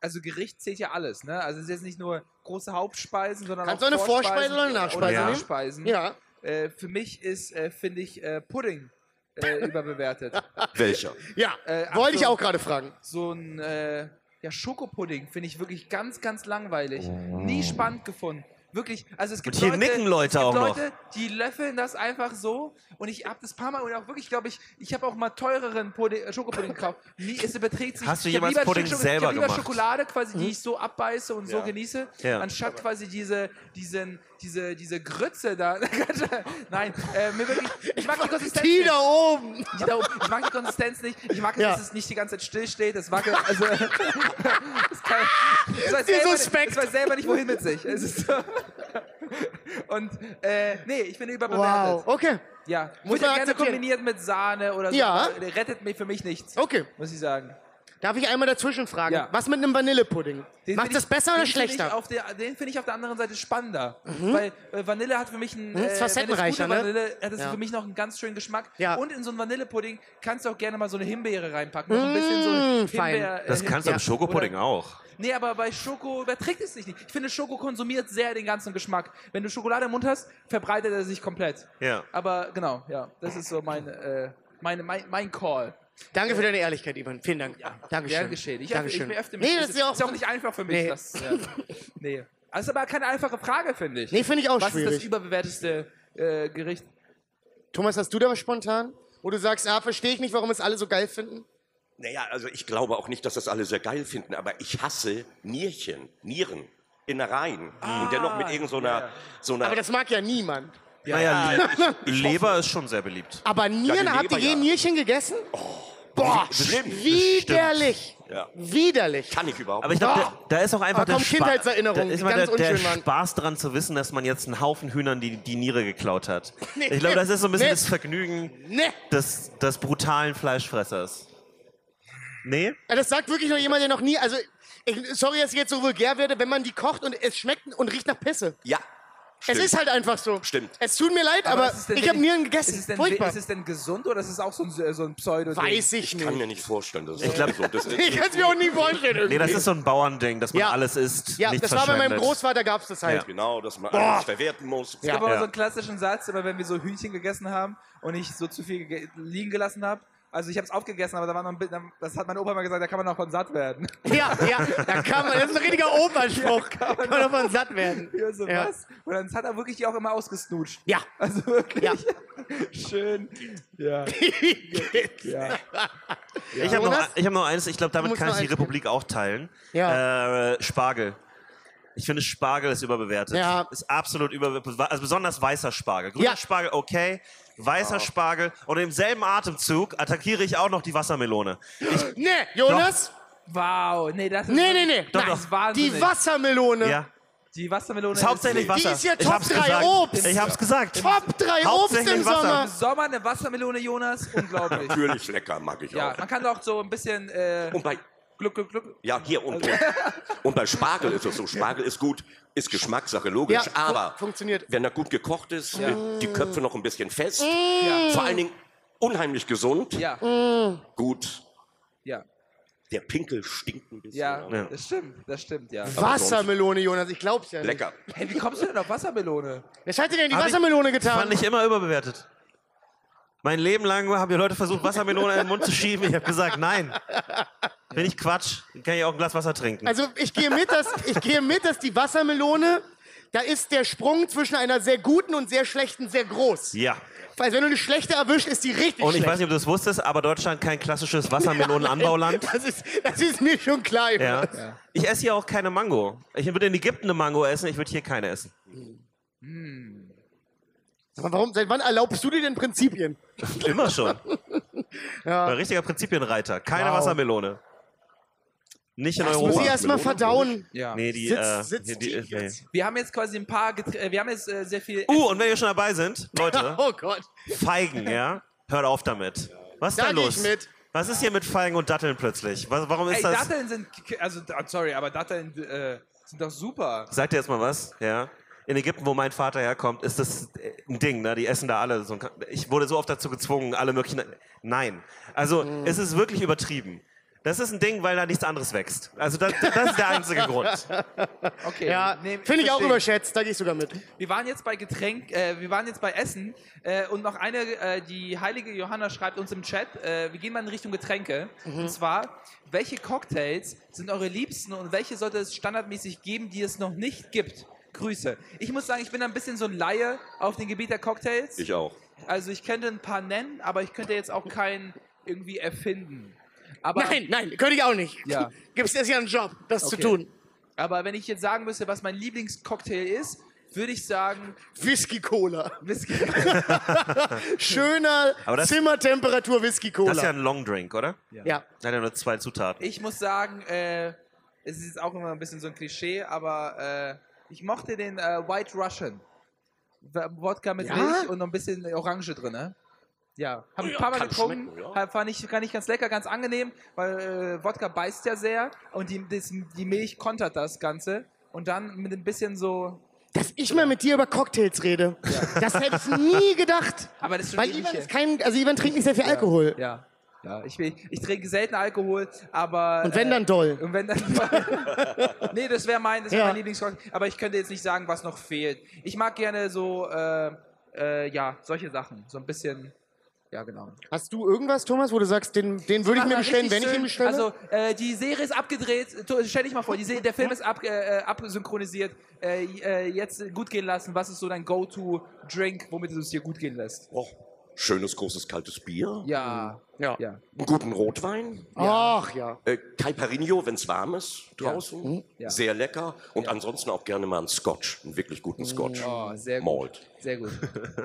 Speaker 5: also Gericht zählt ja alles, ne? Also es ist jetzt nicht nur große Hauptspeisen, sondern
Speaker 3: Kannst
Speaker 5: auch
Speaker 3: du eine Vorspeise
Speaker 5: Vorspeisen
Speaker 3: oder eine Nachspeise
Speaker 5: oder
Speaker 3: nehmen?
Speaker 5: Nachspeisen.
Speaker 3: Ja.
Speaker 5: Äh, für mich ist, äh, finde ich, äh, Pudding äh, (laughs) überbewertet.
Speaker 6: Welcher?
Speaker 3: Ja,
Speaker 5: Äh, ach
Speaker 3: wollte ich
Speaker 5: so.
Speaker 3: auch gerade fragen.
Speaker 5: So ein äh, ja, Schokopudding finde ich wirklich ganz, ganz langweilig. Nie spannend gefunden. Wirklich, also es gibt
Speaker 4: Mm. hier
Speaker 5: Leute,
Speaker 4: nicken Leute
Speaker 5: es gibt
Speaker 4: auch noch.
Speaker 5: Leute, die löffeln das einfach so und ich hab das paar Mal und auch wirklich, glaube ich, ich habe auch mal teureren Pudding, äh, Schokopudding gekauft. Nie, es überträgt sich.
Speaker 4: Hast du
Speaker 5: Ich hab
Speaker 4: jemals
Speaker 5: lieber ein
Speaker 4: Pudding
Speaker 5: Stück Schoko-
Speaker 4: selber
Speaker 5: Ich hab lieber
Speaker 4: gemacht? Mhm.
Speaker 5: Schokolade quasi, die ich so abbeiße und so genieße,
Speaker 4: Ja.
Speaker 5: anstatt quasi diese, diesen, diese, diese Grütze da. (laughs) Nein, äh, mir wirklich, ich mag die Konsistenz
Speaker 3: Die
Speaker 5: nicht.
Speaker 3: da oben.
Speaker 5: Die da oben- Ich mag die Konsistenz nicht. Ich mag, es,
Speaker 3: Ja.
Speaker 5: dass es nicht die ganze Zeit stillsteht. Es wackelt. Also, (laughs) es kann, es weiß
Speaker 3: Ihr
Speaker 5: selber,
Speaker 3: Suspekt.
Speaker 5: Es weiß selber nicht, wohin mit sich. Es ist so. Und äh, nee, ich bin überbewertet.
Speaker 3: Wow. Okay.
Speaker 5: Ja,
Speaker 3: Muss
Speaker 5: muss
Speaker 3: man
Speaker 5: ja gerne
Speaker 3: akzeptieren.
Speaker 5: kombiniert mit Sahne oder so.
Speaker 3: Ja.
Speaker 5: aber Rettet mich für mich nichts.
Speaker 3: Okay.
Speaker 5: Muss ich sagen.
Speaker 3: Darf ich einmal dazwischen fragen?
Speaker 5: Ja.
Speaker 3: Was mit einem Vanillepudding?
Speaker 5: Den
Speaker 3: Macht
Speaker 5: finde
Speaker 3: das
Speaker 5: ich-
Speaker 3: besser oder
Speaker 5: den finde ich
Speaker 3: schlechter? Mhm.
Speaker 5: auf der, den finde ich auf der anderen Seite spannender. Weil äh, Vanille hat für mich einen. äh,
Speaker 3: ist facettenreicher,
Speaker 5: wenn es gute
Speaker 3: ne?
Speaker 5: Vanille, hat es
Speaker 3: Ja.
Speaker 5: für mich noch einen ganz schönen Geschmack.
Speaker 3: Ja.
Speaker 5: Und in so einen Vanillepudding kannst du auch gerne mal so eine Himbeere reinpacken. Noch ein bisschen so
Speaker 3: Mm, fein.
Speaker 5: Himbeer, äh,
Speaker 4: Das kannst du
Speaker 5: Himbeer-
Speaker 4: im Schokopudding
Speaker 5: oder-
Speaker 4: auch.
Speaker 5: Nee, aber bei Schoko überträgt es sich nicht. Ich finde, Schoko konsumiert sehr den ganzen Geschmack. Wenn du Schokolade im Mund hast, verbreitet er sich komplett.
Speaker 4: Ja.
Speaker 5: Aber genau, ja. Das ist so mein, äh, meine, mein, mein Call.
Speaker 3: Danke für deine Ehrlichkeit, Ivan. Vielen Dank. Dankeschön.
Speaker 5: Gern geschehen. Ich,
Speaker 3: Dankeschön.
Speaker 5: ich öffne mich.
Speaker 3: nee, das ist ja auch.
Speaker 5: nicht einfach für mich.
Speaker 3: Nee.
Speaker 5: Das, ja.
Speaker 3: (laughs)
Speaker 5: nee. Das ist aber keine einfache Frage, finde ich.
Speaker 3: nee, finde ich auch
Speaker 5: Was ist das
Speaker 3: schwierig.
Speaker 5: überbewerteste äh, Gericht?
Speaker 3: Thomas, hast du da was spontan? Wo du sagst, ah, verstehe ich nicht, warum es alle so geil finden?
Speaker 6: Naja, also ich glaube auch nicht, dass das alle sehr geil finden, aber ich hasse Nierchen, Nieren, Innereien. und dennoch mit irgend so einer, so
Speaker 3: Ah,
Speaker 6: einer
Speaker 3: Aber das mag ja niemand.
Speaker 4: Naja, Le- Leber ist schon sehr beliebt.
Speaker 3: Aber Nieren,
Speaker 6: die
Speaker 3: habt ihr
Speaker 6: Leber,
Speaker 3: je
Speaker 6: ja.
Speaker 3: Nierchen gegessen?
Speaker 5: Oh,
Speaker 3: Boah,
Speaker 6: schlimm,
Speaker 3: widerlich.
Speaker 6: Ja.
Speaker 3: Widerlich.
Speaker 6: kann ich überhaupt
Speaker 4: Aber ich glaube, da, da ist auch einfach
Speaker 3: Aber
Speaker 4: der,
Speaker 3: Ah. komm, Kindheitserinnerungen,
Speaker 4: da ist
Speaker 3: die
Speaker 4: mal
Speaker 3: ganz
Speaker 4: der, der
Speaker 3: unschön waren.
Speaker 4: Spaß dran zu wissen, dass man jetzt einen Haufen Hühnern die, die Niere geklaut hat.
Speaker 3: (laughs) Nee.
Speaker 4: Ich glaube, das ist so ein bisschen
Speaker 3: Nee.
Speaker 4: das Vergnügen
Speaker 3: Ne,
Speaker 4: des, des brutalen Fleischfressers. Nee?
Speaker 3: das sagt wirklich noch jemand, der noch nie, also, ich, sorry, dass ich jetzt so vulgär werde, wenn man die kocht und es schmeckt und riecht nach Pisse.
Speaker 6: Ja.
Speaker 3: Es
Speaker 6: Stimmt.
Speaker 3: ist halt einfach so.
Speaker 6: Stimmt.
Speaker 3: Es tut mir leid, aber,
Speaker 5: was ist denn,
Speaker 3: ich
Speaker 5: wenn
Speaker 3: habe
Speaker 5: Ist
Speaker 3: Nieren
Speaker 5: es
Speaker 3: gegessen.
Speaker 5: denn,
Speaker 3: Furchtbar.
Speaker 5: Ist es denn gesund oder ist es auch so ein, so ein pseudo
Speaker 3: Weiß ich,
Speaker 6: Ich
Speaker 3: nicht.
Speaker 6: kann mir nicht vorstellen, dass es ich so
Speaker 3: (laughs)
Speaker 6: das ist.
Speaker 3: Ich kann es mir auch nie vorstellen.
Speaker 4: Nee,
Speaker 3: Irgendwie.
Speaker 4: das ist so ein Bauernding, dass man
Speaker 3: Ja.
Speaker 4: alles isst,
Speaker 3: ja,
Speaker 4: nichts
Speaker 3: das war bei meinem
Speaker 4: verschwendet.
Speaker 3: Großvater, gab es das halt.
Speaker 6: Genau, dass man alles verwerten muss.
Speaker 3: Ja.
Speaker 5: Ich habe
Speaker 4: Ja.
Speaker 5: aber so einen klassischen Satz, immer wenn wir so Hühnchen gegessen haben und ich so zu viel gege- liegen gelassen habe. Also ich habe es aufgegessen, aber da war noch ein bisschen, das hat meine Oma immer gesagt, da kann man noch von satt werden. (laughs)
Speaker 3: Ja, ja, da kann man, das ist ein richtiger Opernspruch. kann man davon satt werden.
Speaker 5: Ja, so
Speaker 3: Ja.
Speaker 5: was. Und dann hat er wirklich die auch immer ausgesnutscht.
Speaker 3: Ja.
Speaker 5: Also wirklich.
Speaker 3: Ja.
Speaker 5: (laughs) Schön.
Speaker 3: (laughs)
Speaker 5: Ja. ja.
Speaker 4: Ich habe noch,
Speaker 3: Jonas?
Speaker 4: ich hab noch eins, ich glaube, damit
Speaker 3: musst
Speaker 4: kann
Speaker 3: noch
Speaker 4: ich die
Speaker 3: eins
Speaker 4: Republik auch teilen. Äh, Spargel. Ich finde, Spargel ist überbewertet.
Speaker 3: Ja.
Speaker 4: Ist absolut überbewertet. Also besonders weißer Spargel. Grüner
Speaker 3: Ja.
Speaker 4: Spargel, okay. Weißer Spargel. Und im selben Atemzug attackiere ich auch noch die Wassermelone.
Speaker 3: Nee, Jonas?
Speaker 5: Wow. Nee, das ist
Speaker 3: Nee, nee, nee.
Speaker 4: Doch,
Speaker 3: Nein.
Speaker 4: doch.
Speaker 5: Das ist wahnsinnig.
Speaker 3: Die Wassermelone.
Speaker 4: Ja.
Speaker 5: Die Wassermelone
Speaker 4: Ist hauptsächlich
Speaker 3: Die
Speaker 4: Wasser.
Speaker 3: ist ja
Speaker 4: Ich
Speaker 3: Top
Speaker 4: hab's
Speaker 3: drei
Speaker 4: gesagt.
Speaker 3: Obst.
Speaker 4: Ich hab's gesagt.
Speaker 3: Top 3 Obst
Speaker 4: Hauptsächlich
Speaker 3: im
Speaker 4: Wasser.
Speaker 5: Im
Speaker 3: Sommer.
Speaker 5: Sommer eine Wassermelone, Jonas.
Speaker 4: (laughs)
Speaker 5: Unglaublich.
Speaker 6: Natürlich lecker mag ich
Speaker 5: ja,
Speaker 6: auch.
Speaker 5: man kann doch so ein bisschen äh,
Speaker 4: Oh.
Speaker 6: Und bei,
Speaker 5: Glück, Glück, Glück.
Speaker 6: ja, hier und, und bei Spargel ist es so. Spargel ist gut, ist Geschmackssache, logisch.
Speaker 3: Ja, fu-
Speaker 6: aber
Speaker 3: funktioniert.
Speaker 6: wenn er gut gekocht ist, die Köpfe noch ein bisschen fest,
Speaker 3: Mm.
Speaker 5: Ja.
Speaker 6: vor allen Dingen unheimlich gesund,
Speaker 5: Ja,
Speaker 6: gut.
Speaker 5: ja,
Speaker 6: Der Pinkel stinkt ein bisschen.
Speaker 5: ja,
Speaker 6: aber
Speaker 5: das stimmt, das stimmt, ja.
Speaker 3: Wassermelone, Jonas, ich glaub's ja nicht.
Speaker 6: Lecker.
Speaker 5: Hey, wie kommst du denn auf Wassermelone?
Speaker 3: Was hat dir denn die
Speaker 4: Hab ich-
Speaker 3: Wassermelone getan?
Speaker 4: Fand ich immer überbewertet. Mein Leben lang haben die Leute versucht, Wassermelone in den Mund zu schieben. Ich habe gesagt, nein. Bin ich Quatsch. Dann kann ich auch ein Glas Wasser trinken.
Speaker 3: also ich gehe mit, dass ich gehe mit, dass die Wassermelone, da ist der Sprung zwischen einer sehr guten und sehr schlechten sehr groß.
Speaker 4: ja.
Speaker 3: Also wenn du eine schlechte erwischt, ist die richtig
Speaker 4: Und ich
Speaker 3: schlecht.
Speaker 4: weiß nicht, ob du es wusstest, aber Deutschland kein klassisches Wassermelonenanbauland.
Speaker 3: das, ist, das ist mir schon klar.
Speaker 4: Ja.
Speaker 3: Jonas.
Speaker 4: Ich esse hier auch keine Mango. Ich würde in Ägypten eine Mango essen, ich würde hier keine essen.
Speaker 3: Aber warum, seit wann erlaubst du dir denn Prinzipien? (laughs)
Speaker 4: Immer schon. ja. Ein richtiger Prinzipienreiter. Keine
Speaker 3: Wow.
Speaker 4: Wassermelone. Nicht in
Speaker 3: Das muss ich
Speaker 4: Europa.
Speaker 3: erstmal verdauen.
Speaker 5: Ja.
Speaker 4: Nee, die,
Speaker 3: Sitzt-
Speaker 4: äh,
Speaker 3: sitzt
Speaker 4: hier
Speaker 3: die
Speaker 4: die,
Speaker 3: (laughs)
Speaker 4: nee.
Speaker 3: jetzt?
Speaker 5: Wir haben jetzt quasi ein paar, Geträ äh, wir haben jetzt äh, sehr viel.
Speaker 4: Uh, und wenn wir schon dabei sind,
Speaker 3: (laughs)
Speaker 4: Leute,
Speaker 3: Oh Gott.
Speaker 4: Feigen, ja? Hört auf damit. Was ist
Speaker 3: Da
Speaker 4: da
Speaker 3: geh ich
Speaker 4: los?
Speaker 3: mit.
Speaker 4: Was ist hier mit Feigen und Datteln plötzlich? Was, warum ist
Speaker 5: Ey,
Speaker 4: das?
Speaker 5: Datteln sind, also I'm sorry, aber Datteln äh, sind doch super.
Speaker 4: Sagt ihr jetzt mal was? Ja. In Ägypten, wo mein Vater herkommt, ist das äh, ein Ding, ne? Die essen da alle. So ein Ka- ich wurde so oft dazu gezwungen, alle möglichen. Nein. Also,
Speaker 5: Mhm.
Speaker 4: es ist wirklich übertrieben. Das ist ein Ding, weil da nichts anderes wächst. Also, das, das ist der einzige
Speaker 5: (laughs)
Speaker 4: Grund.
Speaker 5: Okay,
Speaker 3: Ja,
Speaker 5: nee,
Speaker 3: finde ich auch
Speaker 5: verstehe.
Speaker 3: überschätzt, da gehe ich sogar mit.
Speaker 5: Wir waren jetzt bei Getränk, äh, wir waren jetzt bei Essen äh, und noch eine, äh, die heilige Johanna schreibt uns im Chat, äh, wir gehen mal in Richtung Getränke.
Speaker 6: Mhm.
Speaker 5: Und zwar, welche Cocktails sind eure Liebsten und welche sollte es standardmäßig geben, die es noch nicht gibt? Grüße. Ich muss sagen, ich bin ein bisschen so ein Laie auf dem Gebiet der Cocktails.
Speaker 6: Ich auch.
Speaker 5: Also ich könnte ein paar nennen, aber ich könnte jetzt auch keinen irgendwie erfinden. Aber,
Speaker 3: Nein, nein, könnte ich auch nicht. (laughs)
Speaker 5: Ja.
Speaker 3: Gibt es ja einen Job, das zu
Speaker 5: Okay.
Speaker 3: tun.
Speaker 5: aber wenn ich jetzt sagen müsste, was mein Lieblingscocktail ist, würde ich sagen,
Speaker 3: Whisky-Cola.
Speaker 5: Whisky.
Speaker 3: Schöner
Speaker 7: Aber das-
Speaker 3: Zimmertemperatur Whisky-Cola.
Speaker 7: Das ist ja ein Long Drink, oder?
Speaker 3: ja.
Speaker 7: Hat ja nur zwei Zutaten.
Speaker 5: ich muss sagen, äh, es ist auch immer ein bisschen so ein Klischee, aber äh, ich mochte den äh, White Russian. W- Wodka mit Milch und noch ein bisschen Orange drin, ne? Ja, habe ich ein paar Mal
Speaker 6: kann
Speaker 5: getrunken,
Speaker 6: schmecken, ja.
Speaker 5: hab- fand ich gar nicht ganz lecker, ganz angenehm, weil äh, Wodka beißt ja sehr und die, das, die Milch kontert das Ganze und dann mit ein bisschen so,
Speaker 3: Dass ich mal mit dir über Cocktails rede. Das hätte ich nie gedacht.
Speaker 5: aber das ist schon
Speaker 3: Weil
Speaker 5: ähnlich
Speaker 3: Ivan
Speaker 5: hier.
Speaker 3: ist kein, also Ivan trinkt nicht sehr viel Alkohol.
Speaker 5: Ja, ja. Ich, ich, ich trinke selten Alkohol, aber.
Speaker 3: Und wenn,
Speaker 5: äh,
Speaker 3: dann doll.
Speaker 5: Und wenn dann. (laughs) nee, das wäre mein, das wär
Speaker 3: Ja.
Speaker 5: mein Lieblingscocktail. Aber ich könnte jetzt nicht sagen, was noch fehlt. Ich mag gerne so, äh, äh, ja, solche Sachen. So ein bisschen. Ja, genau.
Speaker 3: Hast du irgendwas, Thomas, wo du sagst, den, den würde ich
Speaker 5: Mach
Speaker 3: mir
Speaker 5: mal
Speaker 3: bestellen, wenn
Speaker 5: richtig
Speaker 3: ich ihn
Speaker 5: schön-
Speaker 3: bestelle?
Speaker 5: Also, äh, die Serie ist abgedreht. Tu- Stell dich mal vor, die Serie, der Film ist ab, äh, äh, absynchronisiert. Äh, äh, jetzt äh, gut gehen lassen. Was ist so dein Go-To-Drink, womit du es dir gut gehen lässt?
Speaker 6: Oh, schönes, großes, kaltes Bier.
Speaker 5: Ja. Ja. ja.
Speaker 6: Einen guten Rotwein.
Speaker 3: Ach ja.
Speaker 6: Äh, Caipirinho, wenn es warm ist draußen.
Speaker 5: Mhm. Ja.
Speaker 6: Sehr lecker. Und ansonsten auch gerne mal einen Scotch. Einen wirklich guten Scotch.
Speaker 5: Oh, sehr gut.
Speaker 6: Malt.
Speaker 5: Sehr (laughs) gut.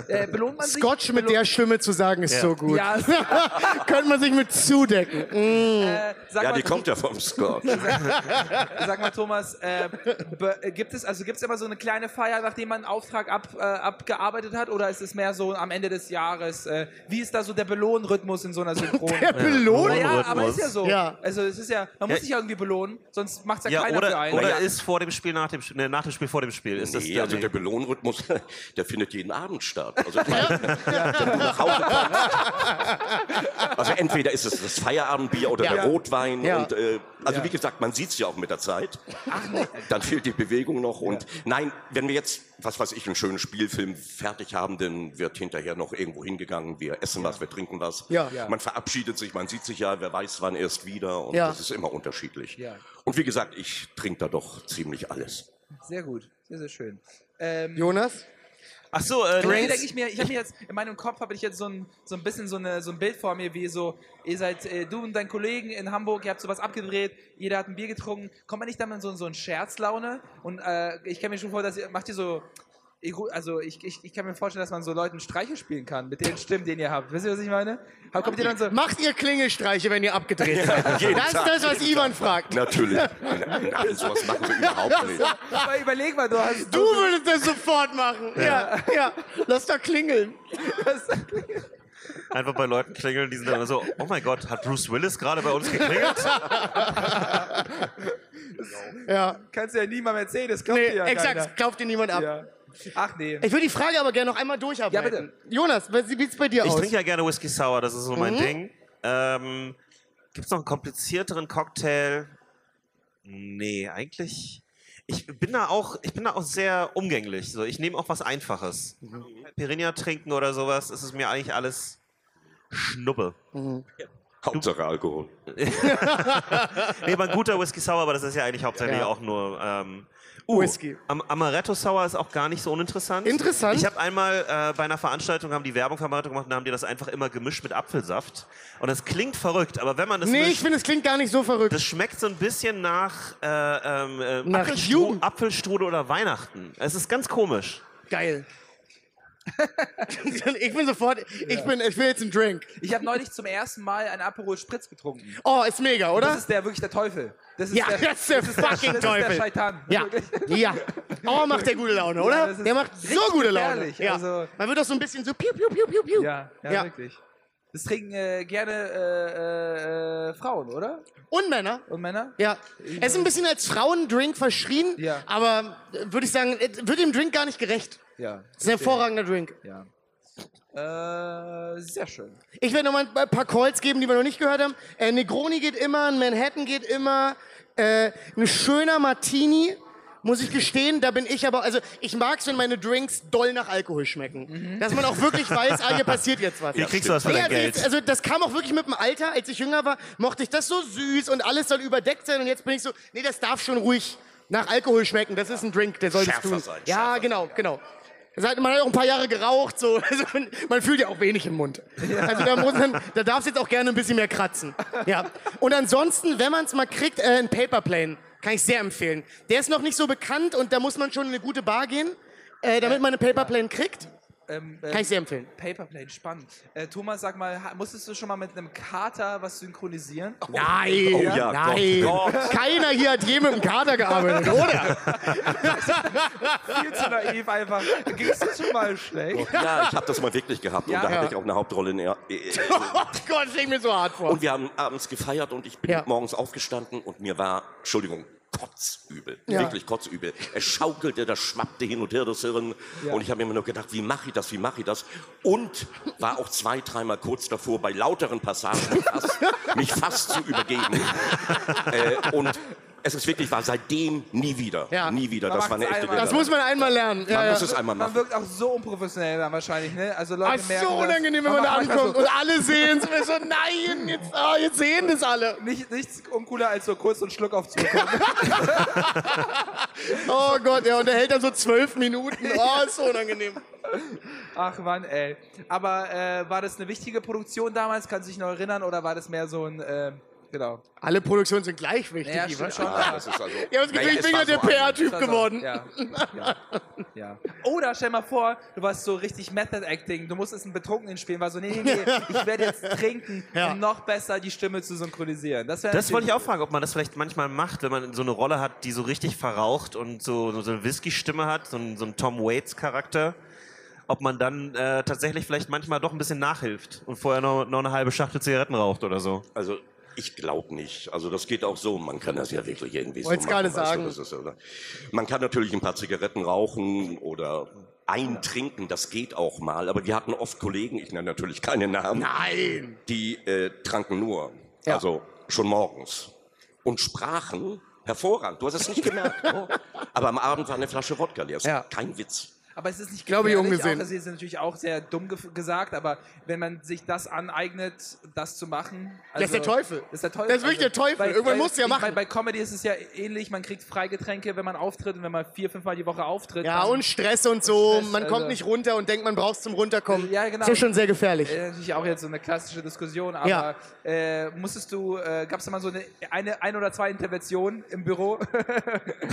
Speaker 5: Äh, belohnt man sich-
Speaker 3: Scotch mit
Speaker 5: belo-
Speaker 3: der Stimme zu sagen, ist so gut.
Speaker 5: Ja,
Speaker 3: (laughs) Könnte man sich mit zudecken.
Speaker 5: äh, sag,
Speaker 6: Ja,
Speaker 5: mal,
Speaker 6: die kommt ja vom Scotch.
Speaker 5: sag mal, Thomas, äh, be- äh, gibt es also gibt's immer so eine kleine Feier, nachdem man einen Auftrag ab, äh, abgearbeitet hat, oder ist es mehr so am Ende des Jahres? Äh, wie ist da so der Belohnrhythmus in so
Speaker 3: (laughs)
Speaker 5: einer Synchron?
Speaker 3: Der Belohnung.
Speaker 5: Naja, aber ist ja so.
Speaker 3: Ja.
Speaker 5: Also es ist ja, man
Speaker 7: Ja.
Speaker 5: muss sich ja irgendwie belohnen, sonst macht ja,
Speaker 7: Ja,
Speaker 5: keiner für
Speaker 7: oder,
Speaker 5: einen.
Speaker 7: oder
Speaker 5: ja.
Speaker 7: ist vor dem Spiel, nach dem Spiel, ne, nach dem Spiel, vor dem Spiel. Ist das
Speaker 6: Nee,
Speaker 7: der-
Speaker 6: also
Speaker 7: nee.
Speaker 6: der Belohnrhythmus, (laughs) der findet jeden Abend statt.
Speaker 3: (laughs)
Speaker 6: Also, ich meine, wenn du nach Hause kommst. also entweder ist es das Feierabendbier oder der Rotwein.
Speaker 3: Ja.
Speaker 6: Und, äh, also wie gesagt, man sieht es ja auch mit der Zeit. Dann fehlt die Bewegung noch. Und nein, wenn wir jetzt, was weiß ich, einen schönen Spielfilm fertig haben, dann wird hinterher noch irgendwo hingegangen. Wir essen was, wir trinken was.
Speaker 3: Ja. Ja.
Speaker 6: Man verabschiedet sich, man sieht sich ja, wer weiß wann erst wieder. Und
Speaker 3: Ja.
Speaker 6: das ist immer unterschiedlich. Und wie gesagt, ich trinke da doch ziemlich alles.
Speaker 5: Sehr gut, sehr, sehr schön. Ähm,
Speaker 3: Jonas?
Speaker 7: Ach so, äh,
Speaker 5: Entweder
Speaker 7: Drinks?
Speaker 5: Also denke ich mir, ich habe mir jetzt in meinem Kopf habe ich jetzt so ein, so ein bisschen so, eine, so ein Bild vor mir, wie so ihr seid äh, du und dein Kollegen in Hamburg, ihr habt sowas abgedreht, jeder hat ein Bier getrunken, kommt man nicht dann in so, so eine Scherzlaune und äh, ich kann mir schon vor, dass ihr macht ihr so ihr ru- also ich, ich, ich kann mir vorstellen, dass man so Leuten Streiche spielen kann mit den Stimmen, den ihr habt. Wisst ihr, was ich meine? Aber kommt ihr dann so
Speaker 3: Macht ihr Klingelstreiche, wenn ihr abgedreht seid?
Speaker 6: jeden
Speaker 3: Das ist
Speaker 6: Tag,
Speaker 3: das, was Ivan fragt.
Speaker 6: (laughs) Natürlich. Nein, sowas machen wir überhaupt nicht.
Speaker 5: Aber überleg mal, du hast
Speaker 3: Du würdest das sofort machen. Ja, ja. Lass da klingeln.
Speaker 7: Einfach bei Leuten klingeln, die sind dann immer so, oh mein Gott, hat Bruce Willis gerade bei uns geklingelt?
Speaker 3: Ja.
Speaker 5: kannst ja niemandem erzählen, das glaubt
Speaker 3: Nee,
Speaker 5: dir ja
Speaker 3: exakt. Glaubt dir niemand ab.
Speaker 5: keiner. Ja. Ach nee.
Speaker 3: Ich würde die Frage aber gerne noch einmal durcharbeiten.
Speaker 5: Ja,
Speaker 3: Jonas, was- wie sieht's bei dir
Speaker 7: Ich
Speaker 3: aus?
Speaker 7: trinke ja gerne Whisky Sour, das ist so mein Ding. Ähm, Gibt es noch einen komplizierteren Cocktail? Nee, eigentlich. Ich bin da auch, ich bin da auch sehr umgänglich. So. Ich nehme auch was Einfaches. Pirinha trinken oder sowas, es ist mir eigentlich alles Schnuppe.
Speaker 6: Hauptsache Alkohol.
Speaker 7: Nee, aber ein guter Whisky Sour, aber das ist ja eigentlich hauptsächlich
Speaker 3: Ja.
Speaker 7: auch nur ähm, uh,
Speaker 3: Whisky.
Speaker 7: Am Amaretto Sour ist auch gar nicht so uninteressant.
Speaker 3: Interessant.
Speaker 7: Ich habe einmal äh, bei einer Veranstaltung haben die Werbung für Amaretto gemacht und haben die das einfach immer gemischt mit Apfelsaft. Und das klingt verrückt, aber wenn man das
Speaker 3: nee, ich
Speaker 7: mischt,
Speaker 3: finde, es klingt gar nicht so verrückt.
Speaker 7: das schmeckt so ein bisschen nach, äh, ähm, äh,
Speaker 3: Nach
Speaker 7: Apfelstru-
Speaker 3: Jugend.
Speaker 7: Apfelstrudel oder Weihnachten. Es ist ganz komisch.
Speaker 5: (laughs)
Speaker 3: Geil. ich bin sofort, ich, bin, ich will jetzt einen Drink.
Speaker 5: Ich habe neulich zum ersten Mal einen Aperol Spritz getrunken.
Speaker 3: Oh, ist mega, oder?
Speaker 5: Das ist der wirklich der Teufel. Das ist
Speaker 3: ja,
Speaker 5: der,
Speaker 3: das ist der fucking
Speaker 5: das
Speaker 3: Teufel.
Speaker 5: Ist der Scheitan.
Speaker 3: ja,
Speaker 5: Wirklich.
Speaker 3: ja. Oh, macht der gute Laune,
Speaker 5: Ja,
Speaker 3: oder?
Speaker 5: das ist
Speaker 3: der macht so
Speaker 5: richtig
Speaker 3: gute Laune.
Speaker 5: gefährlich,
Speaker 3: Ja.
Speaker 5: also-
Speaker 3: Man wird auch so ein bisschen so piu, piu, piu, piu,
Speaker 5: (laughs)
Speaker 3: piu.
Speaker 5: Ja, ja,
Speaker 3: Ja.
Speaker 5: wirklich. Das trinken äh, gerne äh, äh, Frauen, oder?
Speaker 3: Und Männer.
Speaker 5: Und Männer?
Speaker 3: Ja. Es ist ein bisschen als Frauendrink verschrien,
Speaker 5: Ja.
Speaker 3: aber äh, würde ich sagen, äh, wird dem Drink gar nicht gerecht.
Speaker 5: Ja.
Speaker 3: Das ist ein hervorragender Drink.
Speaker 5: ja. Äh, sehr schön.
Speaker 3: Ich werde nochmal ein paar Calls geben, die wir noch nicht gehört haben. Äh, Negroni geht immer, ein Manhattan geht immer, äh, ein schöner Martini. Muss ich gestehen, da bin ich aber, also ich mag es, wenn meine Drinks doll nach Alkohol schmecken.
Speaker 5: Mhm.
Speaker 3: Dass man auch wirklich weiß, ah, hier passiert jetzt was.
Speaker 7: Wie kriegst du das für
Speaker 3: Nee,
Speaker 7: dein
Speaker 3: also,
Speaker 7: Geld?
Speaker 3: jetzt, also das kam auch wirklich mit dem Alter. Als ich jünger war, mochte ich das so süß und alles soll überdeckt sein. Und jetzt bin ich so, nee, das darf schon ruhig Nach Alkohol schmecken, das ist ein Drink, der solltest
Speaker 6: Schärfer
Speaker 3: du.
Speaker 6: sein, schärfer
Speaker 3: ja, genau, genau. Seit- Man hat auch ein paar Jahre geraucht, so. (laughs) Also man, man fühlt ja auch wenig im Mund. Also da, muss man, da darf es jetzt auch gerne ein bisschen mehr kratzen. Ja. Und ansonsten, wenn man es mal kriegt, äh, ein Paperplane, kann ich sehr empfehlen. Der ist noch nicht so bekannt und da muss man schon in eine gute Bar gehen, äh, damit man eine Paperplane kriegt.
Speaker 5: Ähm,
Speaker 3: Kann
Speaker 5: äh,
Speaker 3: ich sehr empfehlen.
Speaker 5: Paperplane, spannend. Äh, Thomas, sag mal, ha- musstest du schon mal mit einem Kater was
Speaker 3: (laughs)
Speaker 5: synchronisieren?
Speaker 3: Nein,
Speaker 6: Oh ja,
Speaker 3: nein.
Speaker 6: Gott,
Speaker 3: Keiner hier hat je mit dem Kater gearbeitet, oder?
Speaker 5: Viel zu naiv einfach. Ging es dir schon mal schlecht?
Speaker 6: Ja, ich habe das mal wirklich gehabt
Speaker 5: Ja.
Speaker 6: und da
Speaker 3: Ja.
Speaker 6: hatte ich auch eine Hauptrolle. In der,
Speaker 3: (laughs)
Speaker 6: E
Speaker 3: Oh Gott, das stelle mir so hart vor.
Speaker 6: und wir haben abends gefeiert und ich bin
Speaker 3: Ja.
Speaker 6: morgens aufgestanden und mir war, Entschuldigung, kotzübel,
Speaker 3: Ja.
Speaker 6: wirklich kotzübel. Es schaukelte, das schwappte hin und her das Hirn und ich habe mir immer nur gedacht, wie mache ich das, wie mache ich das? Und war auch zwei, dreimal kurz davor, bei lauteren Passagen (laughs) fast, mich fast zu übergeben. äh, und es ist wirklich, war seitdem nie wieder,
Speaker 3: Ja.
Speaker 6: nie wieder.
Speaker 5: Man
Speaker 6: Das war
Speaker 5: macht's
Speaker 6: eine echte
Speaker 5: einmal.
Speaker 6: Niederlage.
Speaker 3: das muss man einmal lernen. Ja,
Speaker 6: Man
Speaker 3: ja.
Speaker 6: muss es einmal
Speaker 5: Man
Speaker 6: machen.
Speaker 5: wirkt auch so unprofessionell dann wahrscheinlich, ne? Also Leute
Speaker 3: Ah, ist
Speaker 5: merken
Speaker 3: so
Speaker 5: das.
Speaker 3: unangenehm, wenn man da
Speaker 5: macht manchmal
Speaker 6: also
Speaker 3: ankommt und alle sehen es. so, nein, jetzt, ah, jetzt sehen das alle.
Speaker 5: So, nicht, nichts uncooler als so kurz einen Schluck aufzubekommen.
Speaker 3: Oh Gott, ja, und er hält dann so zwölf
Speaker 6: (laughs)
Speaker 3: Minuten. Oh, ist so unangenehm.
Speaker 5: Ach Mann, ey. Aber äh, war das eine wichtige Produktion damals? Kannst du dich noch erinnern? Oder war das mehr so ein, äh, genau.
Speaker 3: Alle Produktionen sind gleich wichtig.
Speaker 5: Ja,
Speaker 3: die
Speaker 5: stimmt
Speaker 3: was?
Speaker 5: schon.
Speaker 6: Ja, das ist also,
Speaker 3: Ich habe das Gefühl,
Speaker 6: Naja,
Speaker 3: ich
Speaker 6: es
Speaker 3: bin
Speaker 6: war
Speaker 3: gerade
Speaker 6: so
Speaker 3: der
Speaker 6: ein-
Speaker 5: Das
Speaker 3: PR-Typ
Speaker 5: war so-
Speaker 3: geworden.
Speaker 5: Also,
Speaker 7: (laughs)
Speaker 5: Ja. Ja. ja. Oder stell mal vor, du warst so richtig Method Acting, du musstest einen Betrunkenen spielen, war so, nee, nee, nee, ich
Speaker 7: (laughs)
Speaker 5: werde jetzt trinken,
Speaker 3: Ja.
Speaker 5: um noch besser die Stimme zu synchronisieren. Das, wär
Speaker 7: Das wollte ich
Speaker 5: natürlich-
Speaker 7: auch fragen, ob man das vielleicht manchmal macht, wenn man so eine Rolle hat, die so richtig verraucht und so, so eine Whisky-Stimme hat, so einen, so einen Tom Waits-Charakter, ob man dann äh, tatsächlich vielleicht manchmal doch ein bisschen nachhilft und vorher noch, noch eine halbe Schachtel Zigaretten raucht oder so.
Speaker 6: Also ich glaube nicht. Also das geht auch so. Man kann das ja wirklich irgendwie
Speaker 3: Wollt's
Speaker 6: so machen.
Speaker 3: gerade sagen.
Speaker 6: das ist, oder? Man kann natürlich ein paar Zigaretten rauchen oder eintrinken. Das geht auch mal. Aber wir hatten oft Kollegen, ich nenne natürlich keine Namen,
Speaker 3: Nein.
Speaker 6: die äh, tranken nur. Also schon morgens. Und sprachen hervorragend. Du hast es nicht gemerkt.
Speaker 3: (laughs)
Speaker 6: oh. Aber am Abend war eine Flasche Wodka leer. Ist
Speaker 3: Ja.
Speaker 6: Kein Witz.
Speaker 5: Aber es ist nicht
Speaker 3: Glaube ich
Speaker 5: gefährlich,
Speaker 3: ungesehen.
Speaker 5: Auch, das ist natürlich auch sehr dumm ge- gesagt, aber wenn man sich das aneignet, das zu machen. Also,
Speaker 3: ist der Teufel.
Speaker 5: Das ist der Teufel. Also,
Speaker 3: Das ist wirklich der Teufel. Irgendwann musst du ja
Speaker 5: ich
Speaker 3: machen.
Speaker 5: meine, bei Comedy ist es ja ähnlich, man kriegt Freigetränke, wenn man auftritt und wenn man vier, fünfmal die Woche auftritt.
Speaker 3: Ja,
Speaker 5: dann-
Speaker 3: und Stress und so.
Speaker 5: Stress,
Speaker 3: man kommt
Speaker 5: also-
Speaker 3: nicht runter und denkt, man braucht es zum Runterkommen.
Speaker 5: Ja, genau.
Speaker 3: Das ist schon sehr gefährlich.
Speaker 5: Äh, natürlich auch jetzt so eine klassische Diskussion, aber
Speaker 3: Ja.
Speaker 5: äh, musstest du, äh, gab es da mal so eine, eine ein oder zwei Interventionen im Büro?
Speaker 6: Äh,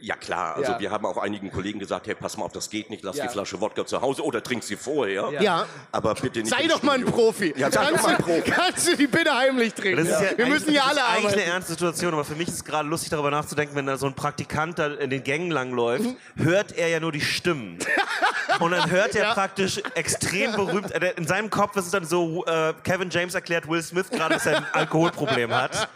Speaker 6: Ja klar, also
Speaker 5: Ja.
Speaker 6: wir haben auch einigen Kollegen gesagt, hey, pass mal auf, das geht nicht, lass
Speaker 5: Ja.
Speaker 6: die Flasche Wodka zu Hause oder trink sie vorher.
Speaker 5: Ja.
Speaker 3: ja.
Speaker 6: Aber bitte nicht.
Speaker 3: Sei
Speaker 6: im
Speaker 3: doch mal ein
Speaker 6: Studio.
Speaker 3: Profi.
Speaker 6: Ja, sei
Speaker 3: (laughs)
Speaker 6: doch
Speaker 3: kannst,
Speaker 6: mal ein
Speaker 3: du,
Speaker 6: Profi.
Speaker 3: kannst du die bitte heimlich trinken?
Speaker 7: Das ist ja
Speaker 3: Wir müssen
Speaker 7: eigentlich-
Speaker 3: hier
Speaker 7: das ist
Speaker 3: alle
Speaker 7: eigentlich eine
Speaker 3: arbeiten.
Speaker 7: ernste Situation, aber für mich ist es gerade lustig, darüber nachzudenken, wenn da so ein Praktikant da in den Gängen langläuft, hört er ja nur die Stimmen. Und dann hört er praktisch extrem berühmt, äh, der- in seinem Kopf ist es dann so, äh, Kevin James erklärt Will Smith gerade, dass er ein Alkoholproblem hat.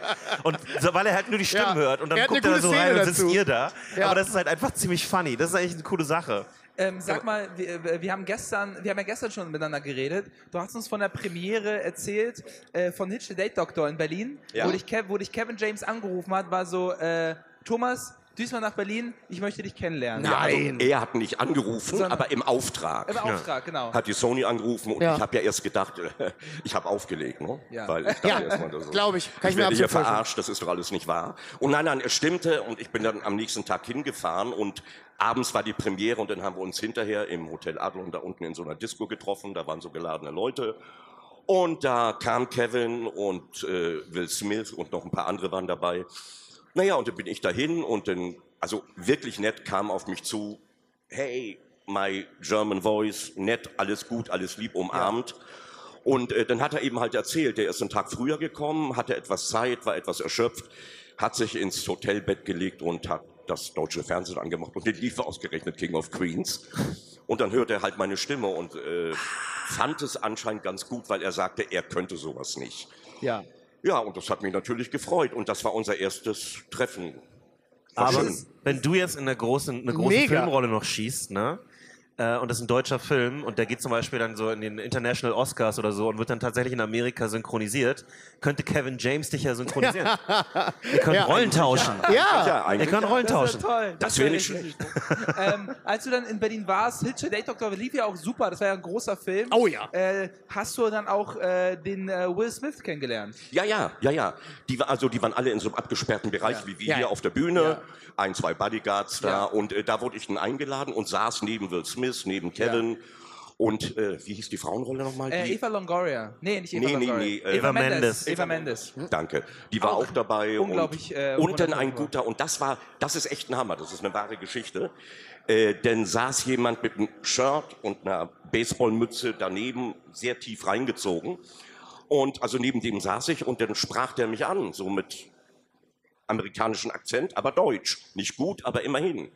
Speaker 7: Und so, weil er halt nur die Stimmen
Speaker 3: Ja.
Speaker 7: hört und dann
Speaker 3: Er hat
Speaker 7: guckt
Speaker 3: eine
Speaker 7: er da so
Speaker 3: gute
Speaker 7: rein
Speaker 3: Szene
Speaker 7: und sitzt
Speaker 3: dazu.
Speaker 7: ihr da.
Speaker 3: Ja.
Speaker 7: Aber das ist halt einfach ziemlich funny. Das ist eigentlich eine coole Sache.
Speaker 5: ähm, sag mal, wir, wir haben gestern, wir haben ja gestern schon miteinander geredet. Du hast uns von der Premiere erzählt äh, von Hitch the Date Doctor in Berlin,
Speaker 6: Ja.
Speaker 5: wo, dich Kev, wo dich Kevin James angerufen hat, war so äh, Thomas, diesmal nach Berlin, ich möchte dich kennenlernen.
Speaker 6: Ja, also, er hat nicht angerufen,
Speaker 5: Sondern-
Speaker 6: aber im Auftrag.
Speaker 5: Im Auftrag, genau.
Speaker 6: Hat die Sony angerufen und
Speaker 3: Ja.
Speaker 6: ich habe ja erst gedacht, (laughs) ich habe aufgelegt, ne?
Speaker 5: Ja.
Speaker 6: Weil ich dachte
Speaker 3: Ja,
Speaker 6: erstmal, das ist-
Speaker 3: glaub ich. Kann ich mir
Speaker 6: werde hier
Speaker 3: absolut vorstellen.
Speaker 6: verarscht, das ist doch alles nicht wahr. Und nein, nein, es stimmte und ich bin dann am nächsten Tag hingefahren und abends war die Premiere und dann haben wir uns hinterher im Hotel Adlon da unten in so einer Disco getroffen, da waren so geladene Leute. Und da kam Kevin und äh, Will Smith und noch ein paar andere waren dabei. Naja, und dann bin ich dahin und dann, also wirklich nett, kam auf mich zu, hey, my German voice, nett, alles gut, alles lieb, umarmt. Und äh, dann hat er eben halt erzählt, der ist einen Tag früher gekommen, hatte etwas Zeit, war etwas erschöpft, hat sich ins Hotelbett gelegt und hat das deutsche Fernsehen angemacht und den lief ausgerechnet King of Queens. Und dann hörte er halt meine Stimme und äh, fand es anscheinend ganz gut, weil er sagte, er könnte sowas nicht.
Speaker 5: ja.
Speaker 6: Ja, und das hat mich natürlich gefreut. Und das war unser erstes Treffen. War
Speaker 7: Aber
Speaker 6: schön.
Speaker 7: wenn du jetzt in der großen, eine große
Speaker 3: Mega.
Speaker 7: Filmrolle noch schießt, ne? Äh, und das ist ein deutscher Film und der geht zum Beispiel dann so in den International Oscars oder so und wird dann tatsächlich in Amerika synchronisiert. Könnte Kevin James dich ja
Speaker 3: (laughs)
Speaker 7: synchronisieren. Ihr könnt
Speaker 3: Ja,
Speaker 7: Rollen tauschen.
Speaker 3: Ja,
Speaker 6: Ja,
Speaker 7: Ihr
Speaker 6: eigentlich.
Speaker 7: könnt Rollen
Speaker 5: Das
Speaker 7: tauschen.
Speaker 5: ist toll.
Speaker 6: Das wäre nicht schlecht.
Speaker 5: ähm, als du dann in Berlin warst, Hitcher Date Doctor lief ja auch super, das war ja ein großer Film.
Speaker 3: Oh ja.
Speaker 5: Äh, hast du dann auch äh, den äh, Will Smith kennengelernt?
Speaker 6: Ja, ja, ja, ja. Die, war- also die waren alle in so einem abgesperrten Bereich wie wir
Speaker 3: Ja.
Speaker 6: hier auf der Bühne. Ein, zwei Bodyguards da. Und äh, da wurde ich dann eingeladen und saß neben Will Smith, neben Kevin. Und äh, wie hieß die Frauenrolle nochmal?
Speaker 5: Äh,
Speaker 6: die,
Speaker 5: Eva Longoria. Nee, nicht Eva
Speaker 6: Nee, nee,
Speaker 5: Longoria.
Speaker 6: nee, äh,
Speaker 7: Eva Mendes.
Speaker 5: Eva Mendes.
Speaker 6: Danke. Die war auch, dabei.
Speaker 5: unglaublich,
Speaker 6: Und,
Speaker 5: äh,
Speaker 6: und dann
Speaker 5: wundervoll
Speaker 6: ein
Speaker 5: war.
Speaker 6: guter, und das war, das ist echt ein Hammer, das ist eine wahre Geschichte. Äh, denn saß jemand mit einem Shirt und einer Baseballmütze daneben, sehr tief reingezogen. Und also neben dem saß ich und dann sprach der mich an, so mit amerikanischen Akzent, aber deutsch. Nicht gut, aber immerhin.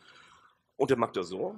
Speaker 6: Und dann macht er so.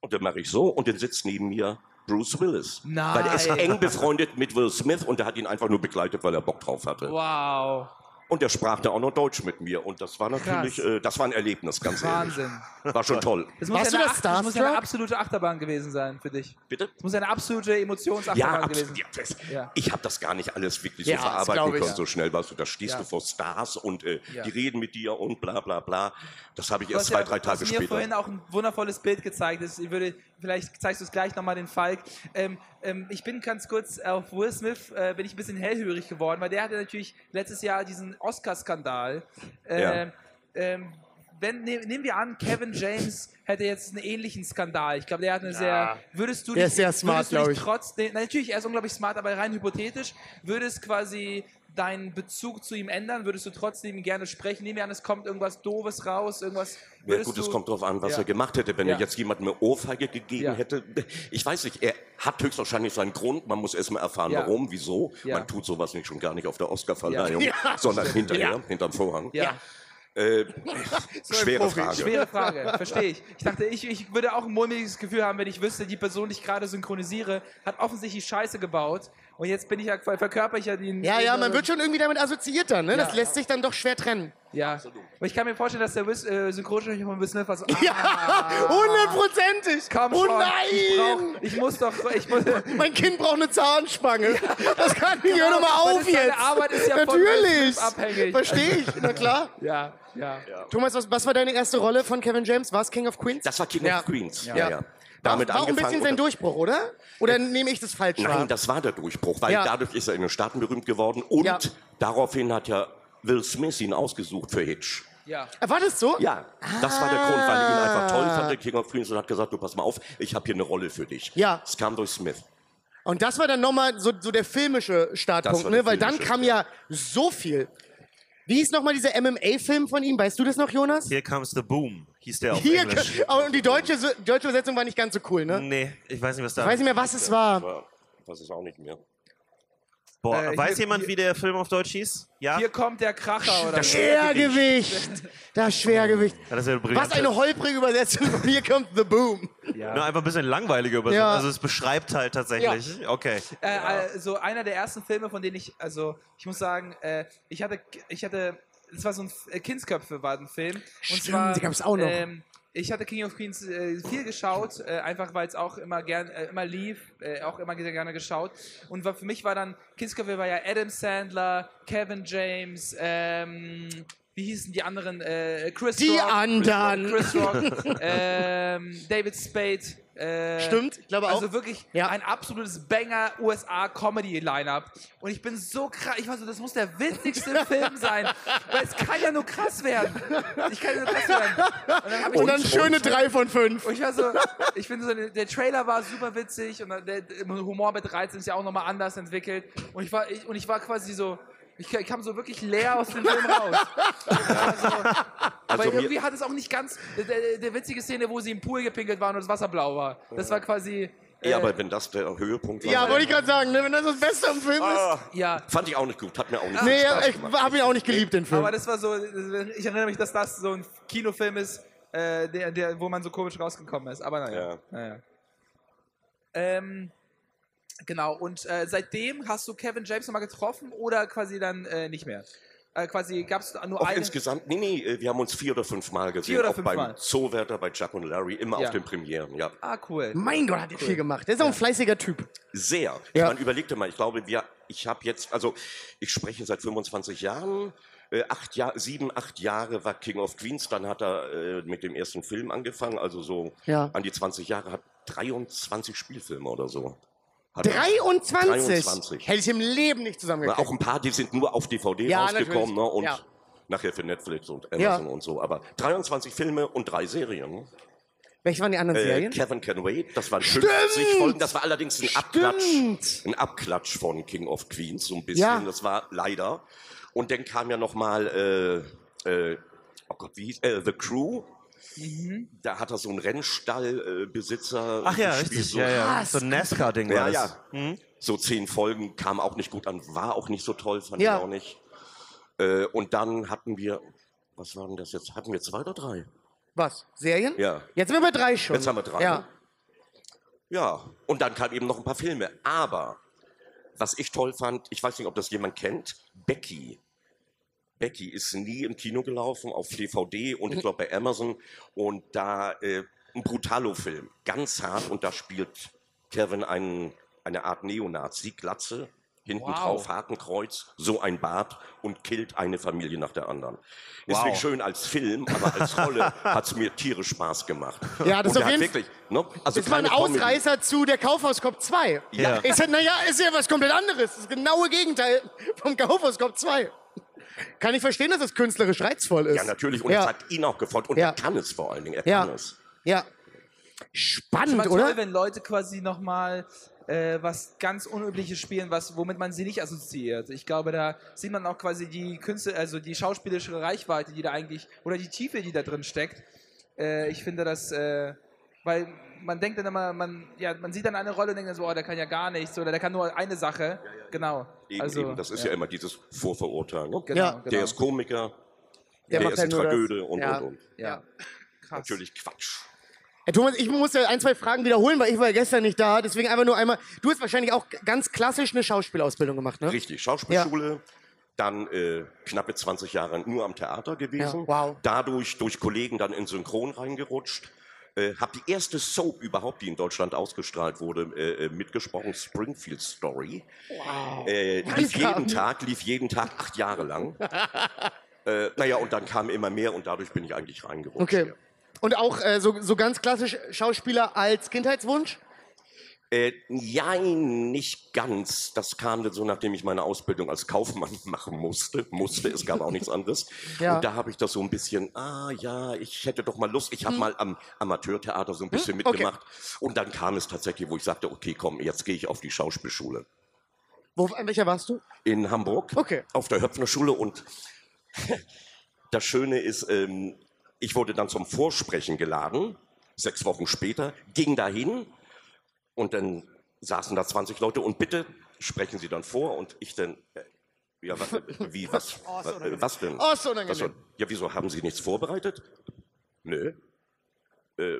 Speaker 6: Und dann mache ich so und dann sitzt neben mir Bruce Willis.
Speaker 5: Nein.
Speaker 6: Weil er ist eng befreundet mit Will Smith und er hat ihn einfach nur begleitet, weil er Bock drauf hatte.
Speaker 5: Wow.
Speaker 6: Und er sprach da auch noch Deutsch mit mir und das war natürlich,
Speaker 5: Krass.
Speaker 6: äh, das war ein Erlebnis, ganz
Speaker 5: Wahnsinn.
Speaker 6: ehrlich. War schon toll.
Speaker 5: Das muss,
Speaker 3: Warst
Speaker 5: ja
Speaker 3: du
Speaker 5: eine
Speaker 3: da
Speaker 5: Ach- das muss ja eine
Speaker 3: starstruck?
Speaker 5: absolute Achterbahn gewesen sein für dich.
Speaker 6: Bitte?
Speaker 5: Das muss ja eine absolute
Speaker 6: Ja,
Speaker 5: Emotionsachterbahn gewesen
Speaker 6: absolut.
Speaker 5: sein.
Speaker 6: Ja, das,
Speaker 5: Ja.
Speaker 6: ich habe das gar nicht alles wirklich
Speaker 3: Ja,
Speaker 6: so
Speaker 3: das
Speaker 6: verarbeiten
Speaker 3: glaub ich,
Speaker 6: können,
Speaker 3: ja.
Speaker 6: so schnell, weißt du, da stehst
Speaker 5: Ja.
Speaker 6: du vor Stars und äh,
Speaker 5: Ja.
Speaker 6: die reden mit dir und bla bla bla. Das habe ich
Speaker 5: Du hast
Speaker 6: erst zwei,
Speaker 5: ja-
Speaker 6: drei
Speaker 5: du hast
Speaker 6: Tage
Speaker 5: mir vorhin
Speaker 6: später.
Speaker 5: auch ein wundervolles Bild gezeigt. Das- Ich würde, vielleicht zeigst du es gleich nochmal den Falk. Ähm, ähm, ich bin ganz kurz auf Will Smith, äh, bin ich ein bisschen hellhörig geworden, weil der hatte natürlich letztes Jahr diesen Oscar-Skandal. Äh,
Speaker 6: Ja.
Speaker 5: ähm, wenn, nehm, nehmen wir an, Kevin James hätte jetzt einen ähnlichen Skandal. Ich glaube, der hat eine sehr. Würdest du
Speaker 3: Der
Speaker 5: dich-
Speaker 3: ist sehr smart,
Speaker 5: würdest du
Speaker 3: glaub
Speaker 5: dich
Speaker 3: ich.
Speaker 5: Trotzdem, na, natürlich, er ist unglaublich smart, aber rein hypothetisch, würde es quasi deinen Bezug zu ihm ändern? Würdest du trotzdem gerne sprechen? Nehmen wir an, es kommt irgendwas Doofes raus, irgendwas.
Speaker 6: Ja,
Speaker 5: würdest
Speaker 6: gut, es
Speaker 5: du-
Speaker 6: kommt drauf an, was
Speaker 5: Ja.
Speaker 6: er gemacht hätte. Wenn
Speaker 5: Ja.
Speaker 6: er jetzt jemandem eine Ohrfeige gegeben
Speaker 5: Ja.
Speaker 6: hätte, ich weiß nicht, er hat höchstwahrscheinlich seinen Grund. Man muss erstmal erfahren,
Speaker 5: Ja.
Speaker 6: warum, wieso.
Speaker 5: Ja.
Speaker 6: Man tut sowas nicht schon gar nicht auf der Oscarverleihung, (laughs) sondern hinterher, hinterm Vorhang.
Speaker 5: Ja,
Speaker 6: Äh, schwere
Speaker 3: Profi.
Speaker 6: Frage.
Speaker 5: schwere Frage, verstehe ich. Ich dachte, ich, ich würde auch ein mulmiges Gefühl haben, wenn ich wüsste, die Person, die ich gerade synchronisiere, hat offensichtlich Scheiße gebaut und jetzt bin ich ja, verkörper ich ja den...
Speaker 3: ja, ja, man wird schon irgendwie damit assoziiert dann, ne? Das
Speaker 5: Ja.
Speaker 3: lässt sich dann doch schwer trennen.
Speaker 5: Ja, aber ich kann mir vorstellen, dass der Wiss- äh, Synchronsprecher von Will Smith was... Ah,
Speaker 3: Ja, hundertprozentig.
Speaker 5: Komm
Speaker 3: oh
Speaker 5: schon, ich,
Speaker 3: nein!
Speaker 5: brauch, ich muss doch... Ich muss, (laughs)
Speaker 3: Mein Kind braucht eine Zahnspange. Das kann ich hör doch mal
Speaker 5: Aber
Speaker 3: auf
Speaker 5: das- deine
Speaker 3: jetzt.
Speaker 5: Arbeit ist ja von Will
Speaker 3: Natürlich.
Speaker 5: Smith abhängig.
Speaker 3: Verstehe ich, na klar.
Speaker 5: ja, ja.
Speaker 3: Thomas, was, was war deine erste Rolle von Kevin James? War es King of Queens?
Speaker 6: Das war King
Speaker 3: Ja.
Speaker 6: of Queens. Ja.
Speaker 3: Ja.
Speaker 6: Ja. Damit
Speaker 3: war auch ein
Speaker 6: angefangen.
Speaker 3: bisschen
Speaker 6: und
Speaker 3: sein
Speaker 6: das-
Speaker 3: Durchbruch, oder? Oder nehme ich das falsch wahr?
Speaker 6: Nein, das war der Durchbruch, weil
Speaker 3: Ja.
Speaker 6: dadurch ist er in den Staaten berühmt geworden und
Speaker 3: Ja.
Speaker 6: daraufhin hat ja Will Smith ihn ausgesucht für Hitch.
Speaker 5: ja.
Speaker 3: war das so?
Speaker 6: Ja, das war der Grund, weil ich ihn einfach toll
Speaker 3: Ah.
Speaker 6: fand, der King of Queens, und hat gesagt, du pass mal auf, ich habe hier eine Rolle für dich.
Speaker 3: Ja.
Speaker 6: Es kam durch Smith.
Speaker 3: Und das war dann nochmal so, so der filmische
Speaker 6: Das
Speaker 3: Startpunkt,
Speaker 6: war
Speaker 3: ne?
Speaker 6: der
Speaker 3: Weil dann
Speaker 6: filmische.
Speaker 3: kam ja so viel. Wie hieß nochmal dieser MMA-Film von ihm? Weißt du das noch, Jonas?
Speaker 7: Here comes the boom, hieß der auf
Speaker 3: Hier,
Speaker 7: Englisch.
Speaker 3: (laughs) oh, und die deutsche, deutsche Übersetzung war nicht ganz so cool, ne?
Speaker 7: Nee, ich weiß nicht, was
Speaker 3: Ich
Speaker 7: da.
Speaker 3: weiß nicht mehr, was es war.
Speaker 6: Aber Das ist auch nicht mehr.
Speaker 7: Boah,
Speaker 5: Äh,
Speaker 7: weiß
Speaker 5: hier-
Speaker 7: jemand, wie der Film auf Deutsch hieß? Ja?
Speaker 5: Hier kommt der Kracher oder so.
Speaker 3: Schwergewicht. Das Schwergewicht.
Speaker 7: Ja, das ist ja brillant.
Speaker 3: Was eine holprige Übersetzung. (laughs) von Hier kommt The Boom.
Speaker 7: Nur einfach ein bisschen langweiliger Übersetzung.
Speaker 3: Ja.
Speaker 7: Also es beschreibt halt tatsächlich. Okay.
Speaker 5: Äh,
Speaker 3: Genau.
Speaker 5: Also einer der ersten Filme, von denen ich, also ich muss sagen, äh, ich hatte, ich hatte, es war so ein F- äh, Kindsköpfe war ein Film. Und
Speaker 3: Stimmt, die gab's auch noch.
Speaker 5: Ähm, ich hatte King of Queens äh, viel geschaut, äh, einfach weil es auch immer gern, äh, immer lief, äh, auch immer sehr gerne geschaut. Und war, für mich war dann Kindsköpfe war ja Adam Sandler, Kevin James, ähm, wie hießen die anderen? Äh, Chris
Speaker 3: Die
Speaker 5: Rock,
Speaker 3: anderen.
Speaker 5: Chris Rock,
Speaker 3: (laughs)
Speaker 5: ähm, David Spade. Äh,
Speaker 3: Stimmt, ich glaube auch.
Speaker 5: Also wirklich
Speaker 3: Ja.
Speaker 5: ein absolutes Banger USA Comedy Lineup und ich bin so krass, ich war so, das muss der
Speaker 3: (laughs)
Speaker 5: witzigste Film sein, weil es kann ja nur krass werden. Ich kann ja nur krass werden. Und dann hab ich
Speaker 3: Und dann schöne drei von fünf.
Speaker 5: und ich war so, ich finde so, der Trailer war super witzig und der der Humor mit 13 ist ja auch nochmal anders entwickelt und ich war ich, und ich war quasi so ich ka- ich kam so wirklich leer aus dem Film raus. Also,
Speaker 6: Also
Speaker 5: weil
Speaker 6: mir-
Speaker 5: irgendwie hat es auch nicht ganz. Der, der, der witzige Szene, wo sie im Pool gepinkelt waren und das Wasser blau war. Das war quasi. äh,
Speaker 6: ja, aber wenn das der Höhepunkt war,
Speaker 3: Ja, wollte ich gerade sagen, ne? wenn das das Beste am Film ist.
Speaker 5: äh, ja.
Speaker 6: fand ich auch nicht gut, hat mir auch nicht
Speaker 3: Nee,
Speaker 6: viel Ah. Spaß
Speaker 3: ich
Speaker 6: gemacht.
Speaker 3: habe ihn auch nicht geliebt, den Film.
Speaker 5: Aber das war so, ich erinnere mich, dass das so ein Kinofilm ist, äh, der, der, wo man so komisch rausgekommen ist. Aber naja.
Speaker 6: Ja.
Speaker 5: naja. Ähm, genau, und äh, seitdem hast du Kevin James nochmal getroffen oder quasi dann äh, nicht mehr? Äh, quasi gab es nur
Speaker 6: Auf
Speaker 5: eine.
Speaker 6: insgesamt, nee, nee, äh, wir haben uns vier oder fünf Mal gesehen.
Speaker 5: Vier oder
Speaker 6: auch
Speaker 5: fünf
Speaker 6: beim
Speaker 5: Mal.
Speaker 6: Zoowärter, bei Jack und Larry, immer
Speaker 5: Ja.
Speaker 6: auf den Premieren, ja.
Speaker 5: Ah, cool.
Speaker 3: Mein Gott, hat der viel gemacht. Der ist auch ein fleißiger Typ.
Speaker 6: Sehr.
Speaker 3: Ja.
Speaker 6: Man überlegte mal, ich glaube, wir, ich habe jetzt, also ich spreche seit 25 Jahren, äh, acht Jahr, sieben, acht Jahre war King of Queens, dann hat er äh, mit dem ersten Film angefangen, also so
Speaker 3: Ja.
Speaker 6: an die 20 Jahre, hat 23 Spielfilme oder so. Hat er.
Speaker 3: 23.
Speaker 6: 23.
Speaker 3: Hätte ich im Leben nicht
Speaker 6: Na,
Speaker 3: zusammengekriegt.
Speaker 6: auch ein paar, die sind nur auf DVD
Speaker 3: Ja,
Speaker 6: rausgekommen ne,
Speaker 3: natürlich.
Speaker 6: und
Speaker 3: Ja.
Speaker 6: nachher für Netflix und Amazon
Speaker 3: Ja.
Speaker 6: und so. Aber 23 Filme und drei Serien.
Speaker 3: Welche waren die anderen
Speaker 6: Äh,
Speaker 3: Serien?
Speaker 6: Kevin Can Wait, das waren 50 Folgen. Das war allerdings ein Abklatsch, ein Abklatsch von King of Queens, so ein bisschen.
Speaker 3: Ja.
Speaker 6: Das war leider. Und dann kam ja nochmal, äh, äh, oh Gott, wie hieß, äh, The Crew. Da hat er so einen Rennstallbesitzer.
Speaker 7: Mhm. Ach ja,
Speaker 6: gespielt,
Speaker 7: richtig.
Speaker 6: So,
Speaker 7: Ja, ja. So ein E NASCAR-Ding
Speaker 6: Ja,
Speaker 7: war das. Mhm.
Speaker 6: ja. so zehn Folgen, kam auch nicht gut an, war auch nicht so toll, fand
Speaker 3: Ja.
Speaker 6: ich auch nicht. Äh, und dann hatten wir, was waren das jetzt? Hatten wir zwei oder drei?
Speaker 3: Was? Serien?
Speaker 6: Ja.
Speaker 3: Jetzt sind wir bei drei schon.
Speaker 6: Jetzt haben wir drei. ne?
Speaker 3: Ja.
Speaker 6: Ja, und dann kamen eben noch ein paar Filme. Aber was ich toll fand, ich weiß nicht, ob das jemand kennt, Becky. Becky ist nie im Kino gelaufen, auf DVD
Speaker 3: Mhm.
Speaker 6: und ich glaube bei Amazon. Und da äh, ein Brutalo-Film, ganz hart. Und da spielt Kevin einen, eine Art Neonazi, Glatze, hinten drauf Hakenkreuz, so ein Bart und killt eine Familie nach der anderen. Ist nicht schön als Film, aber als Rolle
Speaker 3: (laughs)
Speaker 6: hat es mir tierisch Spaß gemacht.
Speaker 3: Ja, das
Speaker 6: und
Speaker 3: auf
Speaker 6: der hat
Speaker 3: jeden-
Speaker 6: wirklich, ne? also
Speaker 3: Das war ein
Speaker 6: keine Comedy.
Speaker 3: Ausreißer zu der Kaufhauskopf 2.
Speaker 7: Ja.
Speaker 3: Ich sag, naja, ist ja was komplett anderes. Das genaue Gegenteil vom Kaufhauskopf 2. Kann ich verstehen, dass das künstlerisch reizvoll ist.
Speaker 6: Ja, natürlich. Und
Speaker 3: ja.
Speaker 6: das hat ihn auch gefreut. Und
Speaker 3: Ja.
Speaker 6: er kann es vor allen Dingen. Er
Speaker 3: Ja.
Speaker 6: kann es.
Speaker 3: ja.
Speaker 5: Ich
Speaker 3: Spannend,
Speaker 5: fand's
Speaker 3: oder?
Speaker 5: toll, wenn Leute quasi nochmal äh, was ganz Unübliches spielen, was, womit man sie nicht assoziiert. Ich glaube, da sieht man auch quasi die Künste, also die schauspielerische Reichweite, die da eigentlich, oder die Tiefe, die da drin steckt. Äh, ich finde das, äh, weil man denkt dann immer, man, ja, man sieht dann eine Rolle und denkt dann so, oh, der kann ja gar nichts oder der kann nur eine Sache. Genau.
Speaker 6: Eben, eben. Das ist ja. immer dieses Vorverurteilen. Ne?
Speaker 5: Genau,
Speaker 3: Ja.
Speaker 5: genau.
Speaker 6: Der ist Komiker, der,
Speaker 3: macht
Speaker 6: ist
Speaker 3: halt
Speaker 6: eine
Speaker 3: nur das.
Speaker 6: Tragödie und,
Speaker 3: Ja.
Speaker 6: und, und.
Speaker 5: ja. Krass.
Speaker 6: Natürlich Quatsch.
Speaker 3: Herr Thomas, ich muss ja ein, zwei Fragen wiederholen, weil ich war ja gestern nicht da. Deswegen einfach nur einmal. Du hast wahrscheinlich auch ganz klassisch eine Schauspielausbildung gemacht, ne?
Speaker 6: Richtig. Schauspielschule, dann äh, knappe 20 Jahre nur am Theater gewesen.
Speaker 3: Ja, wow.
Speaker 6: Dadurch durch Kollegen dann in Synchron reingerutscht. Äh, hab die erste Soap überhaupt, die in Deutschland ausgestrahlt wurde, äh, äh, mitgesprochen, Springfield Story. Wow. Äh, lief jeden Tag, lief jeden Tag acht
Speaker 3: (laughs)
Speaker 6: Jahre lang. äh, naja, und dann kam immer mehr und dadurch bin ich eigentlich reingerutscht.
Speaker 3: Okay.
Speaker 6: ja.
Speaker 3: Und auch äh, so, so ganz klassisch Schauspieler als Kindheitswunsch?
Speaker 6: Äh, jein, nicht ganz. Das kam dann so, nachdem ich meine Ausbildung als Kaufmann (laughs) machen musste. Musste, es gab auch nichts anderes.
Speaker 3: Ja.
Speaker 6: Und da habe ich das so ein bisschen, ah ja, ich hätte doch mal Lust. Ich habe mal am Amateurtheater so ein bisschen
Speaker 3: Hm. okay.
Speaker 6: mitgemacht. Und dann kam es tatsächlich, wo ich sagte, okay, komm, jetzt gehe ich auf die Schauspielschule.
Speaker 3: Wo, an welcher warst du?
Speaker 6: In Hamburg,
Speaker 3: Okay.
Speaker 6: auf der Höpfner-Schule. Und das Schöne ist, ähm, ich wurde dann zum Vorsprechen geladen, sechs Wochen später, ging dahin, und dann saßen da 20 Leute und bitte sprechen Sie dann vor und ich dann, äh, ja, was,
Speaker 3: (laughs)
Speaker 6: wie, was, was, äh, was denn?
Speaker 3: Oh, ist unangenehm.
Speaker 6: Was denn? Ja, wieso, haben Sie nichts vorbereitet? Nö. Äh,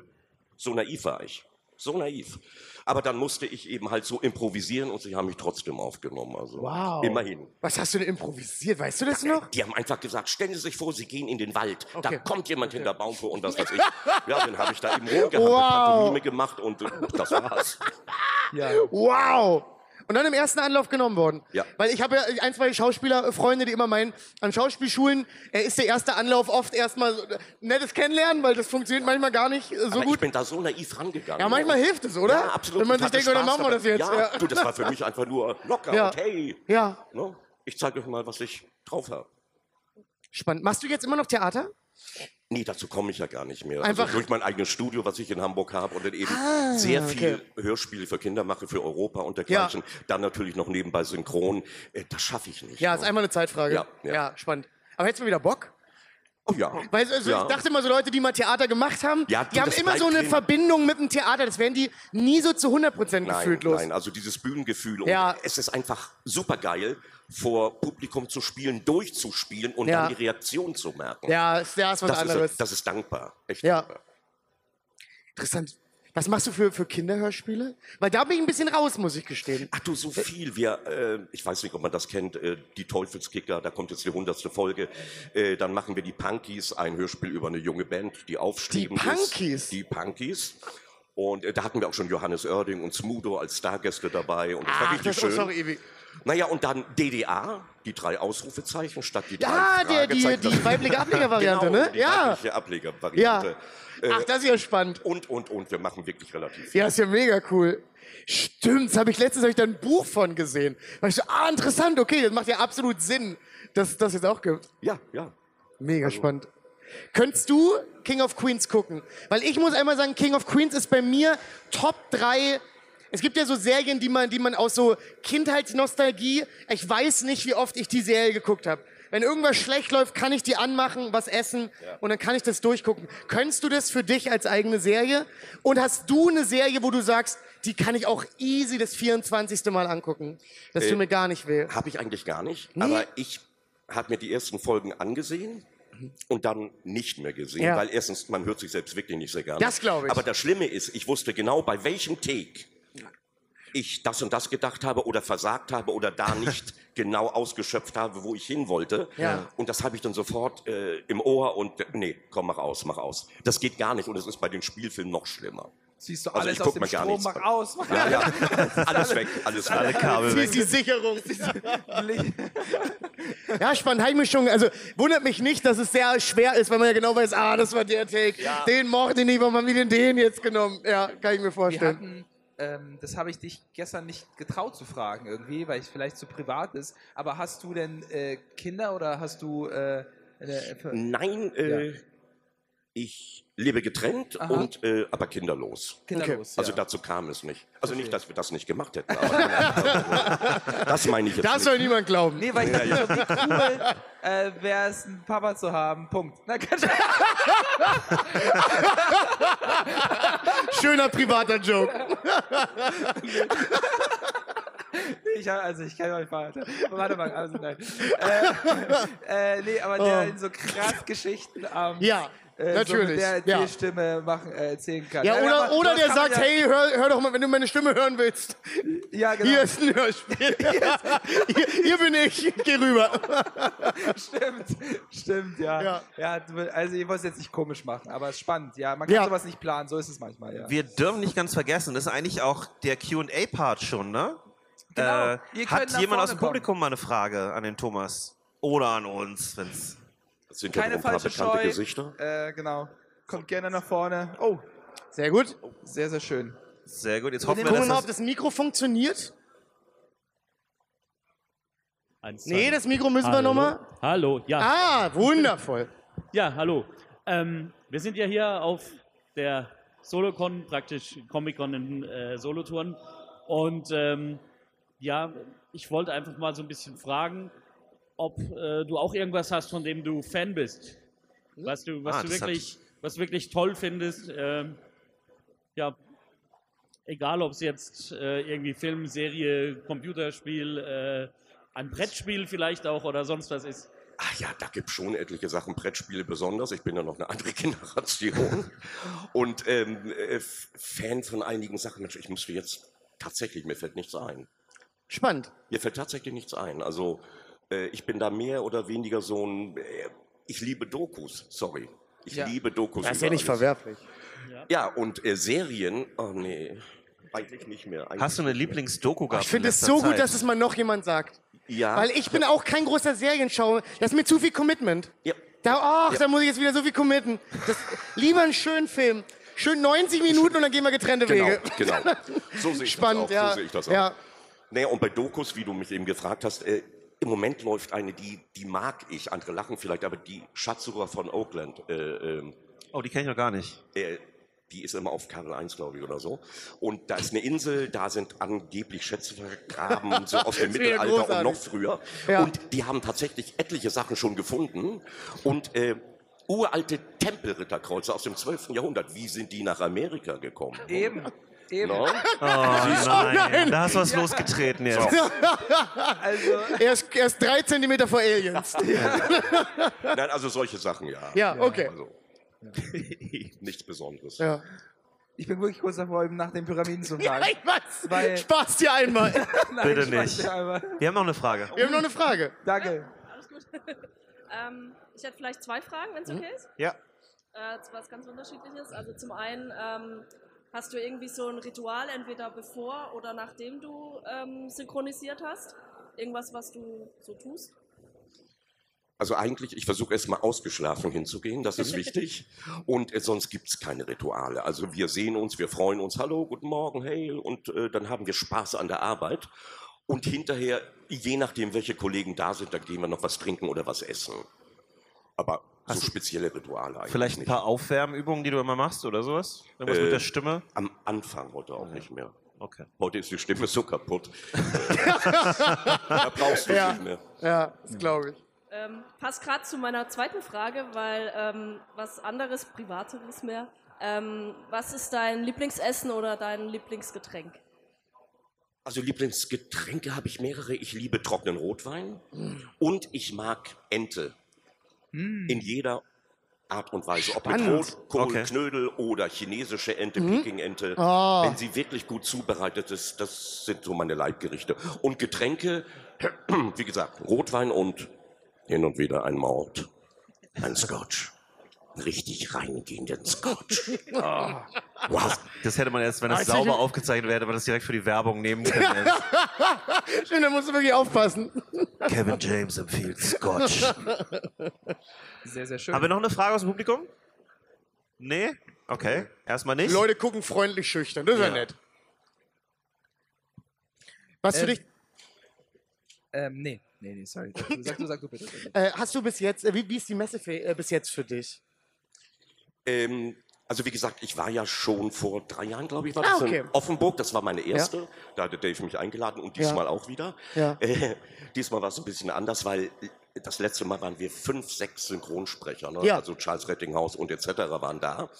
Speaker 6: so naiv war ich. So naiv. Aber dann musste ich eben halt so improvisieren und sie haben mich trotzdem aufgenommen. Also
Speaker 3: Wow.
Speaker 6: immerhin.
Speaker 3: Was hast du denn improvisiert? Weißt du das noch?
Speaker 6: Die haben einfach gesagt, stellen Sie sich vor, Sie gehen in den Wald.
Speaker 3: Okay.
Speaker 6: Da kommt jemand hinter Baumfuhr
Speaker 3: (laughs)
Speaker 6: und was weiß ich. Ja, den habe ich da eben rumgehandelt,
Speaker 3: Wow.
Speaker 6: Pantomime gemacht und äh, das war's.
Speaker 3: Wow! Und dann im ersten Anlauf genommen worden.
Speaker 6: Ja.
Speaker 3: Weil ich habe ja ein, zwei Schauspielerfreunde, die immer meinen, an Schauspielschulen äh, ist der erste Anlauf oft erstmal so, äh, nettes Kennenlernen, weil das funktioniert manchmal gar nicht äh, so
Speaker 6: Aber
Speaker 3: gut.
Speaker 6: ich bin da so naiv rangegangen.
Speaker 3: Ja, manchmal hilft es, oder?
Speaker 6: Ja, absolut.
Speaker 3: Wenn man
Speaker 6: Ich
Speaker 3: sich
Speaker 6: hatte
Speaker 3: denkt, oh, dann
Speaker 6: Spaß
Speaker 3: machen wir
Speaker 6: dabei.
Speaker 3: das jetzt.
Speaker 6: Ja,
Speaker 3: Ja.
Speaker 6: du, das war für mich einfach nur locker
Speaker 3: Ja.
Speaker 6: und hey,
Speaker 3: ja,
Speaker 6: ne? ich zeige euch mal, was ich drauf habe.
Speaker 3: spannend. Machst du jetzt immer noch Theater?
Speaker 6: Nee, dazu komme ich ja gar nicht mehr.
Speaker 3: Einfach- Ah,
Speaker 6: also durch mein eigenes Studio, was ich in Hamburg habe und dann eben sehr viel Hörspiele für Kinder mache, für Europa und dergleichen. Dann natürlich noch nebenbei synchron. Äh, Das schaffe ich nicht.
Speaker 3: Ja, ist einmal eine Zeitfrage.
Speaker 6: Ja, ja.
Speaker 3: spannend. Aber hättest du wieder Bock?
Speaker 6: Oh ja.
Speaker 3: Weil also
Speaker 6: ja.
Speaker 3: ich dachte immer, so Leute, die mal Theater gemacht haben,
Speaker 6: Ja,
Speaker 3: die
Speaker 6: du,
Speaker 3: haben
Speaker 6: das
Speaker 3: immer
Speaker 6: bleibt
Speaker 3: so eine
Speaker 6: drin.
Speaker 3: Verbindung mit dem Theater. Das werden die nie so zu 100%
Speaker 6: Nein,
Speaker 3: gefühlt los.
Speaker 6: nein, also dieses Bühnengefühl. Und
Speaker 3: Ja.
Speaker 6: Es ist einfach super geil, vor Publikum zu spielen, durchzuspielen und
Speaker 3: Ja.
Speaker 6: dann die Reaktion zu merken.
Speaker 3: Ja, ist, ja, ist was
Speaker 6: das,
Speaker 3: anderes.
Speaker 6: ist, das ist dankbar. Echt
Speaker 3: Ja.
Speaker 6: dankbar.
Speaker 3: Interessant. Was machst du für, für Kinderhörspiele? Weil da bin ich ein bisschen raus, muss ich gestehen.
Speaker 6: Ach du, so viel. Wir, äh, ich weiß nicht, ob man das kennt, äh, die Teufelskicker, da kommt jetzt die hundertste Folge. Äh, dann machen wir die Punkies, ein Hörspiel über eine junge Band, die aufstrebend
Speaker 3: Die Punkies?
Speaker 6: ist. Die Punkies. Und äh, da hatten wir auch schon Johannes Oerding und Smudo als Stargäste dabei. Und das war
Speaker 3: Ach,
Speaker 6: richtig
Speaker 3: das, oh,
Speaker 6: schön.
Speaker 3: sorry, Ewi.
Speaker 6: Naja, und dann DDA, die drei Ausrufezeichen statt die
Speaker 3: Ja,
Speaker 6: drei
Speaker 3: der, die,
Speaker 6: Fragezeichen.
Speaker 3: die weibliche Ablegervariante,
Speaker 6: (laughs) genau,
Speaker 3: ne?
Speaker 6: Die
Speaker 3: Ja.
Speaker 6: weibliche
Speaker 3: Ja.
Speaker 6: Ablegervariante. Äh,
Speaker 3: Ach, das ist ja spannend.
Speaker 6: Und, und, und. Wir machen wirklich relativ viel.
Speaker 3: Ja, ist ja mega cool. Stimmt, das habe ich letztens hab ich da ein Buch von gesehen. Da hab ich so, ah, interessant, okay, das macht ja absolut Sinn, dass es das jetzt auch gibt.
Speaker 6: Ja, ja.
Speaker 3: Mega spannend. Könntest du King of Queens gucken? Weil ich muss einmal sagen, King of Queens ist bei mir Top 3. Es gibt ja so Serien, die man, die man aus so Kindheitsnostalgie, ich weiß nicht, wie oft ich die Serie geguckt habe. Wenn irgendwas schlecht läuft, kann ich die anmachen, was essen und dann kann ich das durchgucken. Könntest du das für dich als eigene Serie? Und hast du eine Serie, wo du sagst, die kann ich auch easy das 24. Mal angucken? Das tut mir gar nicht weh.
Speaker 6: Habe ich eigentlich gar nicht. Aber ich habe mir die ersten Folgen angesehen und dann nicht mehr gesehen,
Speaker 3: Ja.
Speaker 6: weil erstens, man hört sich selbst wirklich nicht sehr gerne.
Speaker 3: Das glaub ich.
Speaker 6: Aber das Schlimme ist, ich wusste genau, bei welchem Take ich das und das gedacht habe oder versagt habe
Speaker 3: (laughs)
Speaker 6: oder da nicht genau ausgeschöpft habe, wo ich hin wollte.
Speaker 3: Ja.
Speaker 6: Und das habe ich dann sofort äh, im Ohr und äh, nee, komm, mach aus, mach aus. Das geht gar nicht und es ist bei den Spielfilmen noch schlimmer.
Speaker 5: Siehst du
Speaker 6: Also
Speaker 5: alles
Speaker 6: ich
Speaker 5: aus
Speaker 6: guck
Speaker 5: dem
Speaker 6: mal gar
Speaker 5: Strom,
Speaker 6: nichts
Speaker 5: mach
Speaker 6: an.
Speaker 5: aus. Mach
Speaker 6: Ja, ja. alles weg, alles weg.
Speaker 7: Kabel
Speaker 3: Die,
Speaker 7: weg.
Speaker 3: die Sicherung.
Speaker 5: (laughs)
Speaker 3: Ja, spannend. Habe ich mich schon. Also wundert mich nicht, dass es sehr schwer ist, weil man ja genau weiß, ah, das war der Take. Den mochte ich nicht, warum haben wir denn den jetzt genommen? Ja, kann ich mir
Speaker 5: Wir
Speaker 3: vorstellen.
Speaker 5: hatten, ähm, das habe ich dich gestern nicht getraut zu fragen irgendwie, weil es vielleicht zu privat ist. Aber hast du denn äh, Kinder oder hast du äh, eine,
Speaker 6: Nein, äh, ich lebe getrennt
Speaker 5: Aha.
Speaker 6: und äh, aber kinderlos.
Speaker 5: kinderlos?
Speaker 6: Also
Speaker 5: ja.
Speaker 6: dazu kam es nicht. Also nicht, dass wir das nicht gemacht
Speaker 5: (laughs)
Speaker 6: hätten. Aber das meine ich jetzt
Speaker 3: Das soll
Speaker 6: nicht.
Speaker 3: niemand glauben.
Speaker 5: Nee, weil ich dachte, so, wie cool äh, wäre es, einen Papa zu haben. Punkt. Na, kein Scherz.
Speaker 3: Schöner privater Joke.
Speaker 5: (laughs) ich hab, also ich kenne meinen Vater. Aber Warte mal, also nein. Äh, äh, nee, aber der
Speaker 3: Oh.
Speaker 5: in so krass Geschichten am äh,
Speaker 3: Ja,
Speaker 5: So
Speaker 3: natürlich.
Speaker 5: mit der
Speaker 3: Ja.
Speaker 5: die Stimme machen, äh, erzählen kann.
Speaker 3: Ja, oder,
Speaker 5: aber
Speaker 3: oder
Speaker 5: das
Speaker 3: der
Speaker 5: kann man
Speaker 3: sagt,
Speaker 5: ja,
Speaker 3: hey, hör, hör doch mal, wenn du meine Stimme hören willst,
Speaker 5: ja, genau.
Speaker 3: hier ist ein
Speaker 5: (laughs)
Speaker 3: Hörspiel. hier, hier bin ich, geh rüber.
Speaker 5: Stimmt, stimmt, ja.
Speaker 3: Ja.
Speaker 5: ja. du will- also ich wollte es jetzt nicht komisch machen, aber es ist spannend, ja. Man kann
Speaker 3: Ja.
Speaker 5: sowas nicht planen, so ist es manchmal, ja.
Speaker 7: Wir dürfen nicht ganz vergessen, das ist eigentlich auch der Q&A-Part schon, ne?
Speaker 5: Genau.
Speaker 7: Äh,
Speaker 5: Ihr könnt
Speaker 7: hat
Speaker 5: nach
Speaker 7: jemand
Speaker 5: vorne
Speaker 7: aus dem
Speaker 5: kommen.
Speaker 7: Publikum mal eine Frage an den Thomas? Oder an uns, wenn's...
Speaker 6: Das sind ja
Speaker 5: Keine
Speaker 6: nur ein paar
Speaker 5: falsche
Speaker 6: bekannte
Speaker 5: Scheu.
Speaker 6: Gesichter.
Speaker 5: Äh, genau. Kommt gerne nach vorne. Oh,
Speaker 3: Sehr gut.
Speaker 5: sehr, sehr schön.
Speaker 7: Sehr gut, jetzt hoffen wir,
Speaker 3: Gucken wir mal,
Speaker 7: dass
Speaker 3: ob
Speaker 7: das...
Speaker 3: das Mikro funktioniert.
Speaker 8: Eins,
Speaker 3: Nee,
Speaker 8: zwei.
Speaker 3: das Mikro müssen wir
Speaker 8: Hallo.
Speaker 3: nochmal.
Speaker 8: Hallo, ja.
Speaker 3: Ah, wundervoll.
Speaker 8: Ja, hallo. Ähm, wir sind ja hier auf der Solocon, praktisch Comic-Con in äh, Solotouren. Und ähm, ja, ich wollte einfach mal so ein bisschen fragen, ob äh, du auch irgendwas hast, von dem du Fan bist. Was du, was
Speaker 7: Ah,
Speaker 8: du
Speaker 7: das hat-
Speaker 8: wirklich, was du wirklich toll findest. Ähm, ja, egal ob es jetzt äh, irgendwie Film, Serie, Computerspiel, äh, ein Brettspiel vielleicht auch oder sonst was ist.
Speaker 6: Ach Ah ja, da gibt es schon etliche Sachen, Brettspiele besonders. Ich bin ja noch eine andere (laughs) Generation. Und ähm, äh, F- Fan von einigen Sachen. Mensch, ich müsste jetzt tatsächlich, mir fällt nichts ein.
Speaker 3: Spannend.
Speaker 6: Mir fällt tatsächlich nichts ein. Also äh, ich bin da mehr oder weniger so ein. Äh, ich liebe Dokus, sorry. Ich
Speaker 5: Ja.
Speaker 6: liebe Dokus.
Speaker 3: Das ist ja
Speaker 6: über
Speaker 3: nicht
Speaker 6: alles.
Speaker 3: verwerflich.
Speaker 6: Ja, und äh, Serien, oh nee, eigentlich nicht mehr. Eigentlich
Speaker 7: Hast du eine
Speaker 6: nicht mehr.
Speaker 7: Lieblings-Doku gehabt?
Speaker 3: Ich finde es so gut, dass es mal noch jemand sagt.
Speaker 6: Ja.
Speaker 3: Weil ich bin auch kein großer Serienschauer. Das ist mir zu viel Commitment.
Speaker 6: Ja.
Speaker 3: Da, ach, da muss ich jetzt wieder so viel committen. Das, lieber einen schönen Film. Schön 90 Minuten und dann gehen wir getrennte (laughs)
Speaker 6: Genau,
Speaker 3: Wege.
Speaker 6: genau. So sehe ich
Speaker 3: Spannend,
Speaker 6: das auch.
Speaker 3: ja.
Speaker 6: So sehe ich das auch.
Speaker 3: ja.
Speaker 6: Naja, und bei Dokus, wie du mich eben gefragt hast, äh, im Moment läuft eine, die, die mag ich, andere lachen vielleicht, aber die Schatzsucher von Oakland, äh, ähm,
Speaker 7: Oh, die kenne ich noch gar nicht.
Speaker 6: äh, die ist immer auf Kabel 1, glaube ich, oder so. Und da ist eine Insel, da sind angeblich Schätze vergraben, so aus
Speaker 3: (laughs)
Speaker 6: dem
Speaker 3: Das wäre
Speaker 6: Mittelalter und
Speaker 3: großartig.
Speaker 6: noch früher.
Speaker 3: Ja.
Speaker 6: Und die haben tatsächlich etliche Sachen schon gefunden. Und äh, uralte Tempelritterkreuze aus dem 12. Jahrhundert, wie sind die nach Amerika gekommen? Ne?
Speaker 5: Eben, eben.
Speaker 6: No?
Speaker 7: Oh, nein. Da hast du was losgetreten jetzt.
Speaker 5: Also,
Speaker 3: Er, ist, er ist drei Zentimeter vor
Speaker 6: (laughs)
Speaker 3: Aliens.
Speaker 6: Nein, also (laughs) solche Sachen, ja.
Speaker 3: Ja, okay.
Speaker 6: Also, nichts Besonderes.
Speaker 3: Ja.
Speaker 5: Ich bin wirklich kurz davor, eben nach den Pyramiden
Speaker 3: (laughs)
Speaker 5: zu fragen.
Speaker 3: Ich weiß.
Speaker 5: Weil-
Speaker 3: Spaß dir einmal.
Speaker 5: Nein,
Speaker 7: Bitte
Speaker 5: ich weiß
Speaker 7: nicht.
Speaker 5: aber-
Speaker 7: Wir haben noch eine Frage.
Speaker 3: Wir haben noch eine Frage.
Speaker 5: Danke.
Speaker 9: Alles gut. ähm, ich hätte vielleicht zwei Fragen, wenn es okay ist.
Speaker 7: Ja.
Speaker 9: Äh, zu was ganz unterschiedliches. Also zum einen, ähm, hast du irgendwie so ein Ritual, entweder bevor oder nachdem du ähm, synchronisiert hast? Irgendwas, was du so tust?
Speaker 6: Also eigentlich, ich versuche erstmal ausgeschlafen hinzugehen,
Speaker 7: (laughs)
Speaker 6: das ist wichtig. Und äh, sonst gibt's keine Rituale. Also wir sehen uns, wir freuen uns, hallo, guten Morgen, hey, und äh, dann haben wir Spaß an der Arbeit. Und hinterher, je nachdem, welche Kollegen da sind, dann gehen wir noch was trinken oder was essen. Aber so spezielle Rituale eigentlich
Speaker 7: Vielleicht ein
Speaker 6: nicht.
Speaker 7: paar Aufwärmübungen, die du immer machst oder sowas? Irgendwas
Speaker 6: Äh.
Speaker 7: mit der Stimme?
Speaker 6: Am Anfang heute auch nicht mehr.
Speaker 7: Okay.
Speaker 6: Heute ist die Stimme
Speaker 7: (laughs)
Speaker 6: so kaputt. da brauchst du
Speaker 3: Ja.
Speaker 6: nicht mehr.
Speaker 3: Ja, das glaube ich.
Speaker 9: Ähm, passt gerade zu meiner zweiten Frage, weil ähm, was anderes, privateres mehr. Ähm, was ist dein Lieblingsessen oder dein Lieblingsgetränk?
Speaker 6: Also Lieblingsgetränke habe ich mehrere. Ich liebe trockenen Rotwein und ich mag Ente. In jeder Art und Weise. Ob mit
Speaker 3: Spannend.
Speaker 6: Rotkohl,
Speaker 7: Okay.
Speaker 6: Knödel oder chinesische Ente, Pekingente. Wenn sie wirklich gut zubereitet ist, das sind so meine Leibgerichte. Und Getränke, (clears throat) wie gesagt, Rotwein und hin und wieder ein Mord. Ein Scotch. Richtig reingehenden Scotch. Wow.
Speaker 7: Das hätte man jetzt, wenn das
Speaker 3: Ah, jetzt hätte
Speaker 7: sauber
Speaker 3: ich-
Speaker 7: aufgezeichnet wäre, hätte man das direkt für die Werbung nehmen können. Jetzt.
Speaker 3: Schön, da musst du wirklich aufpassen.
Speaker 7: Kevin James empfiehlt Scotch.
Speaker 5: Sehr, sehr schön.
Speaker 7: Haben wir noch eine Frage aus dem Publikum? Nee? Okay. Erstmal nicht.
Speaker 3: Leute gucken freundlich schüchtern. Das ist ja, nett. Was für
Speaker 5: Ähm,
Speaker 3: dich,
Speaker 5: ähm, nee. Nee, nee, sorry. Sag du, sag du bitte.
Speaker 3: äh, hast du bis jetzt, äh, wie, wie ist die Messe für, äh, bis jetzt für dich?
Speaker 6: Ähm, also wie gesagt, ich war ja schon vor drei Jahren, glaube ich, war
Speaker 3: Ah,
Speaker 6: das
Speaker 3: okay.
Speaker 6: in Offenburg. Das war meine erste. Da hatte Dave mich eingeladen und diesmal auch wieder.
Speaker 3: Ja.
Speaker 6: Äh, diesmal war es ein bisschen anders, weil äh, das letzte Mal waren wir fünf, sechs Synchronsprecher. Ne?
Speaker 3: Ja.
Speaker 6: Also Charles Rettinghaus und etc. waren da.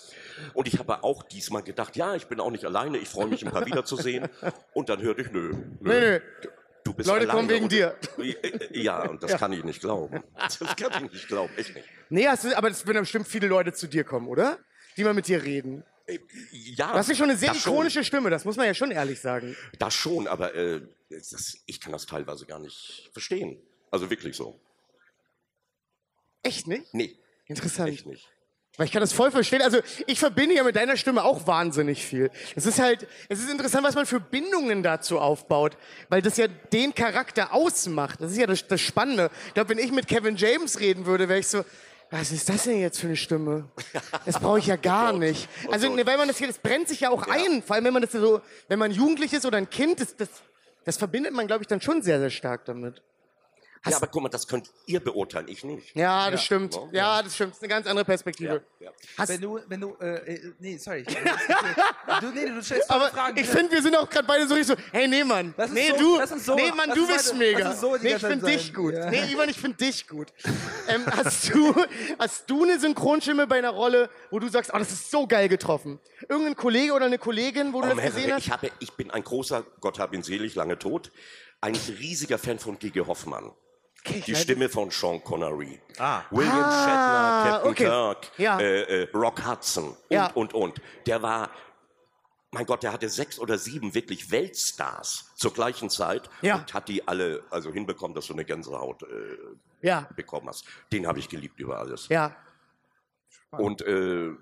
Speaker 6: Und ich habe auch diesmal gedacht, ja, ich bin auch nicht alleine. Ich freue mich, ein
Speaker 3: (laughs)
Speaker 6: paar wiederzusehen. Und dann hörte ich, nö, nö.
Speaker 3: Nö, nö.
Speaker 6: Du bist
Speaker 3: Leute
Speaker 6: alleine
Speaker 3: kommen wegen
Speaker 6: und- äh,
Speaker 3: dir.
Speaker 6: Ja, und das kann ich nicht glauben. Das kann ich nicht glauben, echt nicht.
Speaker 3: Nee, hast du, aber es werden bestimmt viele Leute zu dir kommen, oder? Die mal mit dir reden.
Speaker 6: Äh, Ja,
Speaker 3: Du hast ja schon eine sehr
Speaker 6: das
Speaker 3: ikonische Stimme, das muss man ja schon ehrlich sagen.
Speaker 6: Das schon, aber äh, es ist- ich kann das teilweise gar nicht verstehen. Also wirklich so.
Speaker 3: Echt nicht?
Speaker 6: Nee,
Speaker 3: Interessant.
Speaker 6: echt nicht.
Speaker 3: Weil ich kann das voll verstehen. Also ich verbinde ja mit deiner Stimme auch wahnsinnig viel. Es ist halt, es ist interessant, was man für Bindungen dazu aufbaut, weil das ja den Charakter ausmacht. Das ist ja das, das Spannende. Ich glaube, wenn ich mit Kevin James reden würde, wäre ich so, was ist das denn jetzt für eine Stimme? Das brauche ich ja gar nicht. Also ne, weil man das hier, das brennt sich ja auch ein. Vor allem, wenn man das so, wenn man jugendlich ist oder ein Kind, das, das, das verbindet man, glaube ich, dann schon sehr, sehr stark damit.
Speaker 6: Ja, aber guck mal, das könnt ihr beurteilen, ich nicht.
Speaker 3: Ja, das stimmt. Ja, das stimmt. Das ist eine ganz andere Perspektive.
Speaker 6: Ja.
Speaker 3: Hast,
Speaker 5: Wenn du, wenn du, äh, äh, nee, sorry. du, nee, du stellst
Speaker 3: Aber
Speaker 5: Fragen. ne?
Speaker 3: ich finde, wir sind auch gerade beide so richtig so, hey, nee, Mann.
Speaker 5: Lass uns
Speaker 3: nee,
Speaker 5: so-
Speaker 3: du,
Speaker 5: lass uns so-
Speaker 3: nee, Mann,
Speaker 5: lass
Speaker 3: du
Speaker 5: uns
Speaker 3: bist
Speaker 5: beide-
Speaker 3: mega.
Speaker 5: lass uns so die
Speaker 3: nee, ich
Speaker 5: ganze
Speaker 3: finde
Speaker 5: Zeit
Speaker 3: dich
Speaker 5: sein.
Speaker 3: gut.
Speaker 5: Ja.
Speaker 3: Nee, Ivan, ich finde dich gut. ähm, hast, du, (laughs) hast du eine Synchronstimme bei einer Rolle, wo du sagst, oh, das ist so geil getroffen? Irgendein Kollege oder eine Kollegin, wo du
Speaker 6: Oh,
Speaker 3: das gesehen
Speaker 6: Herr,
Speaker 3: hast?
Speaker 6: ich, habe, ich bin ein großer, Gott hab ihn selig, lange tot, ein riesiger Fan von Gigi Hoffmann. Die Stimme von Sean Connery.
Speaker 7: Ah.
Speaker 6: William
Speaker 3: Ah,
Speaker 6: Shatner, Captain
Speaker 3: okay.
Speaker 6: Kirk,
Speaker 3: Ja.
Speaker 6: äh, äh, Rock Hudson und,
Speaker 3: Ja.
Speaker 6: und, und. Der war, mein Gott, der hatte sechs oder sieben wirklich Weltstars zur gleichen Zeit
Speaker 3: Ja.
Speaker 6: und hat die alle also hinbekommen, dass du eine Gänsehaut äh,
Speaker 3: Ja,
Speaker 6: bekommen hast. Den habe ich geliebt über alles.
Speaker 3: ja.
Speaker 6: Und äh,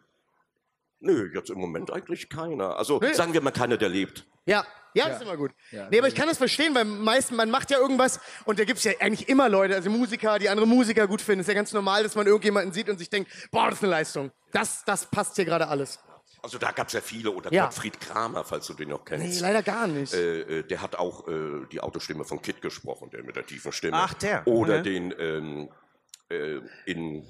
Speaker 6: nö, jetzt im Moment eigentlich keiner. Also
Speaker 3: Nee.
Speaker 6: sagen wir mal keiner, der lebt.
Speaker 3: Ja, ja, das ist immer gut. nee, aber ich kann das verstehen, weil meistens, man macht ja irgendwas und da gibt es ja eigentlich immer Leute, also Musiker, die andere Musiker gut finden. Ist ja ganz normal, dass man irgendjemanden sieht und sich denkt, boah, das ist eine Leistung. Das, das passt hier gerade alles.
Speaker 6: Also da gab es ja viele oder
Speaker 3: Ja.
Speaker 6: Gottfried Kramer, falls du den noch
Speaker 3: Nee,
Speaker 6: kennst.
Speaker 3: leider gar nicht.
Speaker 6: äh, äh, der hat auch äh, die Autostimme von Kid gesprochen, der mit der tiefen Stimme.
Speaker 7: Ach, der. ne?
Speaker 6: Oder
Speaker 7: Okay.
Speaker 6: den ähm, äh, in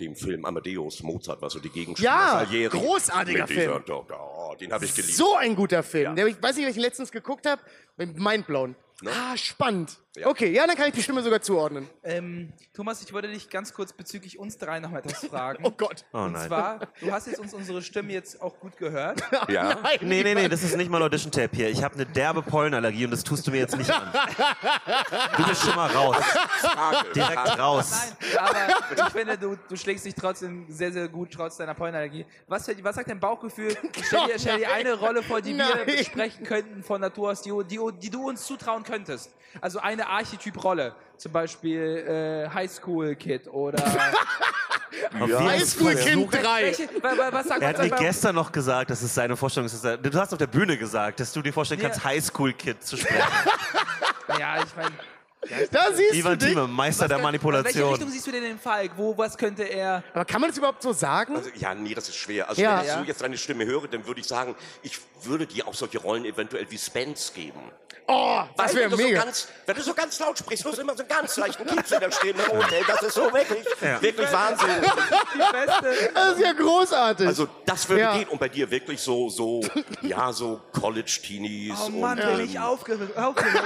Speaker 6: dem Film Amadeus Mozart, was so die Gegend
Speaker 3: Ja, großartiger Film.
Speaker 6: Oh, den habe ich geliebt.
Speaker 3: so ein guter Film. Der, ich weiß nicht, welchen ich letztens geguckt habe. Mindblown.
Speaker 6: Ne?
Speaker 3: Ah, spannend.
Speaker 6: Ja.
Speaker 3: Okay, ja, dann kann ich die Stimme sogar zuordnen.
Speaker 5: Ähm, Thomas, ich wollte dich ganz kurz bezüglich uns drei noch etwas fragen.
Speaker 3: Oh Gott.
Speaker 4: Oh
Speaker 5: Und
Speaker 4: nein.
Speaker 5: zwar, du hast jetzt uns unsere Stimme jetzt auch gut gehört.
Speaker 6: Ja.
Speaker 3: Nein,
Speaker 4: Nee, nee, nee, das ist nicht mal Audition-Tape hier. Ich habe eine derbe Pollenallergie und das tust du mir jetzt nicht an. Du bist schon mal raus.
Speaker 6: Frage.
Speaker 4: Direkt raus.
Speaker 5: Nein, aber ich finde, du, du schlägst dich trotzdem sehr, sehr gut, trotz deiner Pollenallergie. Was, für- was sagt dein Bauchgefühl? Ich stell dir, stell dir eine Rolle vor, die
Speaker 3: Nein.
Speaker 5: wir besprechen könnten von Natur aus, die, die, die du uns zutrauen könntest. Also eine Archetyp-Rolle. Zum Beispiel äh, Highschool-Kid oder...
Speaker 4: Ja,
Speaker 3: Highschool-Kind 3.
Speaker 5: Welche, wa- wa- was sagt
Speaker 4: Er
Speaker 5: man
Speaker 4: hat mir gestern noch gesagt, das ist seine Vorstellung. Das ist seine, du hast auf der Bühne gesagt, dass du dir vorstellen kannst,
Speaker 5: Ja.
Speaker 4: Highschool-Kid zu sprechen.
Speaker 5: Ja, ich meine...
Speaker 3: Da siehst
Speaker 4: Ivan
Speaker 3: du dich.
Speaker 4: Thieme, Meister der
Speaker 5: Welche Richtung
Speaker 4: Manipulation.
Speaker 5: siehst du denn den Falk? Wo, was könnte er...
Speaker 3: Aber kann man das überhaupt so sagen?
Speaker 6: Also, ja, nee, das ist schwer. Also,
Speaker 3: Ja.
Speaker 6: wenn ich so
Speaker 3: Ja.
Speaker 6: jetzt deine Stimme höre, dann würde ich sagen, ich würde dir auch solche Rollen eventuell wie Spence geben.
Speaker 3: Oh, das
Speaker 6: Weil,
Speaker 3: wäre
Speaker 6: wenn du So
Speaker 3: mega.
Speaker 6: ganz, wenn du so ganz laut sprichst, musst du immer so einen ganz leichten Kiepsen da stehen. Oh, ey, das ist so wirklich, wirklich Wahnsinn.
Speaker 5: Die beste...
Speaker 3: (laughs) Das ist ja großartig.
Speaker 6: Also das würde
Speaker 3: Ja.
Speaker 6: gehen und bei dir wirklich so, so, ja, so College-Teenies
Speaker 5: Oh Mann,
Speaker 6: und
Speaker 5: bin
Speaker 6: ähm,
Speaker 5: ich aufgeregt. aufgeregt.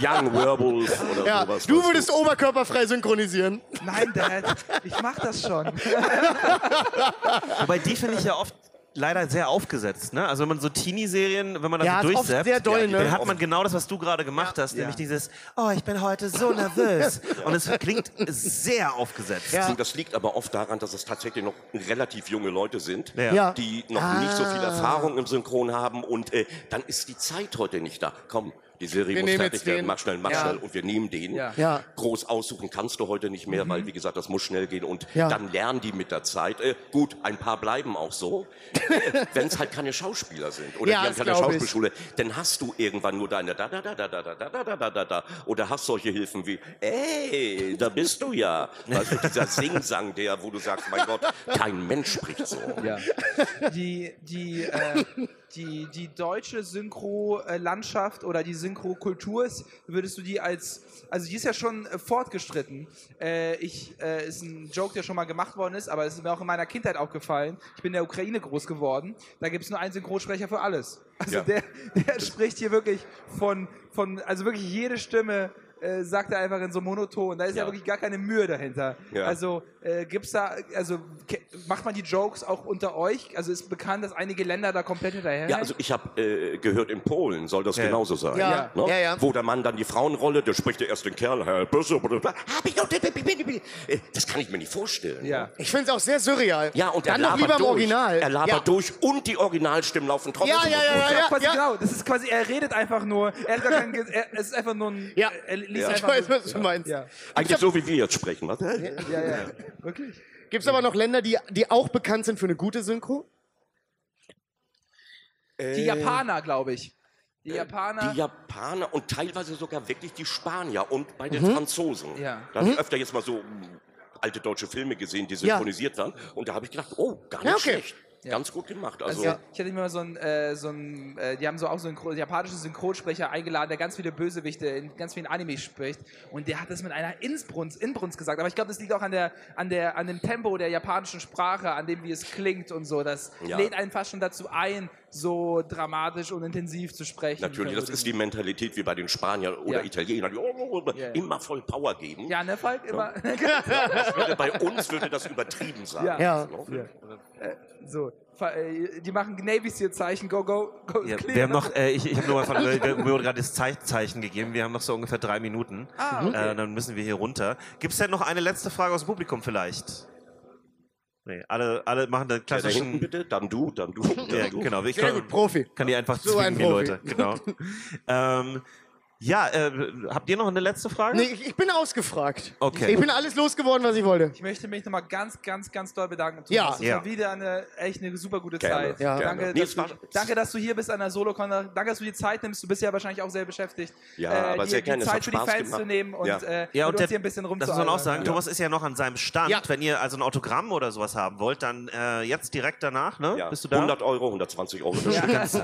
Speaker 6: Young Werewolf oder
Speaker 3: ja,
Speaker 6: sowas.
Speaker 3: du
Speaker 6: weißt
Speaker 3: würdest oberkörperfrei synchronisieren.
Speaker 5: Nein, Dad, ich mach das schon. (laughs)
Speaker 4: Wobei die finde ich ja oft leider sehr aufgesetzt. Ne? Also wenn man so Teenie-Serien, wenn man das
Speaker 3: Ja,
Speaker 4: so
Speaker 3: ist oft
Speaker 4: durchsetzt,
Speaker 3: sehr doll, ne?
Speaker 4: dann hat man genau das, was du gerade gemacht hast, nämlich dieses, oh, ich bin heute so nervös. Und es klingt sehr aufgesetzt.
Speaker 6: Du, das liegt aber oft daran, dass es tatsächlich noch relativ junge Leute sind,
Speaker 3: Ja. Ah.
Speaker 6: die noch nicht so viel Erfahrung im Synchron haben und äh, dann ist die Zeit heute nicht da. Komm, die Serie
Speaker 3: Wir
Speaker 6: muss
Speaker 3: nehmen
Speaker 6: fertig
Speaker 3: jetzt
Speaker 6: werden,
Speaker 3: den.
Speaker 6: mach schnell, mach
Speaker 5: Ja.
Speaker 6: schnell und wir nehmen den.
Speaker 5: Ja.
Speaker 3: Ja. Mhm.
Speaker 6: Groß aussuchen kannst du heute nicht mehr, weil wie gesagt, das muss schnell gehen und
Speaker 3: Ja.
Speaker 6: dann lernen die mit der Zeit. Äh, gut, ein paar bleiben auch
Speaker 3: (laughs)
Speaker 6: so, wenn es halt keine Schauspieler sind oder
Speaker 3: Ja,
Speaker 6: die haben
Speaker 3: das
Speaker 6: keine
Speaker 3: glaub ich.
Speaker 6: Schauspielschule, dann hast du irgendwann nur deine da da da da da da da da da da da da oder hast solche Hilfen wie ey, da bist du ja. Also dieser Singsang, der wo du sagst, mein Gott, kein Mensch spricht so.
Speaker 5: Die, die, äh, die, die deutsche Synchro-Landschaft oder die Synchro-Kultur, ist- würdest du die als, also die ist ja schon äh, fortgeschritten. Äh, ich, äh, ist ein Joke, der schon mal gemacht worden ist, aber es ist mir auch in meiner Kindheit aufgefallen. Ich bin in der Ukraine groß geworden. Da gibt es nur einen Synchronsprecher für alles. Also
Speaker 6: Ja.
Speaker 5: der, der spricht hier wirklich von, von, also wirklich jede Stimme äh, sagt er einfach in so monoton. Da ist ja,
Speaker 6: Ja.
Speaker 5: wirklich gar keine Mühe dahinter.
Speaker 6: Ja.
Speaker 5: Also äh, gibt's da, also ke- macht man die Jokes auch unter euch? Also ist bekannt, dass einige Länder da komplett hinterher.
Speaker 6: Ja, also ich habe äh, gehört, in Polen soll das genauso sein.
Speaker 3: Ja.
Speaker 6: Ne?
Speaker 3: Ja, ja.
Speaker 6: Wo der Mann dann die Frauenrolle, der spricht ja erst den Kerl. Herr Bösse, blablabla. Hab ich noch- Äh, Das kann ich mir nicht vorstellen. ne?
Speaker 5: ja.
Speaker 3: Ah. Ich finde es auch sehr surreal.
Speaker 6: Ja, und
Speaker 3: Dann noch
Speaker 6: er
Speaker 3: wie
Speaker 6: labert
Speaker 3: beim
Speaker 6: durch.
Speaker 3: Original.
Speaker 6: Er labert
Speaker 3: ja.
Speaker 6: durch und die Originalstimmen laufen trotzdem.
Speaker 3: Ja, ja, ja, ja,
Speaker 5: Ja,
Speaker 3: ja,
Speaker 5: quasi
Speaker 3: ja.
Speaker 5: genau. Das ist quasi, er redet einfach nur. Er hat gar keinen, Ge- er, es ist einfach nur ein,
Speaker 3: Ja.
Speaker 5: er liest
Speaker 3: Ich
Speaker 5: einfach.
Speaker 3: weiß,
Speaker 5: nur-
Speaker 3: was du meinst.
Speaker 5: Ja.
Speaker 6: Eigentlich so, wie wir jetzt sprechen. Was?
Speaker 5: ja, ja, wirklich.
Speaker 3: Gibt es aber noch Länder, die, die auch bekannt sind für eine gute Synchro?
Speaker 5: Die Japaner, glaube ich. Äh. Die Japaner.
Speaker 6: Die Japaner und teilweise sogar wirklich die Spanier und bei
Speaker 3: Mhm.
Speaker 6: den Franzosen.
Speaker 5: Ja.
Speaker 6: Da habe ich öfter jetzt mal so mh, alte deutsche Filme gesehen, die
Speaker 3: Ja.
Speaker 6: synchronisiert waren. Und da habe ich gedacht, oh, gar nicht
Speaker 3: Ja, okay.
Speaker 6: schlecht. Ganz gut gemacht. Also,
Speaker 5: Also, Ich hatte mir mal so ein, äh, so ein äh, die haben so auch so einen gro- japanischen Synchronsprecher eingeladen, der ganz viele Bösewichte in ganz vielen Anime spricht. Und der hat das mit einer Inbrunst, Inbrunst gesagt. Aber ich glaube, das liegt auch an der, an der, an dem Tempo der japanischen Sprache, an dem wie es klingt und so. Das
Speaker 6: Ja.
Speaker 5: lädt einen fast schon dazu ein, so dramatisch und intensiv zu sprechen.
Speaker 6: natürlich, das ist die Mentalität wie bei den Spaniern oder
Speaker 5: Ja.
Speaker 6: Italienern. Die, oh, oh, oh,
Speaker 5: Ja, ja.
Speaker 6: Immer voll Power geben.
Speaker 5: Ja, ne, Falk? Immer. (laughs)
Speaker 6: Das würde, bei uns würde das übertrieben sein.
Speaker 5: Ja.
Speaker 3: Ja.
Speaker 6: Ne?
Speaker 5: so. Fa- äh, Die machen Navy Seal Zeichen, go, go, go.
Speaker 4: Ja,
Speaker 5: clear.
Speaker 4: wir haben
Speaker 3: ne?
Speaker 4: noch, äh, ich, ich habe nur mal von, äh, mir wurde gerade das Zeit- Zeichen gegeben. Wir haben noch so ungefähr drei Minuten.
Speaker 5: Ah, okay.
Speaker 4: äh, dann müssen wir hier runter. Gibt es denn noch eine letzte Frage aus dem Publikum vielleicht? Nee, alle, alle machen den
Speaker 6: Ja, da hinten
Speaker 4: klassischen.
Speaker 6: bitte, dann du, dann du. Dann
Speaker 4: Ja,
Speaker 6: du.
Speaker 4: genau. Ich
Speaker 3: Sehr
Speaker 4: kann,
Speaker 3: gut, Profi.
Speaker 4: kann die einfach
Speaker 3: So ein
Speaker 4: zwingen, die
Speaker 3: Profi.
Speaker 4: Leute.
Speaker 3: (laughs)
Speaker 4: Genau. ähm, ja, äh, habt ihr noch eine letzte Frage?
Speaker 3: Nee, ich, ich bin ausgefragt.
Speaker 4: Okay.
Speaker 3: Ich bin alles losgeworden, was ich wollte.
Speaker 5: Ich möchte mich nochmal ganz, ganz, ganz doll bedanken. Thomas.
Speaker 3: Ja.
Speaker 5: es
Speaker 4: Ja.
Speaker 5: war wieder eine echt eine super gute
Speaker 6: Gerne,
Speaker 5: Zeit.
Speaker 3: Ja.
Speaker 6: gerne.
Speaker 5: Danke,
Speaker 6: Nee,
Speaker 5: dass
Speaker 6: es
Speaker 5: du,
Speaker 6: war-
Speaker 5: danke, dass du hier bist an der Solocon. Danke, dass du dir Zeit nimmst. Du bist ja wahrscheinlich auch sehr beschäftigt.
Speaker 6: Ja, aber
Speaker 5: dir
Speaker 6: sehr
Speaker 5: die
Speaker 6: gerne. Es
Speaker 5: Zeit
Speaker 6: hat
Speaker 5: für die
Speaker 6: Spaß
Speaker 5: Fans
Speaker 6: gemacht.
Speaker 5: zu nehmen und,
Speaker 6: Ja.
Speaker 5: äh, mit
Speaker 4: Ja, und
Speaker 5: uns
Speaker 4: der,
Speaker 5: hier ein bisschen
Speaker 4: das muss man auch sagen.
Speaker 5: rumzualbern.
Speaker 4: Thomas ist ja noch an seinem Stand.
Speaker 3: Ja.
Speaker 4: Wenn ihr also ein Autogramm oder sowas haben wollt, dann äh, jetzt direkt danach, ne?
Speaker 6: Ja.
Speaker 4: Bist du da?
Speaker 6: 100 Euro, 120 Euro. das Stück.
Speaker 4: Ganz,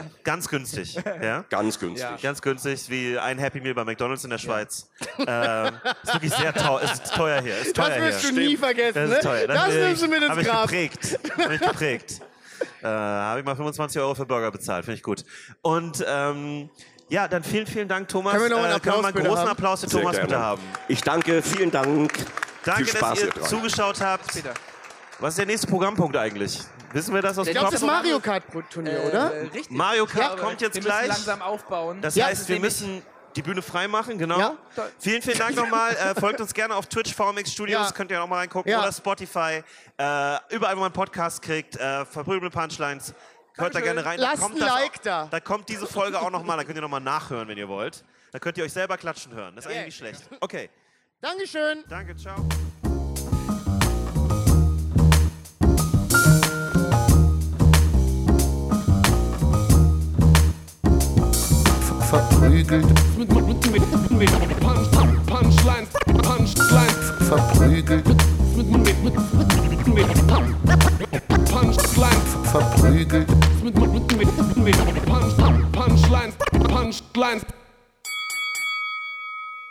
Speaker 3: (laughs)
Speaker 4: ganz günstig. Ja?
Speaker 6: Ganz günstig.
Speaker 5: Ja.
Speaker 4: Ganz günstig, wie ein Happy Meal bei McDonalds in der Schweiz. Ähm, ist wirklich sehr teuer. Ist teuer hier. Ist teuer
Speaker 3: Das
Speaker 4: hier.
Speaker 3: wirst du nie vergessen,
Speaker 4: Das
Speaker 3: ne?
Speaker 4: ist teuer.
Speaker 3: Das
Speaker 4: äh,
Speaker 3: nimmst du mit
Speaker 4: hab
Speaker 3: ins
Speaker 4: ich
Speaker 3: Grab.
Speaker 4: geprägt. Hab
Speaker 3: (laughs)
Speaker 4: ich geprägt. Äh, Habe ich mal 25 Euro für Burger bezahlt, finde ich gut. Und ähm, Ja, dann vielen, vielen Dank, Thomas. Äh,
Speaker 3: Können wir noch einen
Speaker 4: können wir
Speaker 3: Applaus
Speaker 4: mal einen
Speaker 3: bitte
Speaker 4: großen
Speaker 3: haben?
Speaker 4: Applaus für
Speaker 6: Sehr
Speaker 4: Thomas
Speaker 6: gerne.
Speaker 4: bitte haben.
Speaker 6: Ich danke, vielen Dank.
Speaker 4: Danke,
Speaker 6: Viel Spaß,
Speaker 4: dass ihr
Speaker 6: ihr drei.
Speaker 4: zugeschaut habt.
Speaker 5: Peter.
Speaker 4: Was ist der nächste Programmpunkt eigentlich? Wissen wir das aus
Speaker 3: Ich
Speaker 4: dem
Speaker 3: glaube, das
Speaker 4: Kopf?
Speaker 3: ist Mario Kart Turnier, oder?
Speaker 5: Äh, richtig.
Speaker 4: Mario Kart
Speaker 5: Aber
Speaker 4: kommt jetzt
Speaker 5: wir müssen
Speaker 4: gleich.
Speaker 5: langsam aufbauen.
Speaker 4: Das
Speaker 3: Ja,
Speaker 4: heißt,
Speaker 3: das
Speaker 4: wir
Speaker 3: nehme ich.
Speaker 4: müssen die Bühne freimachen, genau.
Speaker 3: Ja.
Speaker 4: Vielen, vielen Dank nochmal. Äh, folgt uns gerne auf Twitch, VMX Studios,
Speaker 3: Ja.
Speaker 4: könnt ihr nochmal reingucken.
Speaker 3: Ja.
Speaker 4: Oder Spotify. Äh, überall, wo man Podcasts kriegt. Äh, Verprügelte Punchlines. Hört da gerne rein.
Speaker 3: Lasst ein
Speaker 4: das
Speaker 3: Like
Speaker 4: auch,
Speaker 3: da.
Speaker 4: Da kommt diese Folge auch nochmal. Da könnt ihr nochmal nachhören, wenn ihr wollt. Da könnt ihr euch selber klatschen hören. Das ist eigentlich nicht schlecht. Okay,
Speaker 3: Dankeschön.
Speaker 4: danke, ciao.
Speaker 10: verprügelt,
Speaker 1: Mit, mit, mit, mit, mit Punch, Punchlines, Punchlines.
Speaker 10: verprügelt,
Speaker 1: Mit, mit, mit, mit, mit Punch, Punchlines.
Speaker 10: verprügelt.
Speaker 1: Mit, mit, mit, mit, mit Punch, Punchlines, Punchlines.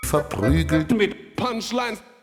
Speaker 10: verprügelt.
Speaker 1: Mit Punchlines.